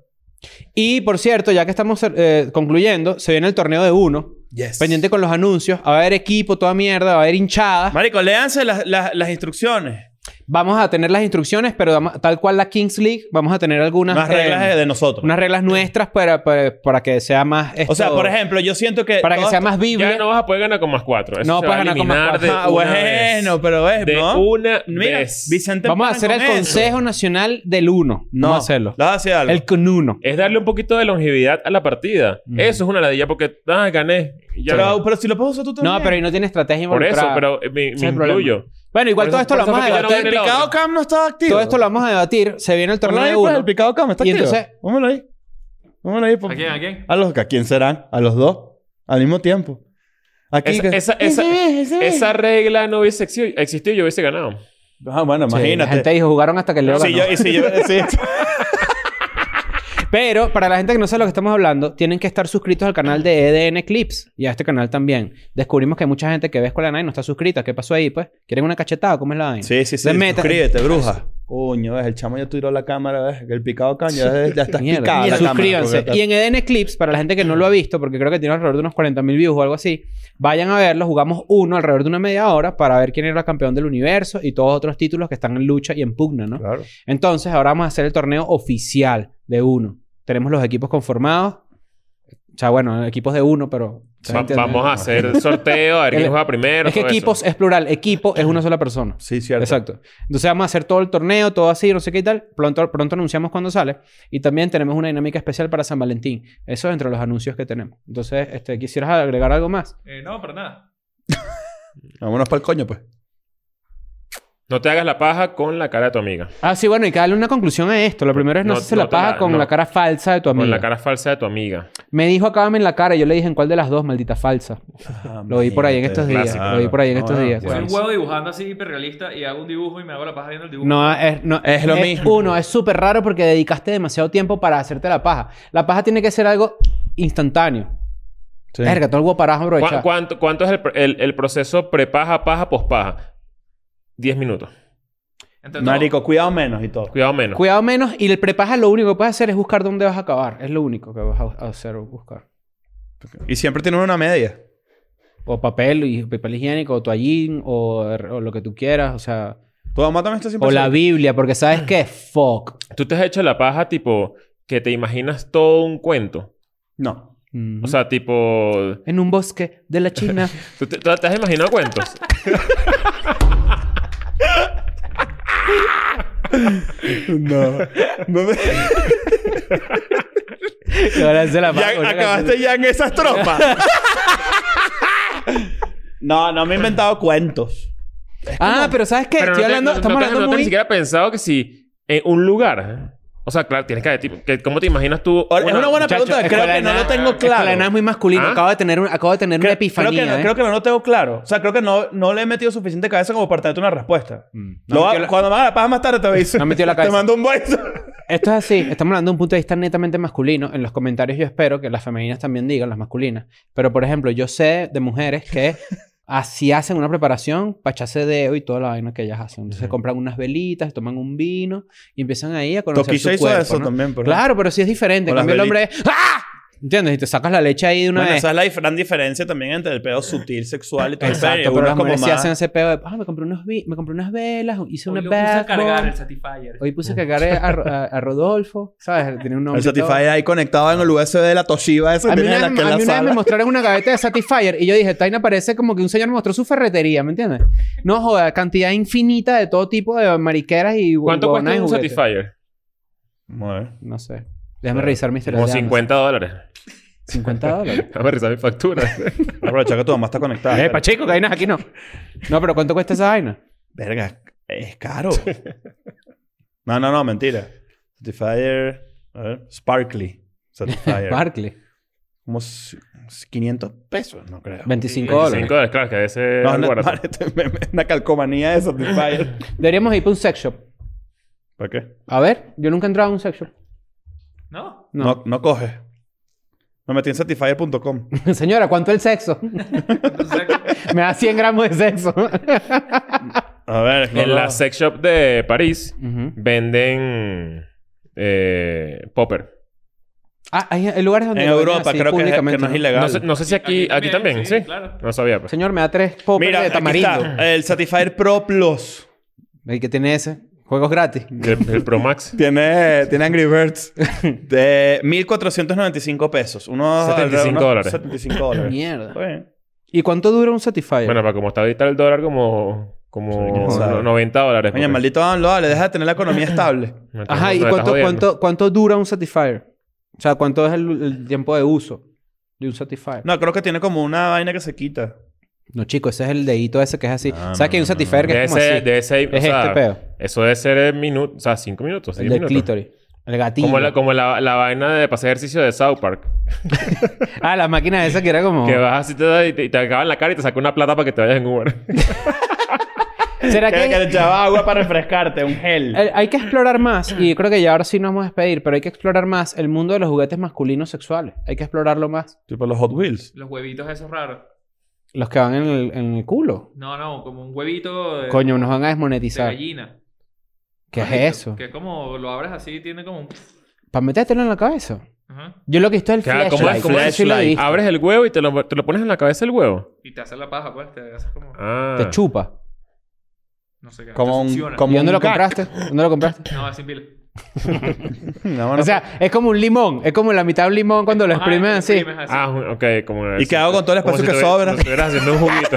[SPEAKER 2] Y por cierto, ya que estamos eh, concluyendo, se viene el torneo de uno.
[SPEAKER 1] Yes.
[SPEAKER 2] Pendiente con los anuncios. Va a haber equipo, toda mierda. Va a haber hinchada.
[SPEAKER 1] Marico, léanse las, las, las instrucciones.
[SPEAKER 2] Vamos a tener las instrucciones, pero vamos- tal cual la Kings League, vamos a tener algunas
[SPEAKER 1] Unas
[SPEAKER 2] eh,
[SPEAKER 1] reglas de- de nosotros.
[SPEAKER 2] unas reglas nuestras para, para, para que sea más.
[SPEAKER 1] O sea,
[SPEAKER 2] esto-
[SPEAKER 1] por ejemplo, yo siento que...
[SPEAKER 2] Para que
[SPEAKER 1] todo
[SPEAKER 2] sea más
[SPEAKER 4] Ya
[SPEAKER 2] vible.
[SPEAKER 4] no vas a poder ganar con más cuatro. Eso
[SPEAKER 2] No
[SPEAKER 4] se
[SPEAKER 2] puedes
[SPEAKER 4] va a
[SPEAKER 2] ganar con más
[SPEAKER 4] eliminar de
[SPEAKER 2] cuatro.
[SPEAKER 1] Ah,
[SPEAKER 4] una
[SPEAKER 1] bueno,
[SPEAKER 4] vez.
[SPEAKER 1] pero
[SPEAKER 2] pues,
[SPEAKER 1] es,
[SPEAKER 4] De
[SPEAKER 1] ¿no?
[SPEAKER 4] una
[SPEAKER 1] Mira,
[SPEAKER 4] vez.
[SPEAKER 1] Vicente
[SPEAKER 2] Vamos a
[SPEAKER 1] Pan
[SPEAKER 2] hacer
[SPEAKER 1] con
[SPEAKER 2] el
[SPEAKER 1] eso.
[SPEAKER 2] Consejo Nacional del Uno.
[SPEAKER 1] No,
[SPEAKER 2] Vamos a hacerlo.
[SPEAKER 1] lo vas a hacer algo.
[SPEAKER 2] El Conuno.
[SPEAKER 4] Es darle un poquito de longevidad a la partida.
[SPEAKER 2] Mm.
[SPEAKER 4] Eso es una ladilla porque, ah, gané. Y Ya
[SPEAKER 1] pero, pero si lo puedes usar tú también.
[SPEAKER 2] No, pero ahí no tiene estrategia
[SPEAKER 4] Por eso,
[SPEAKER 2] involucrada.
[SPEAKER 4] pero eh, me,
[SPEAKER 2] Ese
[SPEAKER 4] me
[SPEAKER 2] es el problema.
[SPEAKER 4] incluyo.
[SPEAKER 2] Bueno, igual
[SPEAKER 4] Por
[SPEAKER 2] todo esto
[SPEAKER 4] eso-
[SPEAKER 2] lo
[SPEAKER 4] por eso
[SPEAKER 2] vamos a
[SPEAKER 4] fue que yo no
[SPEAKER 2] debatir.
[SPEAKER 1] el
[SPEAKER 4] la
[SPEAKER 1] picado
[SPEAKER 4] otra.
[SPEAKER 1] cam no estaba activo.
[SPEAKER 2] Todo esto lo vamos a debatir. Se viene el torneo
[SPEAKER 1] Ponlo ahí,
[SPEAKER 2] de
[SPEAKER 1] pues,
[SPEAKER 2] uno.
[SPEAKER 1] el picado cam está
[SPEAKER 2] Y
[SPEAKER 1] activo.
[SPEAKER 2] entonces-
[SPEAKER 1] Pónmelo ahí. Pónmelo ahí. pon-
[SPEAKER 3] ¿A quién? ¿A quién?
[SPEAKER 1] A los ¿a quién serán? A los dos. Al mismo tiempo. Aquí.
[SPEAKER 4] Esa,
[SPEAKER 1] que-
[SPEAKER 4] esa, esa, esa regla no hubiese exi- existido y yo hubiese ganado.
[SPEAKER 1] Ah, bueno,
[SPEAKER 2] Sí,
[SPEAKER 1] imagínate.
[SPEAKER 2] La gente dijo, jugaron hasta que Leo
[SPEAKER 1] Sí,
[SPEAKER 2] ganó.
[SPEAKER 1] yo, y sí, yo, sí.
[SPEAKER 2] Pero para la gente que no sabe lo que estamos hablando, tienen que estar suscritos al canal de EDN Clips y a este canal también. Descubrimos que hay mucha gente que ve Escuela Nine y no está suscrita. ¿Qué pasó ahí, pues? ¿Quieren una cachetada? ¿Cómo es la vaina?
[SPEAKER 1] Sí, sí, sí.
[SPEAKER 2] Se meten-
[SPEAKER 1] Suscríbete, bruja. Coño, ves, el chamo ya tiró la cámara, ves, el picado caña, ya, ya está
[SPEAKER 2] Mierda.
[SPEAKER 1] picada la
[SPEAKER 2] Suscríbanse.
[SPEAKER 1] cámara.
[SPEAKER 2] Y en EDN Clips, para la gente que no lo ha visto, porque creo que tiene alrededor de unos 40.000 views o algo así, vayan a verlo. Jugamos uno alrededor de una media hora para ver quién era campeón del universo y todos otros títulos que están en lucha y en pugna, ¿no?
[SPEAKER 1] Claro.
[SPEAKER 2] Entonces, ahora vamos a hacer el torneo oficial de uno. Tenemos los equipos conformados. O sea, bueno, equipos de uno, pero... ¿se
[SPEAKER 4] Va-
[SPEAKER 2] entiende?
[SPEAKER 4] vamos a hacer sorteo, a ver quién
[SPEAKER 2] El-
[SPEAKER 4] juega primero.
[SPEAKER 2] Es que
[SPEAKER 4] todo eso.
[SPEAKER 2] equipos es plural. Equipo es una sola persona.
[SPEAKER 1] Sí, cierto.
[SPEAKER 2] Exacto. Entonces vamos a hacer todo el torneo, todo así, no sé qué y tal. Pronto, pronto anunciamos cuando sale. Y también tenemos una dinámica especial para San Valentín. Eso es entre los anuncios que tenemos. Entonces, este, ¿quisieras agregar algo más?
[SPEAKER 3] Eh, no, para nada.
[SPEAKER 1] Vámonos para el coño, pues.
[SPEAKER 4] No te hagas la paja con la cara de tu amiga.
[SPEAKER 2] Ah, sí, bueno, y que darle una conclusión a esto. Lo primero es no,
[SPEAKER 4] No-
[SPEAKER 2] hacerse
[SPEAKER 4] no
[SPEAKER 2] la
[SPEAKER 4] te
[SPEAKER 2] paja
[SPEAKER 4] la-
[SPEAKER 2] con
[SPEAKER 4] no.
[SPEAKER 2] la cara falsa de tu
[SPEAKER 4] Con
[SPEAKER 2] amiga.
[SPEAKER 4] la cara falsa de tu amiga.
[SPEAKER 2] Me dijo acá en la cara y yo le dije en cuál de las dos, maldita falsa. Ah, Lo vi por ahí en estos días.
[SPEAKER 4] clásico.
[SPEAKER 2] Lo vi por ahí en estos
[SPEAKER 1] Bueno,
[SPEAKER 2] días.
[SPEAKER 3] Yo soy un
[SPEAKER 1] Bueno.
[SPEAKER 3] huevo dibujando así hiperrealista y hago un dibujo y me hago la paja viendo el dibujo.
[SPEAKER 2] No, es, no,
[SPEAKER 1] Es lo mismo.
[SPEAKER 2] Uno, es súper raro porque dedicaste demasiado tiempo para hacerte la paja. La paja tiene que ser algo instantáneo.
[SPEAKER 1] Sí.
[SPEAKER 2] Verga, todo el guaparajo
[SPEAKER 4] ¿Cu-
[SPEAKER 2] aprovechado.
[SPEAKER 4] cuánto, cuánto es el, pr- el- el proceso prepaja, paja, pospaja? Diez minutos.
[SPEAKER 3] Entre todos.
[SPEAKER 1] Marico, cuidado menos y todo.
[SPEAKER 4] Cuidado menos.
[SPEAKER 2] Cuidado menos y el prepaja lo único que puedes hacer es buscar dónde vas a acabar. Es lo único que vas a a hacer, buscar.
[SPEAKER 1] Y siempre tienes una media.
[SPEAKER 2] O papel, y papel higiénico, o toallín, o, o lo que tú quieras, o sea...
[SPEAKER 1] Tu mamá también está siempre
[SPEAKER 2] O la
[SPEAKER 1] así.
[SPEAKER 2] Biblia, porque ¿sabes qué? Fuck.
[SPEAKER 4] Tú te has hecho la paja tipo que te imaginas todo un cuento.
[SPEAKER 1] No.
[SPEAKER 2] Mm.
[SPEAKER 4] O sea, tipo...
[SPEAKER 2] en un bosque de la China.
[SPEAKER 4] ¿Tú te, tú te has imaginado cuentos?
[SPEAKER 1] No.
[SPEAKER 2] Y ahora se la pago, ¿no?
[SPEAKER 1] acabaste ya en esas tropas. no, no me he inventado cuentos.
[SPEAKER 2] Ah, pero ¿sabes qué?
[SPEAKER 4] Pero
[SPEAKER 2] Estoy
[SPEAKER 4] no te-
[SPEAKER 2] hablando...
[SPEAKER 4] no- no
[SPEAKER 2] estamos
[SPEAKER 4] te-
[SPEAKER 2] hablando
[SPEAKER 4] no te
[SPEAKER 2] muy...
[SPEAKER 4] ni siquiera pensado que si en un lugar. O sea, claro, tienes que ver, tipo, que ¿cómo te imaginas tú?
[SPEAKER 1] Ahora, es una buena
[SPEAKER 2] Muchacho,
[SPEAKER 1] pregunta. Creo
[SPEAKER 2] escuela
[SPEAKER 1] que
[SPEAKER 2] de
[SPEAKER 1] no
[SPEAKER 2] nada,
[SPEAKER 1] lo tengo
[SPEAKER 2] Es que la
[SPEAKER 1] claro.
[SPEAKER 2] nada es muy masculino.
[SPEAKER 4] ¿Ah?
[SPEAKER 2] Acabo de tener, un- acabo de tener una
[SPEAKER 1] Creo-
[SPEAKER 2] epifanía,
[SPEAKER 1] creo, que no,
[SPEAKER 2] ¿eh?
[SPEAKER 1] creo que no lo tengo claro. O sea, creo que no, no le he metido suficiente cabeza como para darte una respuesta.
[SPEAKER 2] Mm. No
[SPEAKER 1] Lo
[SPEAKER 2] me
[SPEAKER 1] va-
[SPEAKER 2] metió la-
[SPEAKER 1] Cuando me haga la paja más tarde te aviso.
[SPEAKER 2] No me metió la cabeza.
[SPEAKER 1] Te mando un beso.
[SPEAKER 2] Esto es así. Estamos hablando de un punto de vista netamente masculino. En los comentarios yo espero que las femeninas también digan, las masculinas. Pero, por ejemplo, yo sé de mujeres que así hacen una preparación para echarse dedo y toda la vaina que ellas hacen. Entonces, compran unas velitas, toman un vino y empiezan ahí a conocer
[SPEAKER 1] Toquilla
[SPEAKER 2] su
[SPEAKER 1] hizo
[SPEAKER 2] cuerpo,
[SPEAKER 1] eso
[SPEAKER 2] ¿no?
[SPEAKER 1] también, por ejemplo.
[SPEAKER 2] Claro, pero sí es difererente. En
[SPEAKER 1] Con las
[SPEAKER 2] cambio, el hombre es... ¡Ah! ¿Entiendes? Y te sacas la leche ahí de una
[SPEAKER 1] Bueno,
[SPEAKER 2] vez.
[SPEAKER 1] esa es la dif- gran diferencia también entre el pedo sutil, sexual y todo eso.
[SPEAKER 2] Exacto, pero
[SPEAKER 1] Uno es
[SPEAKER 2] las
[SPEAKER 1] como
[SPEAKER 2] mujeres sí
[SPEAKER 1] más-
[SPEAKER 2] hacen ese pedo de... Ah, me compré, unos vi- me compré unas velas, hice
[SPEAKER 3] Hoy
[SPEAKER 2] una
[SPEAKER 3] lo puse a
[SPEAKER 2] bad
[SPEAKER 3] cargar
[SPEAKER 2] boy.
[SPEAKER 3] el Satisfyer.
[SPEAKER 2] Hoy puse a cargar a, Ro- a- a Rodolfo, ¿sabes? Tiene un nombre.
[SPEAKER 1] El
[SPEAKER 2] y todo.
[SPEAKER 1] Satisfyer ahí conectado en el USB de la Toshiba ese
[SPEAKER 2] A
[SPEAKER 1] que
[SPEAKER 2] mí,
[SPEAKER 1] tiene
[SPEAKER 2] una
[SPEAKER 1] en la
[SPEAKER 2] vez,
[SPEAKER 1] que en
[SPEAKER 2] a
[SPEAKER 1] la
[SPEAKER 2] mí una vez me
[SPEAKER 1] sala.
[SPEAKER 2] mostraron una gaveta de Satisfyer y yo dije, Taina parece como que un señor me mostró su ferretería, ¿me entiendes? No joda, cantidad infinita de todo tipo de mariqueras y hu-
[SPEAKER 4] ¿Cuánto
[SPEAKER 2] huevonas
[SPEAKER 4] cuesta
[SPEAKER 2] y
[SPEAKER 4] un
[SPEAKER 2] juguetes.
[SPEAKER 4] Satisfyer?
[SPEAKER 1] Bueno.
[SPEAKER 2] No sé. Déjame revisar mis
[SPEAKER 4] Como
[SPEAKER 2] teléfonos.
[SPEAKER 4] 50 dólares.
[SPEAKER 2] 50 dólares.
[SPEAKER 4] A ver, esa es mi factura.
[SPEAKER 1] Aprovecha que tu mamá está conectada.
[SPEAKER 2] Eh, pachico, que hay nada aquí no. No, pero ¿cuánto cuesta esa vaina?
[SPEAKER 1] Verga, es caro. no, no, no, mentira. Satisfyer. A ver, Sparkly. Satisfyer.
[SPEAKER 2] Barclay.
[SPEAKER 1] Como s- 500 pesos, no creo.
[SPEAKER 2] 25
[SPEAKER 4] 5
[SPEAKER 2] dólares.
[SPEAKER 4] dólares, claro, que a veces...
[SPEAKER 1] No, no,
[SPEAKER 4] algo barato.
[SPEAKER 1] vale, esto es meme, una calcomanía de Satisfyer.
[SPEAKER 2] Deberíamos ir para un sex shop.
[SPEAKER 1] ¿Para qué?
[SPEAKER 2] A ver, yo nunca he entrado a un sex shop.
[SPEAKER 3] ¿No?
[SPEAKER 1] No, no, coge. Me metí en satisfyer.com.
[SPEAKER 2] Señora, ¿cuánto el sexo?
[SPEAKER 3] Entonces,
[SPEAKER 2] Me da 100 gramos de sexo.
[SPEAKER 1] A ver, no,
[SPEAKER 4] En
[SPEAKER 1] no.
[SPEAKER 4] la sex shop de París
[SPEAKER 2] Ujú.
[SPEAKER 4] venden eh, popper.
[SPEAKER 2] Ah, hay, hay lugares donde
[SPEAKER 1] En
[SPEAKER 2] lo venden
[SPEAKER 1] Europa
[SPEAKER 2] así
[SPEAKER 1] creo que, es- que
[SPEAKER 2] públicamente,
[SPEAKER 1] no es
[SPEAKER 2] ¿no?
[SPEAKER 1] ilegal.
[SPEAKER 4] No sé, no sé si aquí, aquí, también, ¿sí?
[SPEAKER 3] Claro.
[SPEAKER 4] No sabía. Pues.
[SPEAKER 2] Señor, me da tres poppers
[SPEAKER 1] Mira,
[SPEAKER 2] de
[SPEAKER 1] aquí
[SPEAKER 2] tamarindo.
[SPEAKER 1] está. El Satisfyer Pro Plus.
[SPEAKER 2] ¿Y qué tiene ese? Juegos gratis.
[SPEAKER 4] El, el Pro Max.
[SPEAKER 1] Tiene, tiene Angry Birds. De 1.495 pesos. Unos
[SPEAKER 4] 75
[SPEAKER 1] unos
[SPEAKER 4] dólares.
[SPEAKER 1] 75 dólares.
[SPEAKER 2] Mierda.
[SPEAKER 1] Está bien.
[SPEAKER 2] ¿Y cuánto dura un Satisfyer?
[SPEAKER 4] Bueno, para como está ahorita el dólar, como,
[SPEAKER 1] Sí,
[SPEAKER 4] como
[SPEAKER 1] quién sabe.
[SPEAKER 4] no- 90 dólares.
[SPEAKER 1] Oye,
[SPEAKER 4] porque-
[SPEAKER 1] maldito Adam lo vale. Deja de tener la economía estable.
[SPEAKER 4] Me estás-
[SPEAKER 2] Ajá, ¿y
[SPEAKER 4] me estás
[SPEAKER 2] cuánto,
[SPEAKER 4] jodiendo.
[SPEAKER 2] cuánto, cuánto dura un Satisfyer? O sea, ¿cuánto es el, el tiempo de uso de un Satisfyer? No.
[SPEAKER 1] No, creo que tiene como una vaina que se quita.
[SPEAKER 2] chico, ese es el dedito ese que es así.
[SPEAKER 1] No,
[SPEAKER 2] ¿Sabes
[SPEAKER 1] no,
[SPEAKER 2] que hay
[SPEAKER 1] no,
[SPEAKER 2] un
[SPEAKER 1] no,
[SPEAKER 2] Satisfyer que
[SPEAKER 4] Debe
[SPEAKER 2] es como
[SPEAKER 4] ser,
[SPEAKER 2] así?
[SPEAKER 4] debe ser, o
[SPEAKER 2] es
[SPEAKER 4] sea,
[SPEAKER 2] este pedo.
[SPEAKER 4] eso debe ser minutos, o sea, 5 minutos,
[SPEAKER 2] El
[SPEAKER 4] 10
[SPEAKER 2] del
[SPEAKER 4] minutos.
[SPEAKER 2] clítoris. El gatillo.
[SPEAKER 4] Como, la, como la, la vaina de pasar ejercicio de South Park.
[SPEAKER 2] Ah, la máquina esa que era como...
[SPEAKER 4] Que vas así te, da- y te, y te acaban la cara y te saca una plata para que te vayas en Uber.
[SPEAKER 2] ¿Será que...?
[SPEAKER 1] te echaba agua para refrescarte, un gel.
[SPEAKER 2] Eh, Hay que explorar más, y creo que ya ahora sí nos vamos a despedir, pero hay que explorar más el mundo de los juguetes masculinos sexuales. Hay que explorarlo más.
[SPEAKER 1] Tipo los Hot Wheels.
[SPEAKER 3] Los huevitos esos raros.
[SPEAKER 2] Los que van en el, en el culo.
[SPEAKER 3] No, no, como un huevito
[SPEAKER 4] Eh,
[SPEAKER 3] de,
[SPEAKER 2] Coño, nos van a
[SPEAKER 3] de
[SPEAKER 2] desmonetizar.
[SPEAKER 3] gallina.
[SPEAKER 2] ¿Qué es
[SPEAKER 3] ¿Has visto?
[SPEAKER 2] eso?
[SPEAKER 3] Que es como lo abres así y tiene como un.
[SPEAKER 2] ¿Para metértelo en la cabeza?
[SPEAKER 3] Ajá.
[SPEAKER 2] Yo lo que he visto es el
[SPEAKER 4] Que, ah,
[SPEAKER 2] flashlight.
[SPEAKER 4] ¿cómo es? ¿Cómo
[SPEAKER 2] Eso
[SPEAKER 4] es?
[SPEAKER 2] sí lo he visto.
[SPEAKER 4] Abres el huevo y te lo, te lo pones en la cabeza el huevo.
[SPEAKER 3] Y te hace la paja, pues. Te haces como.
[SPEAKER 4] Ah.
[SPEAKER 2] Te chupa.
[SPEAKER 3] No sé qué.
[SPEAKER 1] Como
[SPEAKER 3] te
[SPEAKER 1] un-
[SPEAKER 3] succiona.
[SPEAKER 1] como-
[SPEAKER 2] ¿Y dónde lo
[SPEAKER 1] un gag.
[SPEAKER 2] compraste? ¿Dónde lo compraste?
[SPEAKER 3] No, es sin pila.
[SPEAKER 1] No, bueno,
[SPEAKER 2] O sea, es como un limón. Es como la mitad de un limón cuando lo
[SPEAKER 3] Ajá,
[SPEAKER 2] exprimen
[SPEAKER 3] lo
[SPEAKER 2] así.
[SPEAKER 3] exprimes
[SPEAKER 4] Ah, ju- ok. Como
[SPEAKER 1] ¿Y qué hago con todo el
[SPEAKER 4] como
[SPEAKER 1] espacio que
[SPEAKER 4] tuvi-
[SPEAKER 1] sobra?
[SPEAKER 4] como si estuvieras haciendo un juguito.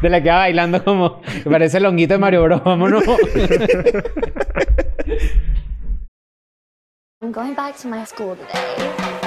[SPEAKER 2] De la que va bailando como... Parece el honguito de Mario Bros. Vámonos.
[SPEAKER 5] I'm going back to my school today.